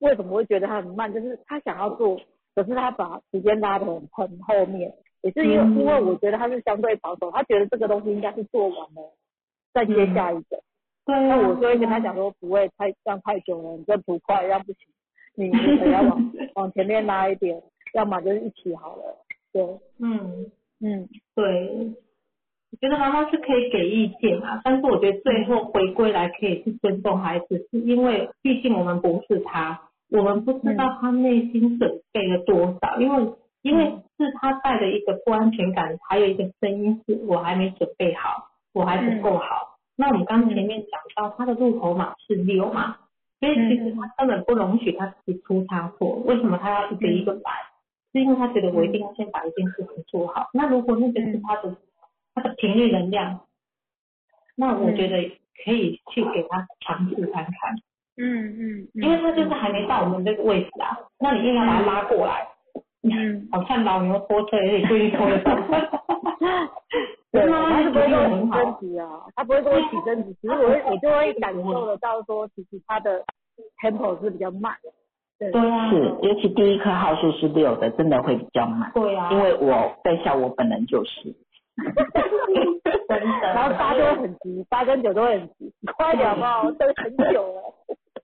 [SPEAKER 5] 为什么会觉得他很慢，就是他想要做，可是他把时间拉得很很后面，也是因为、因为我觉得他是相对保守，他觉得这个东西应该是做完了再接下一个。
[SPEAKER 2] 对
[SPEAKER 5] 那
[SPEAKER 2] 啊，
[SPEAKER 5] 我就会跟他讲说，不会太这样太久了，你这不快，要不行，你你可能要往往前面拉一点，要么就是一起好了。对，
[SPEAKER 2] 嗯。
[SPEAKER 5] 嗯，
[SPEAKER 2] 对，我觉得妈妈是可以给意见啊，但是我觉得最后回归来可以去尊重孩子，是因为毕竟我们不是他，我们不知道他内心准备了多少，因为因为是他带着一个不安全感，还有一个声音是我还没准备好，我还不够好。那我们刚前面讲到他的入口码是六嘛，所以其实他根本不容许他自己出差错，为什么他要一个一个
[SPEAKER 5] 嗯
[SPEAKER 2] 摆？是因为他觉得我一定要先把一件事情做
[SPEAKER 5] 嗯嗯
[SPEAKER 2] 好。那如果那个是他的、他的频率能量，那我觉得可以去给他尝试看看，
[SPEAKER 5] 嗯嗯，
[SPEAKER 2] 因为他就是还没到我们这个位置啊，那你硬要把他拉过来，
[SPEAKER 5] 嗯
[SPEAKER 2] 好像老牛拖车也得故意拖得动。
[SPEAKER 5] 对，
[SPEAKER 2] 对啊
[SPEAKER 5] 他是不会跟
[SPEAKER 2] 那
[SPEAKER 5] 我
[SPEAKER 2] 你
[SPEAKER 5] 起
[SPEAKER 2] 很
[SPEAKER 5] 争
[SPEAKER 2] 好
[SPEAKER 5] 执啊，他不会跟我起争执，其实我会我就会感受得到说，其实他的 tempo 是比较慢，
[SPEAKER 2] 对啊，
[SPEAKER 1] 是，尤其第一颗号数是六的，真的会比较慢，
[SPEAKER 2] 对啊，
[SPEAKER 1] 因为我在校我本人就是，
[SPEAKER 2] 真的，
[SPEAKER 5] 然后八就会很急，八跟九都会很急，快点吧， 我等很久了。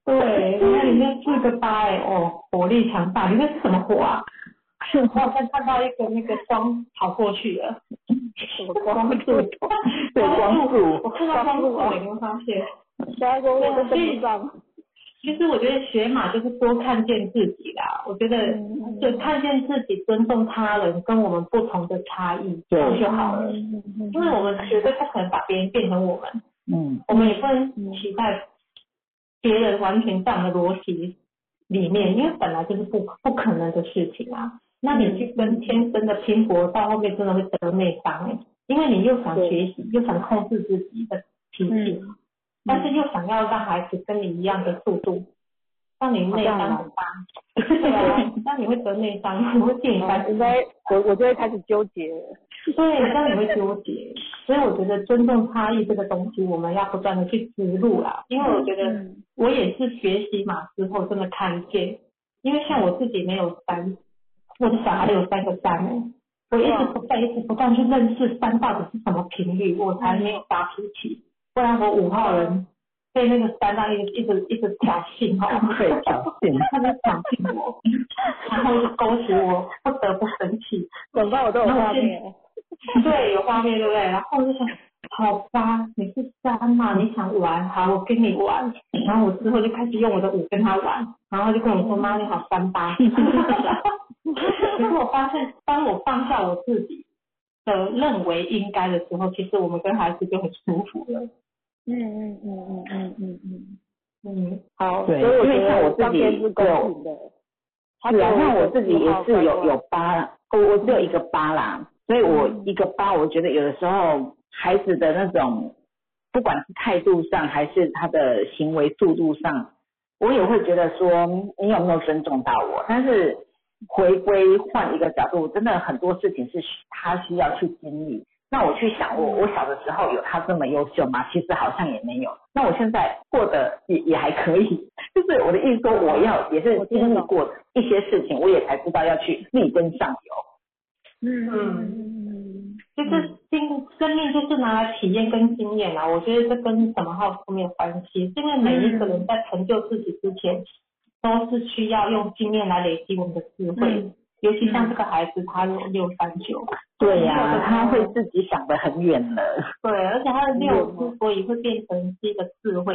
[SPEAKER 2] 对，然后里面住一个八哎，哦，火力强大，里面是什么火啊？我好像看到一个那个光跑过去了，
[SPEAKER 5] 什么光
[SPEAKER 2] 对
[SPEAKER 5] 柱？
[SPEAKER 2] 光
[SPEAKER 1] 光
[SPEAKER 2] 柱
[SPEAKER 1] 柱，
[SPEAKER 2] 我看到光柱，我有没有发现？
[SPEAKER 5] 下一个我都跟不上。
[SPEAKER 2] 其实我觉得学马就是多看见自己啦，我觉
[SPEAKER 5] 嗯
[SPEAKER 2] 得就看见自己，尊重他人跟我们不同的差异，这样就好了。
[SPEAKER 5] 嗯
[SPEAKER 2] 因为我们绝对不可能把别人变成我们，
[SPEAKER 1] 嗯，
[SPEAKER 2] 我们也不能期待别人完全在我们的逻辑里面，因为本来就是不不可能的事情啊。那你去跟天生的拼搏，到后面真的会得内伤哎、因为你又想学习，又想控制自己的脾气，但是又想要让孩子跟你一样的速度，让你内伤很大。对啊，那你会得内伤，你会建议孩子
[SPEAKER 5] 应该我我就会开始纠结了。
[SPEAKER 2] 对，这样你会纠结。所以我觉得尊重差异这个东西，我们要不断的去植入啦。因为我觉得我也是学习嘛之后真的看见，因为像我自己没有三，我的小孩有三个三哎、我一直不断一直不断去认识三到底是什么频率，我才没有发脾气。不然我五号人被那个三让一直一直一直挑衅哦，
[SPEAKER 1] 会挑衅，
[SPEAKER 2] 他在挑衅我，然后就勾起我不得不生气。
[SPEAKER 5] 广告我都有画面，
[SPEAKER 2] 对，有画面，对不对？然后我就想，好吧，你是三嘛，你想玩，好，我跟你玩。然后我之后就开始用我的五跟他玩，然后他就跟我说，妈，你好三八。 可是我发现，当我放下我自己的认为应该的时候，其实我们跟孩子就很舒服了。
[SPEAKER 5] 嗯嗯嗯嗯嗯嗯嗯，
[SPEAKER 2] 嗯，
[SPEAKER 5] 好，所
[SPEAKER 1] 对
[SPEAKER 5] 以我
[SPEAKER 1] 因
[SPEAKER 5] 觉
[SPEAKER 1] 为
[SPEAKER 5] 得
[SPEAKER 1] 像我
[SPEAKER 5] 我
[SPEAKER 1] 自己
[SPEAKER 5] 上天是公平的。他
[SPEAKER 1] 是啊，
[SPEAKER 5] 给
[SPEAKER 1] 那我
[SPEAKER 5] 一个
[SPEAKER 1] 自己也
[SPEAKER 5] 符号
[SPEAKER 1] 是
[SPEAKER 5] 概
[SPEAKER 1] 有
[SPEAKER 5] 括
[SPEAKER 1] 有八啦，我我只有一个八啦，所以我
[SPEAKER 5] 嗯
[SPEAKER 1] 一个八，我觉得有的时候孩子的那种，不管是态度上还是他的行为速度上，我也会觉得说嗯你有没有尊重到我，但是回归换一个角度，真的很多事情是他需要去经历。那我去想，我我小的时候有他这么优秀吗？其实好像也没有。那我现在过得也也还可以， 就是我的意思说，我要也是经历过一些事情，我也才知道要去力争上游。
[SPEAKER 5] 嗯
[SPEAKER 2] 就是
[SPEAKER 1] 嗯
[SPEAKER 2] 经生命就是拿来体验跟经验啦。我觉得这跟什么号数没有关系，因为每一个
[SPEAKER 1] 嗯
[SPEAKER 2] 人在成就自己之前，都是需要用经验来累积我们的智慧。
[SPEAKER 1] 嗯
[SPEAKER 2] 尤其像这个孩子，他有六三九，
[SPEAKER 1] 对呀、
[SPEAKER 2] 嗯
[SPEAKER 1] 他会自己想得很远了。
[SPEAKER 2] 对，而且他的六
[SPEAKER 1] 嗯
[SPEAKER 2] 之所以会变成是一个智慧，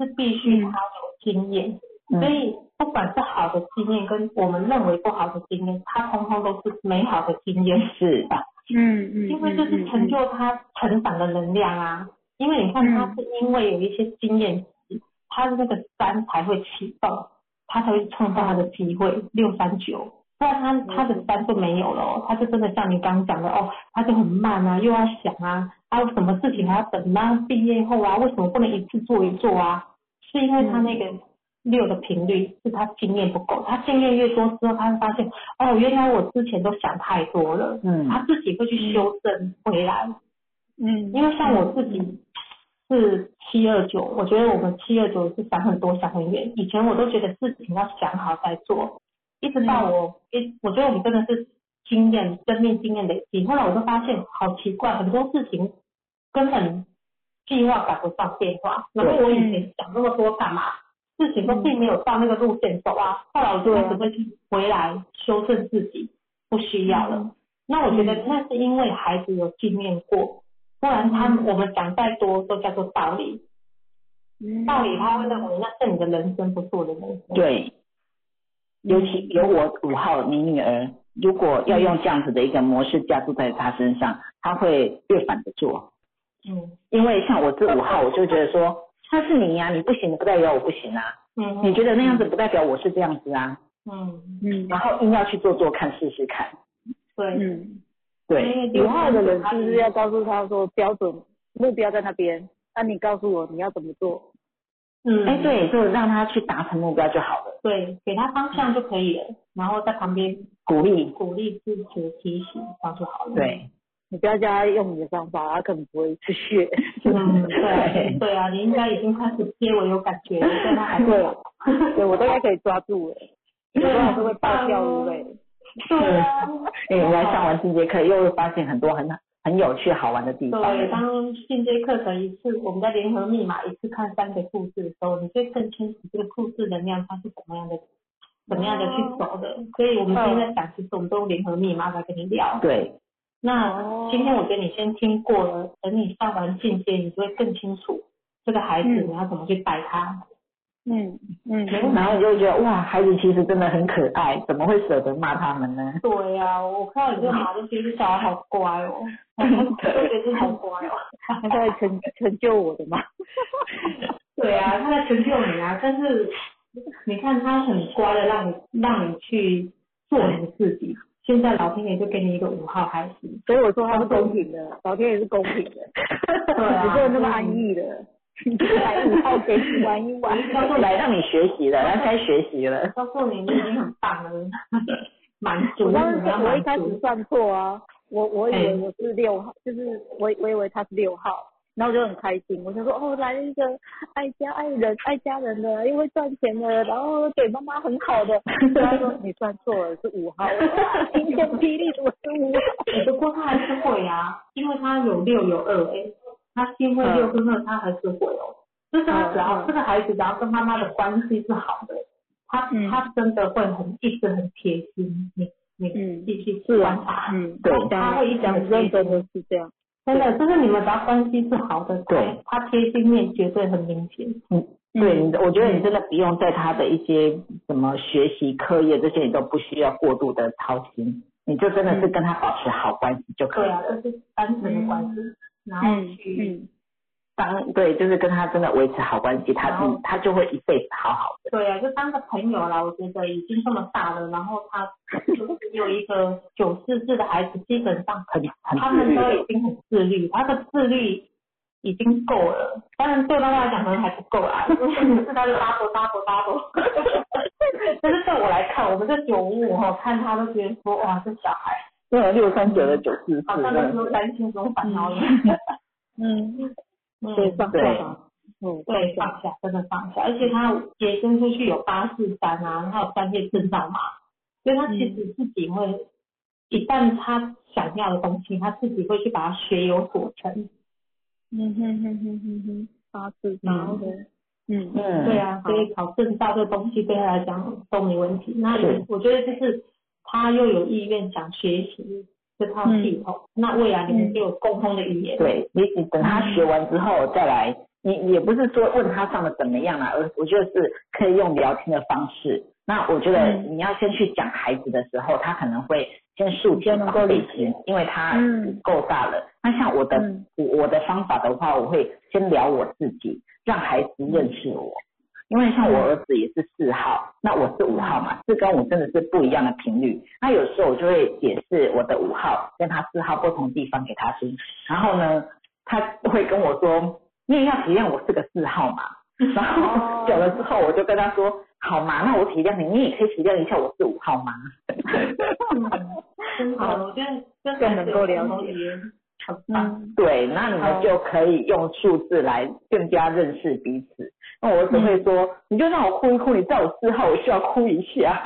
[SPEAKER 2] 是必须他有经验。所
[SPEAKER 1] 嗯，
[SPEAKER 2] 以不管是好的经验跟我们认为不好的经验，它通通都是美好的经验。
[SPEAKER 1] 是
[SPEAKER 5] 嗯嗯，嗯
[SPEAKER 2] 因为这是成就他成长的能量啊。因为你看，他是因为有一些经验值，他的那个三才会启动，他才会创造他
[SPEAKER 5] 嗯
[SPEAKER 2] 的机会六三九。不然他他的三就没有了、哦，他就真的像你刚刚讲的哦，他就很慢啊，又要想啊，还有什么事情还要等啊，毕业后啊，为什么不能一次做一做啊？是因为他
[SPEAKER 5] 嗯
[SPEAKER 2] 那个六的频率是他经验不够，他经验越多之后，他会发现哦，原来我之前都想太多了，
[SPEAKER 1] 嗯
[SPEAKER 2] 他自己会去修正回来。
[SPEAKER 5] 嗯
[SPEAKER 2] 因为像我自己是七二九，我觉得我们七二九是想很多想很远。以前我都觉得事情要想好再做，一直到我一、我觉得我们真的是经验、生命经验累积。后来我就发现好奇怪，很多事情根本计划赶不上变化。然后我以前想那么多干嘛？事情都并没有到那个路线走啊。后来我就开始会去回来修正自己，不需要了。那我觉
[SPEAKER 1] 嗯
[SPEAKER 2] 得那是因为孩子有经验过，不然他
[SPEAKER 1] 嗯
[SPEAKER 2] 们我们讲再多都叫做道理，
[SPEAKER 5] 嗯
[SPEAKER 2] 道理他会认为那是你的人生，不是我的人生。
[SPEAKER 1] 嗯对，尤其有我五号你女儿，如果要用这样子的一个模式加注在她身上，她会越反着做。
[SPEAKER 2] 嗯
[SPEAKER 1] 因为像我这五号，我就觉得说那是你呀、你不行，不代表我不行啊。
[SPEAKER 2] 嗯
[SPEAKER 1] 你觉得那样子不代表我是这样子啊，
[SPEAKER 2] 嗯，
[SPEAKER 1] 然后硬要去做做看，试试看。
[SPEAKER 2] 对
[SPEAKER 5] 嗯，
[SPEAKER 1] 对，
[SPEAKER 2] 因为
[SPEAKER 5] 五号的人是不是要告诉他说标准目标在那边，那、你告诉我你要怎么做？
[SPEAKER 2] 嗯，
[SPEAKER 1] 哎，对，就让他去达成目标就好了，
[SPEAKER 2] 对，给他方向就可以
[SPEAKER 1] 嗯
[SPEAKER 2] 了，然后在旁边
[SPEAKER 1] 鼓励，
[SPEAKER 2] 鼓励、支持、提醒，这样就好了。，
[SPEAKER 1] 对，
[SPEAKER 5] 你不要叫他用你的方法，他可能不会去学。
[SPEAKER 2] 嗯，对，对啊，你应该已经开始贴我有感 觉了，但他还会
[SPEAKER 5] 啊对，对我大概可以抓 住哎，因为老师会爆笑对不对？
[SPEAKER 2] 对啊，
[SPEAKER 1] 因为哎来上完进阶课，又会发现很多很很有趣好玩的地方，
[SPEAKER 2] 对，当进阶课程一次，我们在联合密码一次看三个故事的时候，你会更清楚这个故事能量它是怎么样的，怎么样的去走的。所以我们今天在讲，其实我们都用联合密码来跟你聊。
[SPEAKER 1] 对，
[SPEAKER 2] 那今天我觉得你先听过了，等你上完进阶，你就会更清楚这个孩子你要怎么去带他。
[SPEAKER 5] 嗯嗯，
[SPEAKER 1] 然后你就会觉得哇，孩子其实真的很可爱，怎么会舍得骂他们呢？
[SPEAKER 2] 对呀、啊，我看到你这马就觉得小孩好乖 哦，我就觉得好乖哦。
[SPEAKER 5] 他在成成就我的嘛。
[SPEAKER 2] 对啊，他在成就你啊，但是你看他很乖的让你让你去做你自己。现在老天爷就给你一个五号孩子，
[SPEAKER 5] 所以我说他是公平的，老天也是公平的，
[SPEAKER 2] 哦对啊嗯
[SPEAKER 5] 你不能那么安逸的， 哎来五号给你玩一 玩。
[SPEAKER 2] 告诉你
[SPEAKER 1] 来让你学习了，来该学习了，
[SPEAKER 2] 告诉你你已经很棒了， 满足
[SPEAKER 5] 我
[SPEAKER 2] 你
[SPEAKER 5] 当
[SPEAKER 2] 要
[SPEAKER 5] 时我
[SPEAKER 2] 满
[SPEAKER 5] 一开始
[SPEAKER 2] 足。
[SPEAKER 5] 算错啊，我我以
[SPEAKER 2] 哎
[SPEAKER 5] 为我是六号，就是我我以为他是六号，然后我就很开心，我就说哦来了一个爱家爱人爱家人的，又会赚钱的，然后对妈妈很好的。他说你算错了，是五 号。我说哇晴天霹雳，我是
[SPEAKER 2] 嗯
[SPEAKER 5] 五号。
[SPEAKER 2] 不过他还是会啊，因为他有六有二哎、他因为
[SPEAKER 5] 嗯
[SPEAKER 2] 六跟二他还是会哦。就是他只要、
[SPEAKER 5] 嗯嗯
[SPEAKER 2] 这个孩子只要跟妈妈的关系是好的，他、
[SPEAKER 5] 嗯
[SPEAKER 2] 他真的会很一直很贴心，你你
[SPEAKER 5] 嗯
[SPEAKER 2] 继续
[SPEAKER 5] 是啊
[SPEAKER 2] 观察。
[SPEAKER 5] 嗯，
[SPEAKER 1] 对
[SPEAKER 2] 他会一直
[SPEAKER 5] 讲
[SPEAKER 2] 很
[SPEAKER 5] 认
[SPEAKER 2] 贴
[SPEAKER 5] 真
[SPEAKER 2] 心
[SPEAKER 5] 的是这样。
[SPEAKER 2] 真的，就是你们只要关系是好的，
[SPEAKER 1] 对，
[SPEAKER 2] 他贴心面绝对很明显。
[SPEAKER 1] 对，你我觉得你真的不用在他的一些什么学习、课业这些，你都不需要过度的操心，你就真的是跟他保持好关系就可以
[SPEAKER 2] 对啊，
[SPEAKER 1] 了。
[SPEAKER 2] 就是单纯的关系，然后
[SPEAKER 5] 嗯
[SPEAKER 2] 去，
[SPEAKER 5] 嗯，
[SPEAKER 1] 当对，啊就是跟他真的维持好关系，他嗯
[SPEAKER 2] 好
[SPEAKER 1] 他就会一辈子好好的。
[SPEAKER 2] 对啊，就当个朋友啦。我觉得已经这么大了，然后 他就是有一个九四制的孩子，基本上
[SPEAKER 1] 很很
[SPEAKER 2] 他
[SPEAKER 1] 自
[SPEAKER 2] 们
[SPEAKER 1] 律
[SPEAKER 2] 都
[SPEAKER 1] 的
[SPEAKER 2] 已经很自律，他的自律已经够了。当然对妈妈来讲可能还不够啊，因为是他的 double double double。但是对我来看，我们这九五哈，看他都觉得说哇，这小孩。
[SPEAKER 1] 对啊，六三九的九四四
[SPEAKER 2] 好像
[SPEAKER 1] 的
[SPEAKER 2] 都，是担心中烦 恼了。嗯，
[SPEAKER 5] 对，放
[SPEAKER 1] 对
[SPEAKER 5] 下吧。嗯，
[SPEAKER 2] 对，放下，真的放下，而且他延伸出去有八四三啊，还有专业证照嘛，所以他其实自己会，一旦他想要的东西，他自己会去把它学有所成。
[SPEAKER 5] 嗯哼哼哼哼哼，八字
[SPEAKER 2] 嗯
[SPEAKER 5] 好的，嗯
[SPEAKER 1] 嗯，
[SPEAKER 2] 对，啊，所以考证照这东西对他来讲都没问题。那
[SPEAKER 1] 是
[SPEAKER 2] 我觉得就是他又有意愿想学习这套系
[SPEAKER 5] 嗯
[SPEAKER 2] 统，那未来你们就有共同的语言。
[SPEAKER 1] 对你你等他学完之后再来，你也不是说问他上的怎么样啦、而我觉得是可以用聊天的方式。那我觉得你要先去讲孩子的时候，他可能会先竖起
[SPEAKER 5] 能够理
[SPEAKER 1] 解，因为他
[SPEAKER 5] 嗯
[SPEAKER 1] 够大了。那像我的、
[SPEAKER 5] 嗯
[SPEAKER 1] 我我的方法的话，我会先聊我自己，让孩子认识我。因为像我儿子也是四号，那我是五号嘛，四跟五真的是不一样的频率。那有时候我就会解释我的五号跟他四号不同地方给他听，然后呢，他会跟我说，你也要体谅我是个四号嘛。然后久了之后，我就跟他说，好嘛，那我体谅你，你也可以体谅一下我是五号嘛。
[SPEAKER 2] 真的，我觉得真
[SPEAKER 5] 更
[SPEAKER 2] 的
[SPEAKER 5] 能够了解
[SPEAKER 2] 语言很棒。
[SPEAKER 5] 嗯
[SPEAKER 1] 对，那你们就可以用数字来更加认识彼此。那我只会说，你就让我哭一哭，你知道我四号，我需要哭一下。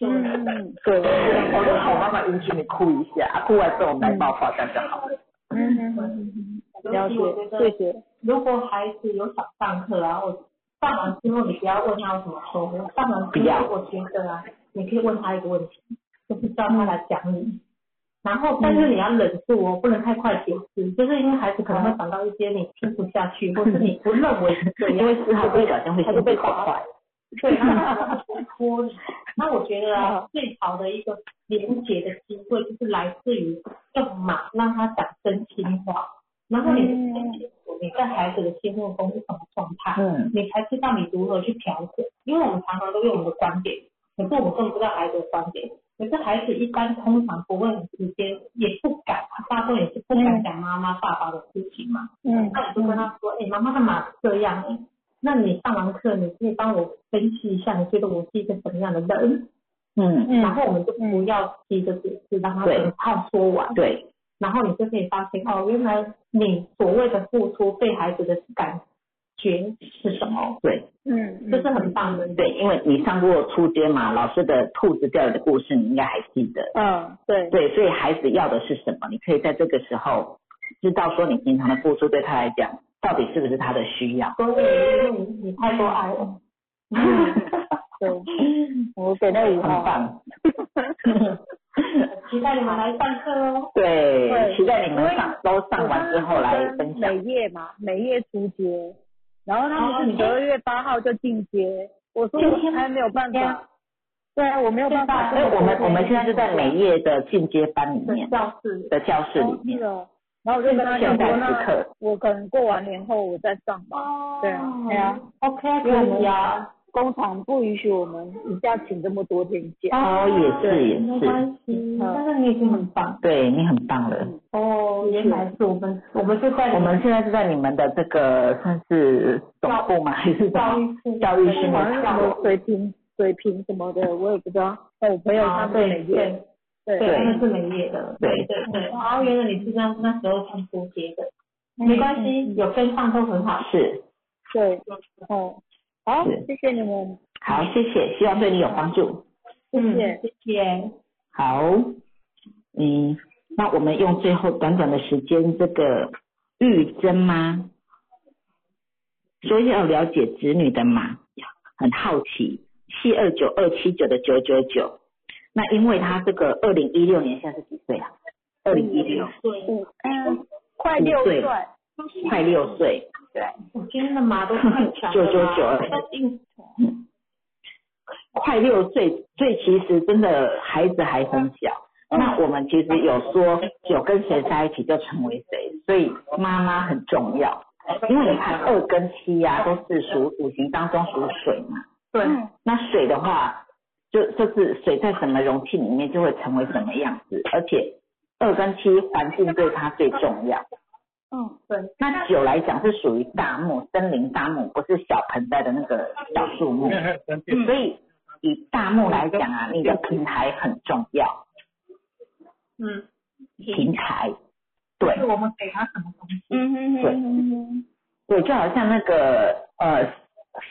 [SPEAKER 5] 嗯 嗯
[SPEAKER 1] 对，我说好妈妈允许你哭一下，啊哭完之后我们来爆发，这样就好了。
[SPEAKER 5] 嗯嗯，
[SPEAKER 2] 尤
[SPEAKER 5] 了
[SPEAKER 2] 其我觉
[SPEAKER 5] 解，谢
[SPEAKER 2] 得，
[SPEAKER 5] 谢。
[SPEAKER 2] 如果孩子有想上课啊，我上完之后你不要问他有什么收获，上完
[SPEAKER 1] 不
[SPEAKER 2] 之
[SPEAKER 1] 要
[SPEAKER 2] 后我觉得啊，你可以问他一个问题，就是叫他来讲你。然后，但是你要忍住哦，不能太快解释，就是因为孩子可能会想到一些你听不下去，或是你不认为嗯是对的，
[SPEAKER 1] 因为四号不小心会
[SPEAKER 5] 他就
[SPEAKER 1] 心
[SPEAKER 5] 被
[SPEAKER 1] 被
[SPEAKER 5] 打
[SPEAKER 1] 打坏。
[SPEAKER 2] 对，然后他就会 拖你。那我觉得啊，最好的一个连接的机会，就是来自于用马让他讲真心话，然后你
[SPEAKER 5] 嗯
[SPEAKER 2] 更清楚你在孩子的心目中是什么状态，
[SPEAKER 1] 嗯，
[SPEAKER 2] 你才知道你如何去调整。因为我们常常都用我们的观点，可是我们根本不知道孩子的观点。可是孩子一般通常不会很直接，也不敢，大多也是不敢讲妈妈、爸爸的事情嘛。
[SPEAKER 5] 嗯
[SPEAKER 2] 那我就跟他说，哎、妈妈干嘛这样、欸？那你上完课，你可以帮我分析一下，你觉得我是一个什么样的人？
[SPEAKER 1] 嗯，
[SPEAKER 5] 嗯
[SPEAKER 2] 然后我们就不要急着解释，让他
[SPEAKER 1] 对
[SPEAKER 2] 整套说完。
[SPEAKER 1] 对，
[SPEAKER 2] 然后你就可以发现，哦，原来你所谓的付出对孩子的感觉是什么？
[SPEAKER 1] 对，
[SPEAKER 5] 嗯
[SPEAKER 2] 这是很棒的。
[SPEAKER 1] 对，因为你上过初阶嘛，老师的兔子掉的故事你应该还记得。
[SPEAKER 5] 嗯，对，
[SPEAKER 1] 对，所以孩子要的是什么，你可以在这个时候知道说你平常的付出对他来讲到底是不是他的需要。
[SPEAKER 2] 所以因为你你太多爱了。
[SPEAKER 5] 我给那五
[SPEAKER 1] 很
[SPEAKER 5] 号，
[SPEAKER 1] 棒，
[SPEAKER 2] 期待你们来上课哦。
[SPEAKER 1] 对，
[SPEAKER 5] 对
[SPEAKER 1] 期待你们上都上完之后来
[SPEAKER 5] 我
[SPEAKER 1] 分
[SPEAKER 5] 跟
[SPEAKER 1] 享
[SPEAKER 5] 美。业嘛，美业出街，然后他们
[SPEAKER 2] 哦
[SPEAKER 5] 是十二月八号就进阶，我说我还没有办法，对啊，我没有办法
[SPEAKER 1] 所以
[SPEAKER 5] 跟你
[SPEAKER 1] 哎我们
[SPEAKER 5] 说
[SPEAKER 1] 我们现在就在美业的进阶班里面
[SPEAKER 2] 教室
[SPEAKER 1] 的教室里
[SPEAKER 5] 哦
[SPEAKER 1] 面
[SPEAKER 5] 是，哦，然后我就跟他讲
[SPEAKER 1] 现在
[SPEAKER 5] 说，
[SPEAKER 1] 时
[SPEAKER 5] 那
[SPEAKER 1] 刻，
[SPEAKER 5] 我可能过完年后我再上吧。
[SPEAKER 2] 哦
[SPEAKER 5] 对啊，对啊，
[SPEAKER 2] ，OK，可以啊，
[SPEAKER 5] 工厂不允许我们一下请这么多天假。
[SPEAKER 1] 哦也是嗯也
[SPEAKER 2] 没
[SPEAKER 1] 是，
[SPEAKER 2] 关系，但是你已经很棒。
[SPEAKER 1] 对你很棒了。
[SPEAKER 2] 哦，原来是我们，我们就在
[SPEAKER 1] 我们现在就在你们的这个算是总部吗？还是什
[SPEAKER 2] 教
[SPEAKER 1] 么？
[SPEAKER 2] 育处
[SPEAKER 1] 教育训
[SPEAKER 5] 好像
[SPEAKER 1] 练
[SPEAKER 5] 是
[SPEAKER 1] 场
[SPEAKER 5] 什么水平、水平什么的，我也不知道。但我朋友他们每
[SPEAKER 2] 啊对
[SPEAKER 5] 月，
[SPEAKER 2] 对
[SPEAKER 5] 对
[SPEAKER 2] 对，他们是美业的，
[SPEAKER 1] 对
[SPEAKER 2] 对对。哦，原来你是这样，那时候上初阶的，没关系，有跟上都很好。
[SPEAKER 1] 是，
[SPEAKER 5] 对，哦，好
[SPEAKER 1] 是，
[SPEAKER 5] 谢谢你们，
[SPEAKER 1] 好，谢谢，希望对你有帮助。
[SPEAKER 5] 谢谢。
[SPEAKER 2] 嗯谢谢。
[SPEAKER 1] 好，嗯，那我们用最后短短的时间，这个玉珍吗？所以要了解子女的嘛，很好奇，七二九二七九的九九九，那因为他这个二零一六年现在是几岁啊？二零一六，
[SPEAKER 5] 五嗯，快六岁，
[SPEAKER 1] 快六岁，
[SPEAKER 2] 我天的马都太强了吧，
[SPEAKER 1] 999
[SPEAKER 2] 都硬
[SPEAKER 1] 快六岁，所以其实真的孩子还很小。那我们其实有说有跟谁在一起就成为谁，所以妈妈很重要。因为你看二跟七呀、都是属五行当中属水嘛。
[SPEAKER 2] 对
[SPEAKER 1] 那水的话，就就是水在什么容器里面就会成为什么样子，而且二跟七环境对它最重要。
[SPEAKER 5] 嗯，
[SPEAKER 1] 那九来讲是属于大木，森林大木，不是小盆栽的那个小树木。
[SPEAKER 2] 嗯
[SPEAKER 1] 所以以大木来讲啊，你的平台很重要，
[SPEAKER 2] 嗯，
[SPEAKER 1] 平台，对
[SPEAKER 2] 是我们给他什么东西？
[SPEAKER 5] 嗯哼
[SPEAKER 1] 对对，就好像那个呃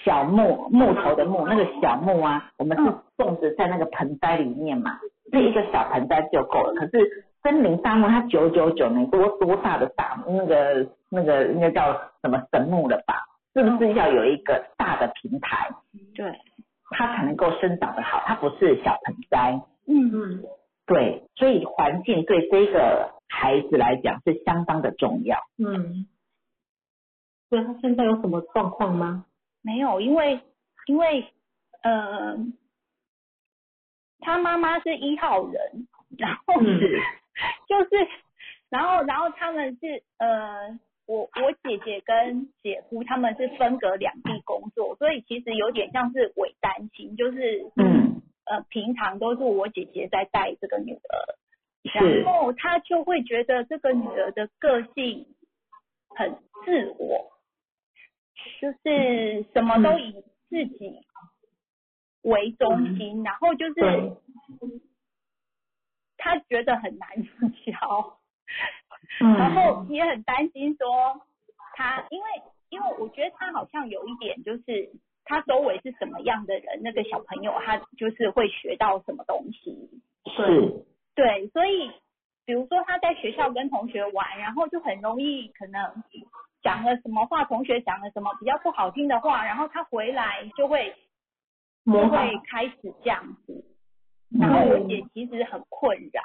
[SPEAKER 1] 小木木头的木，那个小木啊，我们
[SPEAKER 5] 嗯
[SPEAKER 1] 是种植在那个盆栽里面嘛，那一个小盆栽就够了。可是森林大木它九九九，你多多大的大那个那个应该叫什么神木了吧？是不是要有一个大的平台？
[SPEAKER 5] 对，
[SPEAKER 1] 它才能够生长得好，它不是小盆栽。
[SPEAKER 2] 嗯，
[SPEAKER 1] 对，所以环境对这个孩子来讲是相当的重要。
[SPEAKER 2] 嗯，对他现在有什么状况吗？
[SPEAKER 5] 没有，因为因为呃，他妈妈是一号人，然后
[SPEAKER 2] 嗯
[SPEAKER 5] 就是，然后然后他们是呃，我我姐姐跟姐夫他们是分隔两地工作，所以其实有点像是伪单亲，就是
[SPEAKER 1] 嗯，
[SPEAKER 5] 呃，平常都是我姐姐在带这个女儿，
[SPEAKER 1] 是
[SPEAKER 5] 然，后她就会觉得这个女儿的个性很自我，
[SPEAKER 2] 嗯
[SPEAKER 5] 就是什么都以自己为中心，然后就是
[SPEAKER 2] 嗯对，
[SPEAKER 5] 她觉得很难教，
[SPEAKER 2] 嗯
[SPEAKER 5] 然后也很担心说她，因为因为我觉得她好像有一点就是。她周围是什么样的人，那个小朋友他就是会学到什么东西。
[SPEAKER 1] 是，
[SPEAKER 5] 对，所以比如说他在学校跟同学玩，然后就很容易可能讲了什么话，同学讲了什么比较不好听的话，然后他回来就会
[SPEAKER 2] 模
[SPEAKER 5] 就
[SPEAKER 2] 仿
[SPEAKER 5] 会开始这样子。然后
[SPEAKER 1] 嗯
[SPEAKER 5] 我姐其实很困扰，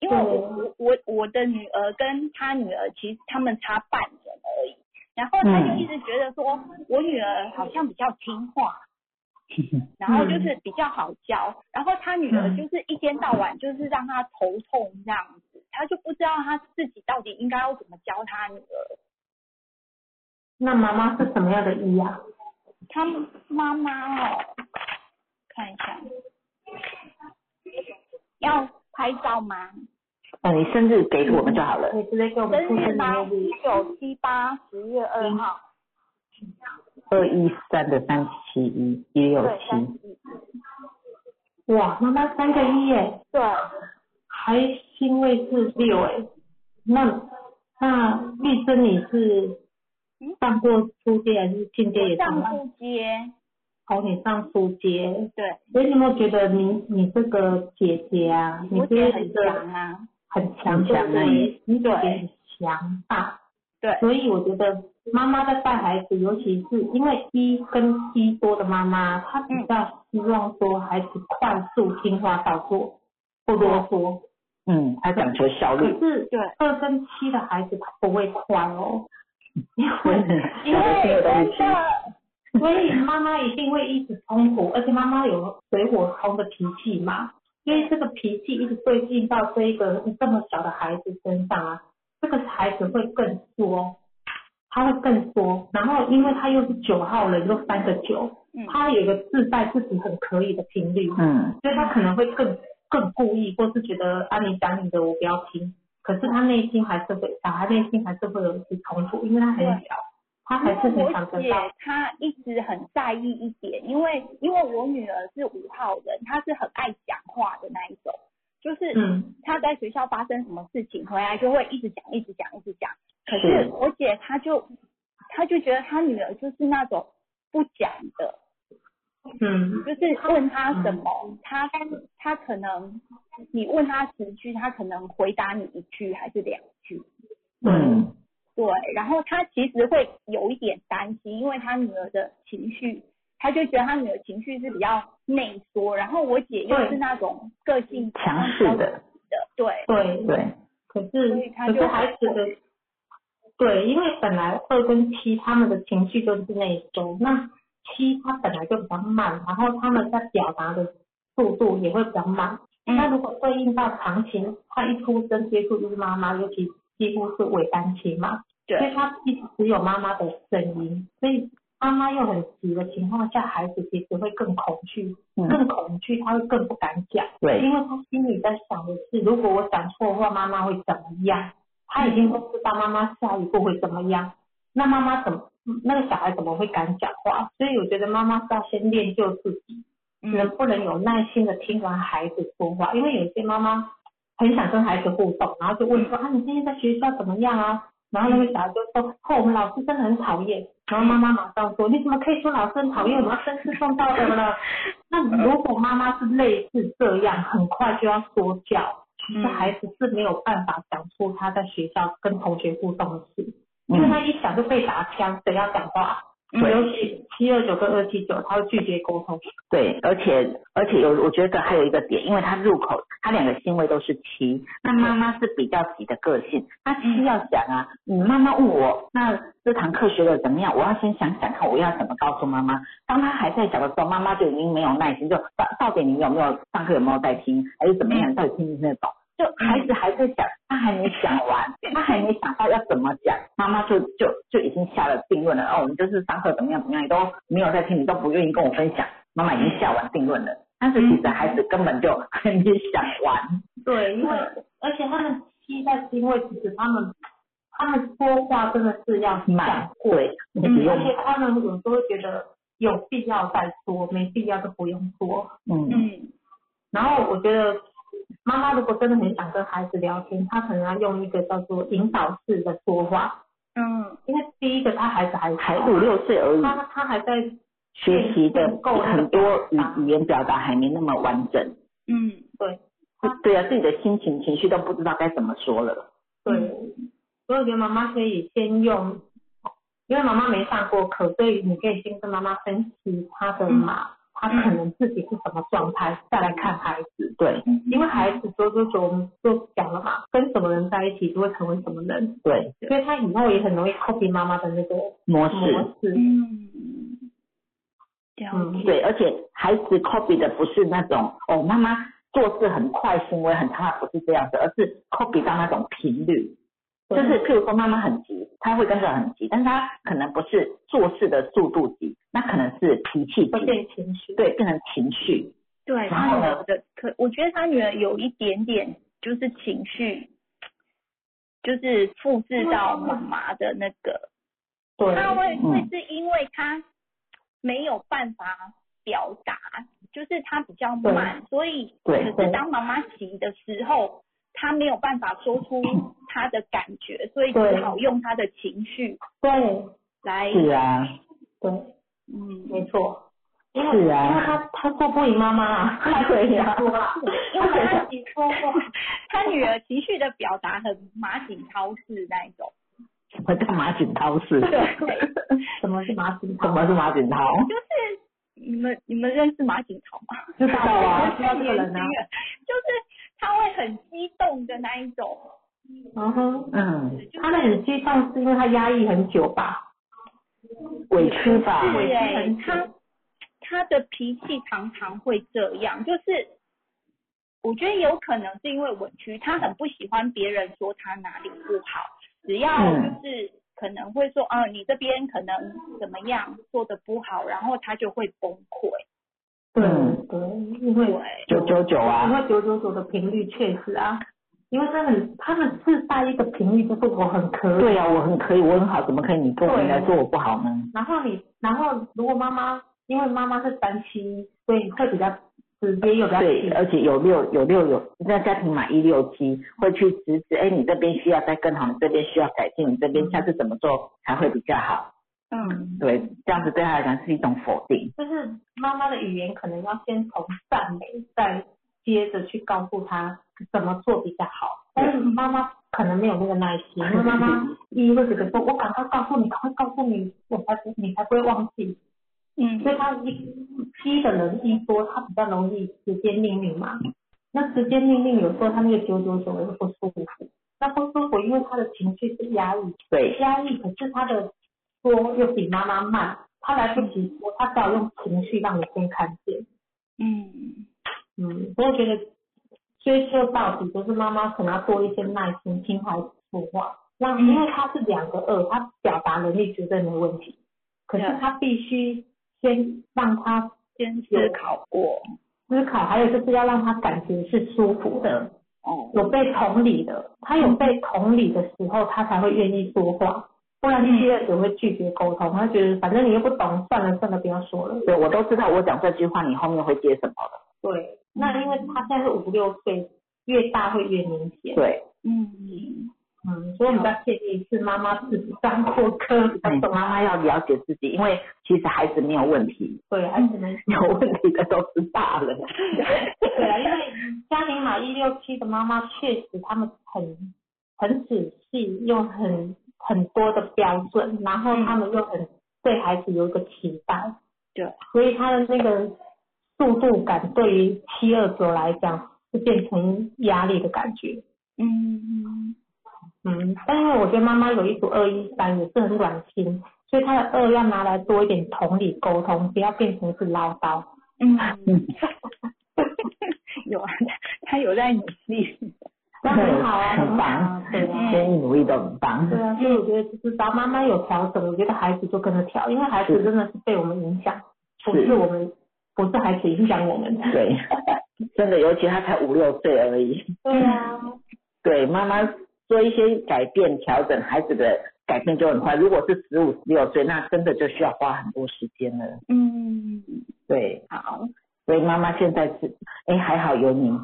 [SPEAKER 5] 因为我我我我的女儿跟她女儿其实他们差半年而已，然后她就
[SPEAKER 2] 嗯
[SPEAKER 5] 一直觉得说我女儿好像比较听话，
[SPEAKER 1] 嗯
[SPEAKER 5] 然后
[SPEAKER 2] 嗯
[SPEAKER 5] 就是比较好教，然后她女儿就是一天到晚就是让她头痛这样子，她就不知道她自己到底应该要怎么教她女儿。
[SPEAKER 2] 那妈妈是什么样的啊一呀、
[SPEAKER 5] 她妈妈哦，看一下，要拍照吗？
[SPEAKER 1] 哦，你生日给我们就好了。
[SPEAKER 5] 嗯
[SPEAKER 2] 可以哎直接给我们
[SPEAKER 5] 生
[SPEAKER 2] 出生
[SPEAKER 5] 日
[SPEAKER 2] 年
[SPEAKER 5] 吗
[SPEAKER 2] 月？
[SPEAKER 5] 一
[SPEAKER 2] 日，
[SPEAKER 5] 九七八十月二
[SPEAKER 2] 嗯
[SPEAKER 5] 号，
[SPEAKER 1] 二一三的三七一一六
[SPEAKER 5] 对，三
[SPEAKER 1] 七，
[SPEAKER 5] 十一，
[SPEAKER 2] 哇，妈妈三个一耶，
[SPEAKER 5] 对，
[SPEAKER 2] 还星位是六哎，那那丽珍你是上过初阶还是进阶
[SPEAKER 5] 我
[SPEAKER 2] 也上
[SPEAKER 5] 上
[SPEAKER 2] 过？
[SPEAKER 5] 不接，
[SPEAKER 2] 哦，你上初阶，
[SPEAKER 5] 对，
[SPEAKER 2] 所以你有没有觉得你你这个姐姐啊，你
[SPEAKER 5] 我
[SPEAKER 2] 这
[SPEAKER 5] 姐
[SPEAKER 2] 是一
[SPEAKER 5] 很
[SPEAKER 2] 个
[SPEAKER 5] 强啊，
[SPEAKER 2] 很强
[SPEAKER 1] 很强
[SPEAKER 2] 对不对
[SPEAKER 1] 啊你
[SPEAKER 2] 你姐姐很强大，
[SPEAKER 5] 对
[SPEAKER 2] 所以我觉得妈妈在带孩子，尤其是因为一跟一多的妈妈，她比较希望说孩子快速听话照做，不啰嗦。
[SPEAKER 1] 嗯，他讲求效
[SPEAKER 2] 可
[SPEAKER 1] 率，
[SPEAKER 2] 是
[SPEAKER 5] 对
[SPEAKER 2] 二跟七的孩子他不会快哦，因
[SPEAKER 1] 因
[SPEAKER 2] 为
[SPEAKER 5] 因为
[SPEAKER 1] 嗯新的东
[SPEAKER 5] 真
[SPEAKER 1] 西，
[SPEAKER 5] 的，
[SPEAKER 2] 所以妈妈一定会一直冲突，而且妈妈有水火冲的脾气嘛，因为这个脾气一直对应到这一个这么小的孩子身上啊，这个孩子会更作，他会更作，然后因为他又是九号人，又三个九，
[SPEAKER 5] 嗯
[SPEAKER 2] 他有一个自带自己很可以的频率，
[SPEAKER 1] 嗯，
[SPEAKER 2] 所以他可能会更更故意，或是觉得啊你讲你的我不要听，可是他内心还是会，小孩内心还是会有一些冲突，因为他很小，他还是
[SPEAKER 5] 因为
[SPEAKER 2] 很想
[SPEAKER 5] 我
[SPEAKER 2] 得
[SPEAKER 5] 姐
[SPEAKER 2] 到。
[SPEAKER 5] 她一直很在意一点，因为因为我女儿是五号人，她是很爱讲话的那一种，就是
[SPEAKER 2] 嗯，
[SPEAKER 5] 他在学校发生什么事情，回来就会一直讲，一直讲，一直讲。可
[SPEAKER 1] 是
[SPEAKER 5] 是我姐她就，她就觉得她女儿就是那种不讲的，
[SPEAKER 2] 嗯
[SPEAKER 5] 就是问她什么，她她可能你问她十句，她可能回答你一句还是两句。
[SPEAKER 1] 嗯，
[SPEAKER 5] 对，然后她其实会有一点担心，因为她女儿的情绪，她就觉得她女儿情绪是比较内缩，然后我姐又是那种个性
[SPEAKER 1] 强势的，
[SPEAKER 5] 的，对，
[SPEAKER 2] 对，
[SPEAKER 1] 对，
[SPEAKER 2] 可是
[SPEAKER 5] 所以他
[SPEAKER 2] 可
[SPEAKER 5] 就是
[SPEAKER 2] 孩子的，对，因为本来二跟七他们的情绪就是内收，那七他本来就比较慢，然后他们在表达的速度也会比较慢。
[SPEAKER 5] 嗯
[SPEAKER 2] 那如果对应到长期，他一出生接触就是妈妈，尤其几乎是伪单亲嘛，
[SPEAKER 5] 对
[SPEAKER 2] 所以他其实只有妈妈的声音，所以妈妈又很急的情况下，孩子其实会更恐惧，
[SPEAKER 1] 嗯，
[SPEAKER 2] 更恐惧，他会更不敢讲。
[SPEAKER 1] 对，
[SPEAKER 2] 因为他心里在想的是，如果我讲错话，妈妈会怎么样？他已经都知道妈妈下一步会怎么样，那妈妈怎么，那个小孩怎么会敢讲话？所以我觉得妈妈是要先练就自己，能不能有耐心的听完孩子说话？因为有些妈妈很想跟孩子互动，然后就问说啊，你今天在学校怎么样啊？然后那个小孩就说，哦，我们老师真的很讨厌。然后妈妈马上说，你怎么可以说老师很讨厌？我们要深思送到的了。那如果妈妈是类似这样，很快就要说教，这孩子是没有办法讲出他在学校跟同学互动的事，因为
[SPEAKER 1] 嗯
[SPEAKER 2] 他一讲就被打枪，谁要讲话？尤其七二九跟二七九，他会拒绝沟通。
[SPEAKER 1] 对，而且而且有，我觉得还有一个点，因为他入口，他两个星位都是七，那妈妈是比较急的个性，那七要讲啊，你妈妈问我，那这堂课学的怎么样？我要先想想看我要怎么告诉妈妈。当他还在讲的时候，妈妈就已经没有耐心，就到到底你有没有上课有没有在听，还是怎么样，到底听不听得懂？就孩子还在讲，他还没讲完，他还没想到要怎么讲，妈妈就就就已经下了定论了。哦，你就是上课怎么样怎么样，你都没有在听，你都不愿意跟我分享，妈妈已经下完定论
[SPEAKER 2] 嗯
[SPEAKER 1] 了。但是其实孩子根本就还没想完，
[SPEAKER 2] 对，因为而且他们七在因为其实他们他们说话真的是要
[SPEAKER 1] 慢
[SPEAKER 2] 想过，
[SPEAKER 1] 对，你不
[SPEAKER 2] 嗯，而
[SPEAKER 1] 用
[SPEAKER 2] 且他们有时候会觉得有必要再说，没必要就不用说。
[SPEAKER 1] 嗯
[SPEAKER 5] 嗯，
[SPEAKER 2] 然后我觉得妈妈如果真的很想跟孩子聊天，她可能要用一个叫做引导式的说话，
[SPEAKER 5] 嗯，
[SPEAKER 2] 因为第一个他孩子还
[SPEAKER 1] 才五六岁而已，
[SPEAKER 2] 他他还在
[SPEAKER 1] 学习的
[SPEAKER 2] 够
[SPEAKER 1] 很多语语言表达还没那么完整，
[SPEAKER 5] 嗯，
[SPEAKER 1] 对啊，自己的心情情绪都不知道该怎么说了，
[SPEAKER 2] 对，所以我觉得妈妈可以先用，因为妈妈没上过课，所以你可以先跟妈妈分析她的嘛，她可能自己是什么状态，再来看孩子。
[SPEAKER 1] 对
[SPEAKER 2] 因为孩子久久久，我们就讲了嘛，跟什么人在一起就会成为什么人，
[SPEAKER 1] 对，
[SPEAKER 2] 所以他以后也很容易 copy 妈妈的那个
[SPEAKER 1] 模式。
[SPEAKER 2] 模式。
[SPEAKER 5] 嗯，了
[SPEAKER 2] 嗯
[SPEAKER 5] 解，
[SPEAKER 1] 对，而且孩子 copy 的不是那种哦，妈妈做事很快，行为很差，不是这样子，而是 copy 到那种频率。就
[SPEAKER 2] 对
[SPEAKER 1] 是譬如说妈妈很急，她会跟着很急，但是她可能不是做事的速度急，那可能是脾气
[SPEAKER 2] 会
[SPEAKER 1] 急，
[SPEAKER 2] 变情绪。
[SPEAKER 1] 对，变成情绪。
[SPEAKER 5] 对，
[SPEAKER 1] 然后
[SPEAKER 5] 他
[SPEAKER 1] 呢
[SPEAKER 5] 有的
[SPEAKER 8] 可我觉得他女儿有一点点就是情绪，就是复制到妈妈的那个，
[SPEAKER 2] 对，
[SPEAKER 8] 他会
[SPEAKER 1] 嗯
[SPEAKER 8] 会是因为他没有办法表达，就是他比较慢，所以可
[SPEAKER 1] 对
[SPEAKER 8] 是当妈妈急的时候，他没有办法说出他的感觉，所以只
[SPEAKER 2] 对
[SPEAKER 8] 好用他的情绪
[SPEAKER 2] 对
[SPEAKER 8] 来，
[SPEAKER 1] 是啊，
[SPEAKER 2] 对，
[SPEAKER 8] 嗯，
[SPEAKER 2] 没错，因为
[SPEAKER 1] 是
[SPEAKER 2] 因为
[SPEAKER 1] 啊，
[SPEAKER 2] 他他做不赢妈妈啊，
[SPEAKER 1] 对呀、
[SPEAKER 8] 因为他 其实他女儿情绪的表达很马景涛式那一种。
[SPEAKER 1] 我叫马景涛是，
[SPEAKER 2] 什么是马景
[SPEAKER 1] 什
[SPEAKER 2] 涛？
[SPEAKER 1] 么是马景涛？
[SPEAKER 8] 就是你们你们认识马景涛吗？
[SPEAKER 1] 知道啊，
[SPEAKER 2] 知道这个人啊，
[SPEAKER 8] 就是他会很激动的那一种，
[SPEAKER 2] 嗯哼，
[SPEAKER 1] 嗯，
[SPEAKER 2] 他们很激动是因为他压抑很久吧？
[SPEAKER 1] 委屈吧，
[SPEAKER 8] 是哎、他他的脾气常常会这样，就是我觉得有可能是因为委屈，他很不喜欢别人说他哪里不好，只要
[SPEAKER 1] 嗯
[SPEAKER 8] 就是可能会说，嗯、你这边可能怎么样做的不好，然后他就会崩溃，
[SPEAKER 2] 对
[SPEAKER 1] 嗯
[SPEAKER 2] 对，因为
[SPEAKER 1] 九九九
[SPEAKER 2] 因
[SPEAKER 1] 啊，
[SPEAKER 2] 为九九九的频率确实啊，因为他们他们自带一个频率，就是我很可以。
[SPEAKER 1] 对呀、啊我很可以，我很好，怎么可以你跟我来说我不好呢？
[SPEAKER 2] 然后你，然后如果妈妈，因为妈妈是三七，所以会比较直接又比较
[SPEAKER 1] 对，
[SPEAKER 2] 紧
[SPEAKER 1] 而且有六有六有在家庭买一六七，会去指指，哎，你这边需要再更好，你这边需要改进，你这
[SPEAKER 2] 嗯
[SPEAKER 1] 边下次怎么做才会比较好？
[SPEAKER 8] 嗯，
[SPEAKER 1] 对，这样子对他来讲是一种否定。
[SPEAKER 2] 就是妈妈的语言可能要先从赞美，再接着去告诉她怎么做比较好。但是妈妈可能没有那个耐心，因为妈妈一会觉得说，我赶快告诉你，赶快告诉你，我才不你才不会忘记。
[SPEAKER 8] 嗯
[SPEAKER 2] 所以她一批的人一多，她比较容易直接命令嘛。那直接命令有时候她那个九九九也会不舒服，那不舒服，因为她的情绪是压抑
[SPEAKER 1] 对，
[SPEAKER 2] 压抑，可是他的说又比妈妈慢，他来不及说，他只好用情绪让你先看见。
[SPEAKER 8] 嗯，
[SPEAKER 2] 嗯，我觉得追究到底就是妈妈可能要多一些耐心听孩子说话，让因为他是两个二，他表达能力绝对没问题，可是
[SPEAKER 8] 对
[SPEAKER 2] 他必须先让他
[SPEAKER 8] 先思考过，
[SPEAKER 2] 思考，还有就是要让他感觉是舒服的，
[SPEAKER 8] 哦，
[SPEAKER 2] 有被同理的，他有被同理的时候，他才会愿意说话，不然第二者会拒绝沟通，他觉得反正你又不懂，算了算了，不要说了。
[SPEAKER 1] 对我都知道，我讲这句话你后面会接什么了。
[SPEAKER 2] 对，那因为他现在是五六岁，越大会越明显，
[SPEAKER 1] 对，
[SPEAKER 8] 嗯，
[SPEAKER 2] 嗯，所以我比较建议是妈妈自己上过课，比较
[SPEAKER 1] 嗯
[SPEAKER 2] 懂
[SPEAKER 1] 妈
[SPEAKER 2] 妈妈
[SPEAKER 1] 妈
[SPEAKER 2] 要
[SPEAKER 1] 要了解自己，因为其实孩子没有问题，
[SPEAKER 2] 对，还是能
[SPEAKER 1] 有问题的都是大人。
[SPEAKER 2] 对啊，因为家庭码一六七的妈妈确实他们很很仔细，用很很多的标准，然后
[SPEAKER 8] 嗯
[SPEAKER 2] 他们又很对孩子有一个期待，
[SPEAKER 8] 对，
[SPEAKER 2] 所以他的那个速度感对于七二九来讲是变成压力的感觉。
[SPEAKER 8] 嗯，
[SPEAKER 2] 嗯，但因为我觉得妈妈有一组二一三也是很软心，所以她的二要拿来多一点同理沟通，不要变成是唠叨。
[SPEAKER 8] 嗯， 有啊，他他有在努力。嗯
[SPEAKER 2] 那很好啊，
[SPEAKER 1] 很
[SPEAKER 2] 好
[SPEAKER 1] 棒
[SPEAKER 2] 啊，对啊。
[SPEAKER 1] 愿意努力都很棒。
[SPEAKER 2] 对啊，所以我觉得就是只要妈妈有调整，我觉得孩子就跟着调，因为孩子
[SPEAKER 1] 是
[SPEAKER 2] 真的是被我们影响，不
[SPEAKER 1] 是
[SPEAKER 2] 是我们不是孩子影响我们的。
[SPEAKER 1] 对，真的，尤其他才五六岁而已。
[SPEAKER 2] 对啊，
[SPEAKER 1] 对，妈妈做一些改变、调整，孩子的改变就很快。如果是十五、十六岁，那真的就需要花很多时间了。
[SPEAKER 8] 嗯，
[SPEAKER 1] 对，
[SPEAKER 8] 好，
[SPEAKER 1] 所以妈妈现在是，哎，还好有你。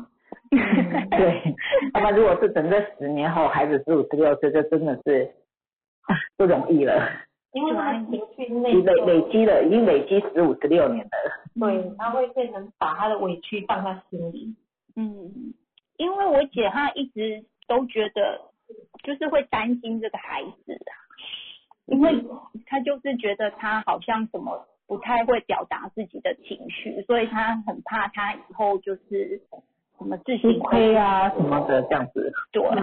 [SPEAKER 1] 对，要不然如果是等这十年后，孩子十五、十六岁，这真的是 啊不容易了，
[SPEAKER 2] 因为他的情绪内
[SPEAKER 1] 累
[SPEAKER 2] 疚
[SPEAKER 1] 累积了，已经累积十五、十六年了。
[SPEAKER 2] 对，他会变成把他的委屈放在心里。
[SPEAKER 8] 嗯，因为我姐她一直都觉得，就是会担心这个孩子啊，因为她就是觉得他好像什么不太会表达自己的情绪，所以她很怕他以后就是什么事情会
[SPEAKER 1] 亏啊什么的这样子。
[SPEAKER 8] 做。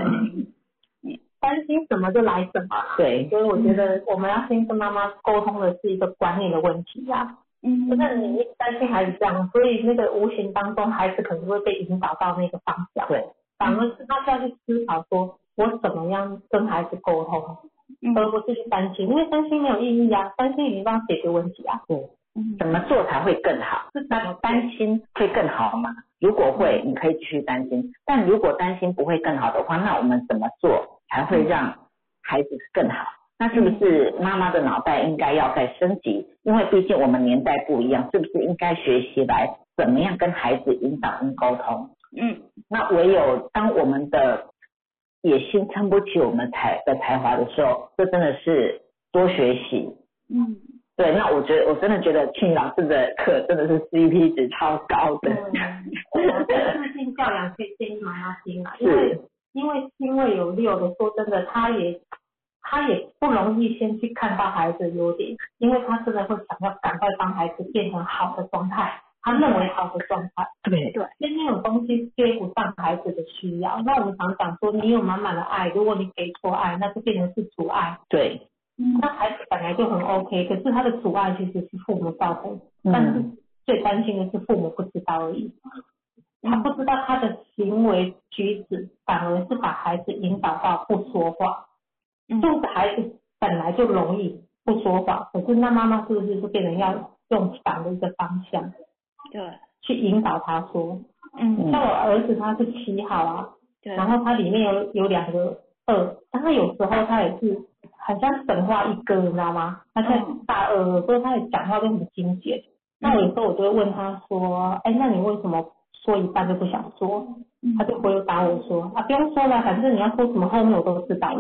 [SPEAKER 2] 担心什么就来什么，
[SPEAKER 1] 对，
[SPEAKER 2] 所以我觉得我们要先跟妈妈沟通的是一个观念的问题啊。
[SPEAKER 8] 嗯
[SPEAKER 2] 就是你一担心孩子这样，所以那个无形当中孩子可能会被引导到那个方向。
[SPEAKER 1] 对，
[SPEAKER 2] 反而是他需要去思考说，我怎么样跟孩子沟通，而不是去担心，因为担心没有意义啊，担心已经帮他解决问题啊。
[SPEAKER 1] 怎么做才会更好？
[SPEAKER 2] 是
[SPEAKER 1] 那担心会更好吗？如果会，你可以继续担心；但如果担心不会更好的话，那我们怎么做才会让孩子更好？那是不是妈妈的脑袋应该要再升级？因为毕竟我们年代不一样，是不是应该学习来怎么样跟孩子引导跟沟通？
[SPEAKER 8] 嗯，
[SPEAKER 1] 那唯有当我们的野心撑不起我们才的才华的时候，这真的是多学习。
[SPEAKER 8] 嗯，
[SPEAKER 1] 对，那我觉得我真的觉得庆老师的课 真的是 CP 值超高的。
[SPEAKER 2] 我觉得自信教养可以建议妈妈听啊，因为因为因为有六的，说真的，他也他也不容易先去看到孩子的优点，因为他真的会想要赶快帮孩子变成好的状态，他认为好的状态。
[SPEAKER 1] 对，
[SPEAKER 2] 对，那那种东西追不上孩子的需要。那我们常讲说，你有满满的爱，如果你给错爱，那就变成是阻碍。
[SPEAKER 1] 对，
[SPEAKER 2] 那孩子本来就很 OK，可是他的阻碍其实是父母造成的，但是
[SPEAKER 1] 嗯，
[SPEAKER 2] 最担心的是父母不知道而已。他不知道他的行为举止，反而是把孩子引导到不说话。
[SPEAKER 8] 嗯
[SPEAKER 2] 就是孩子本来就容易不说话，可是那妈妈是不是就变成要用反的一个方向
[SPEAKER 8] 对，
[SPEAKER 2] 去引导他说？
[SPEAKER 8] 嗯，
[SPEAKER 2] 像我儿子他是七号啊，
[SPEAKER 8] 对，
[SPEAKER 2] 然后他里面有有两个二，但他有时候他也是很像神话一哥，你知道吗？他在大二，所以他也讲话都很精简。那我有时候我就会问他说，哎、那你为什么说一半就不想说？他就回答我说，啊，不用说了，反正你要说什么后面我都知道 了。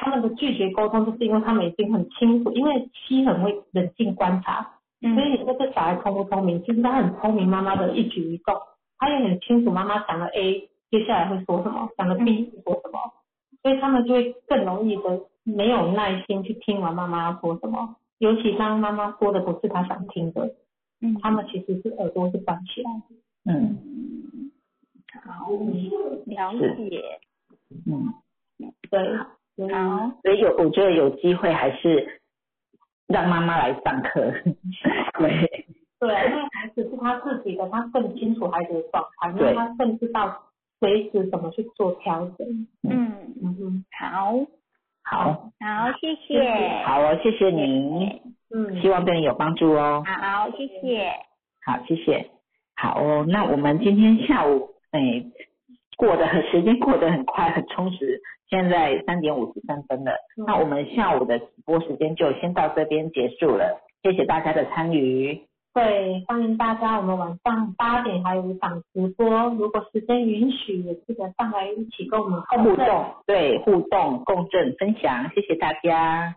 [SPEAKER 2] 他们的拒绝沟通，就是因为他们已经很清楚，因为七很会冷静观察，所以你说这小孩聪不聪明？其实他很聪明，妈妈的一举一动，他也很清楚妈妈讲了 A，接下来会说什么，讲了 B 会说什么，所以他们就会更容易的没有耐心去听完妈妈要说什么，尤其当妈妈说的不是他想听的，
[SPEAKER 8] 嗯
[SPEAKER 2] 他们其实是耳朵是关起来的。
[SPEAKER 1] 嗯
[SPEAKER 8] 了解，
[SPEAKER 1] 嗯，
[SPEAKER 2] 对，所以
[SPEAKER 8] 好，
[SPEAKER 1] 所以有我觉得有机会还是让妈妈来上课。 对，
[SPEAKER 2] 对，因为孩子是他自己的，他更清楚孩子的状态，因
[SPEAKER 1] 对
[SPEAKER 2] 为他更知道随时怎么去做调整。
[SPEAKER 8] 嗯，
[SPEAKER 2] 嗯哼，
[SPEAKER 8] 好，
[SPEAKER 1] 好，
[SPEAKER 8] 好，嗯谢谢，
[SPEAKER 1] 好哦，谢谢您，
[SPEAKER 2] 嗯，
[SPEAKER 1] 希望对你有帮助哦。
[SPEAKER 8] 好，谢谢，
[SPEAKER 1] 好，谢谢。好哦，那我们今天下午，哎，过得很时间过得很快，很充实。现在三点五十三分了，那我们下午的直播时间就先到这边结束了，谢谢大家的参与。
[SPEAKER 2] 对，欢迎大家，我们晚上八点还有一场直播，如果时间允许，也记得上来一起跟我们
[SPEAKER 1] 互动，对，互动、共振、分享，谢谢大家。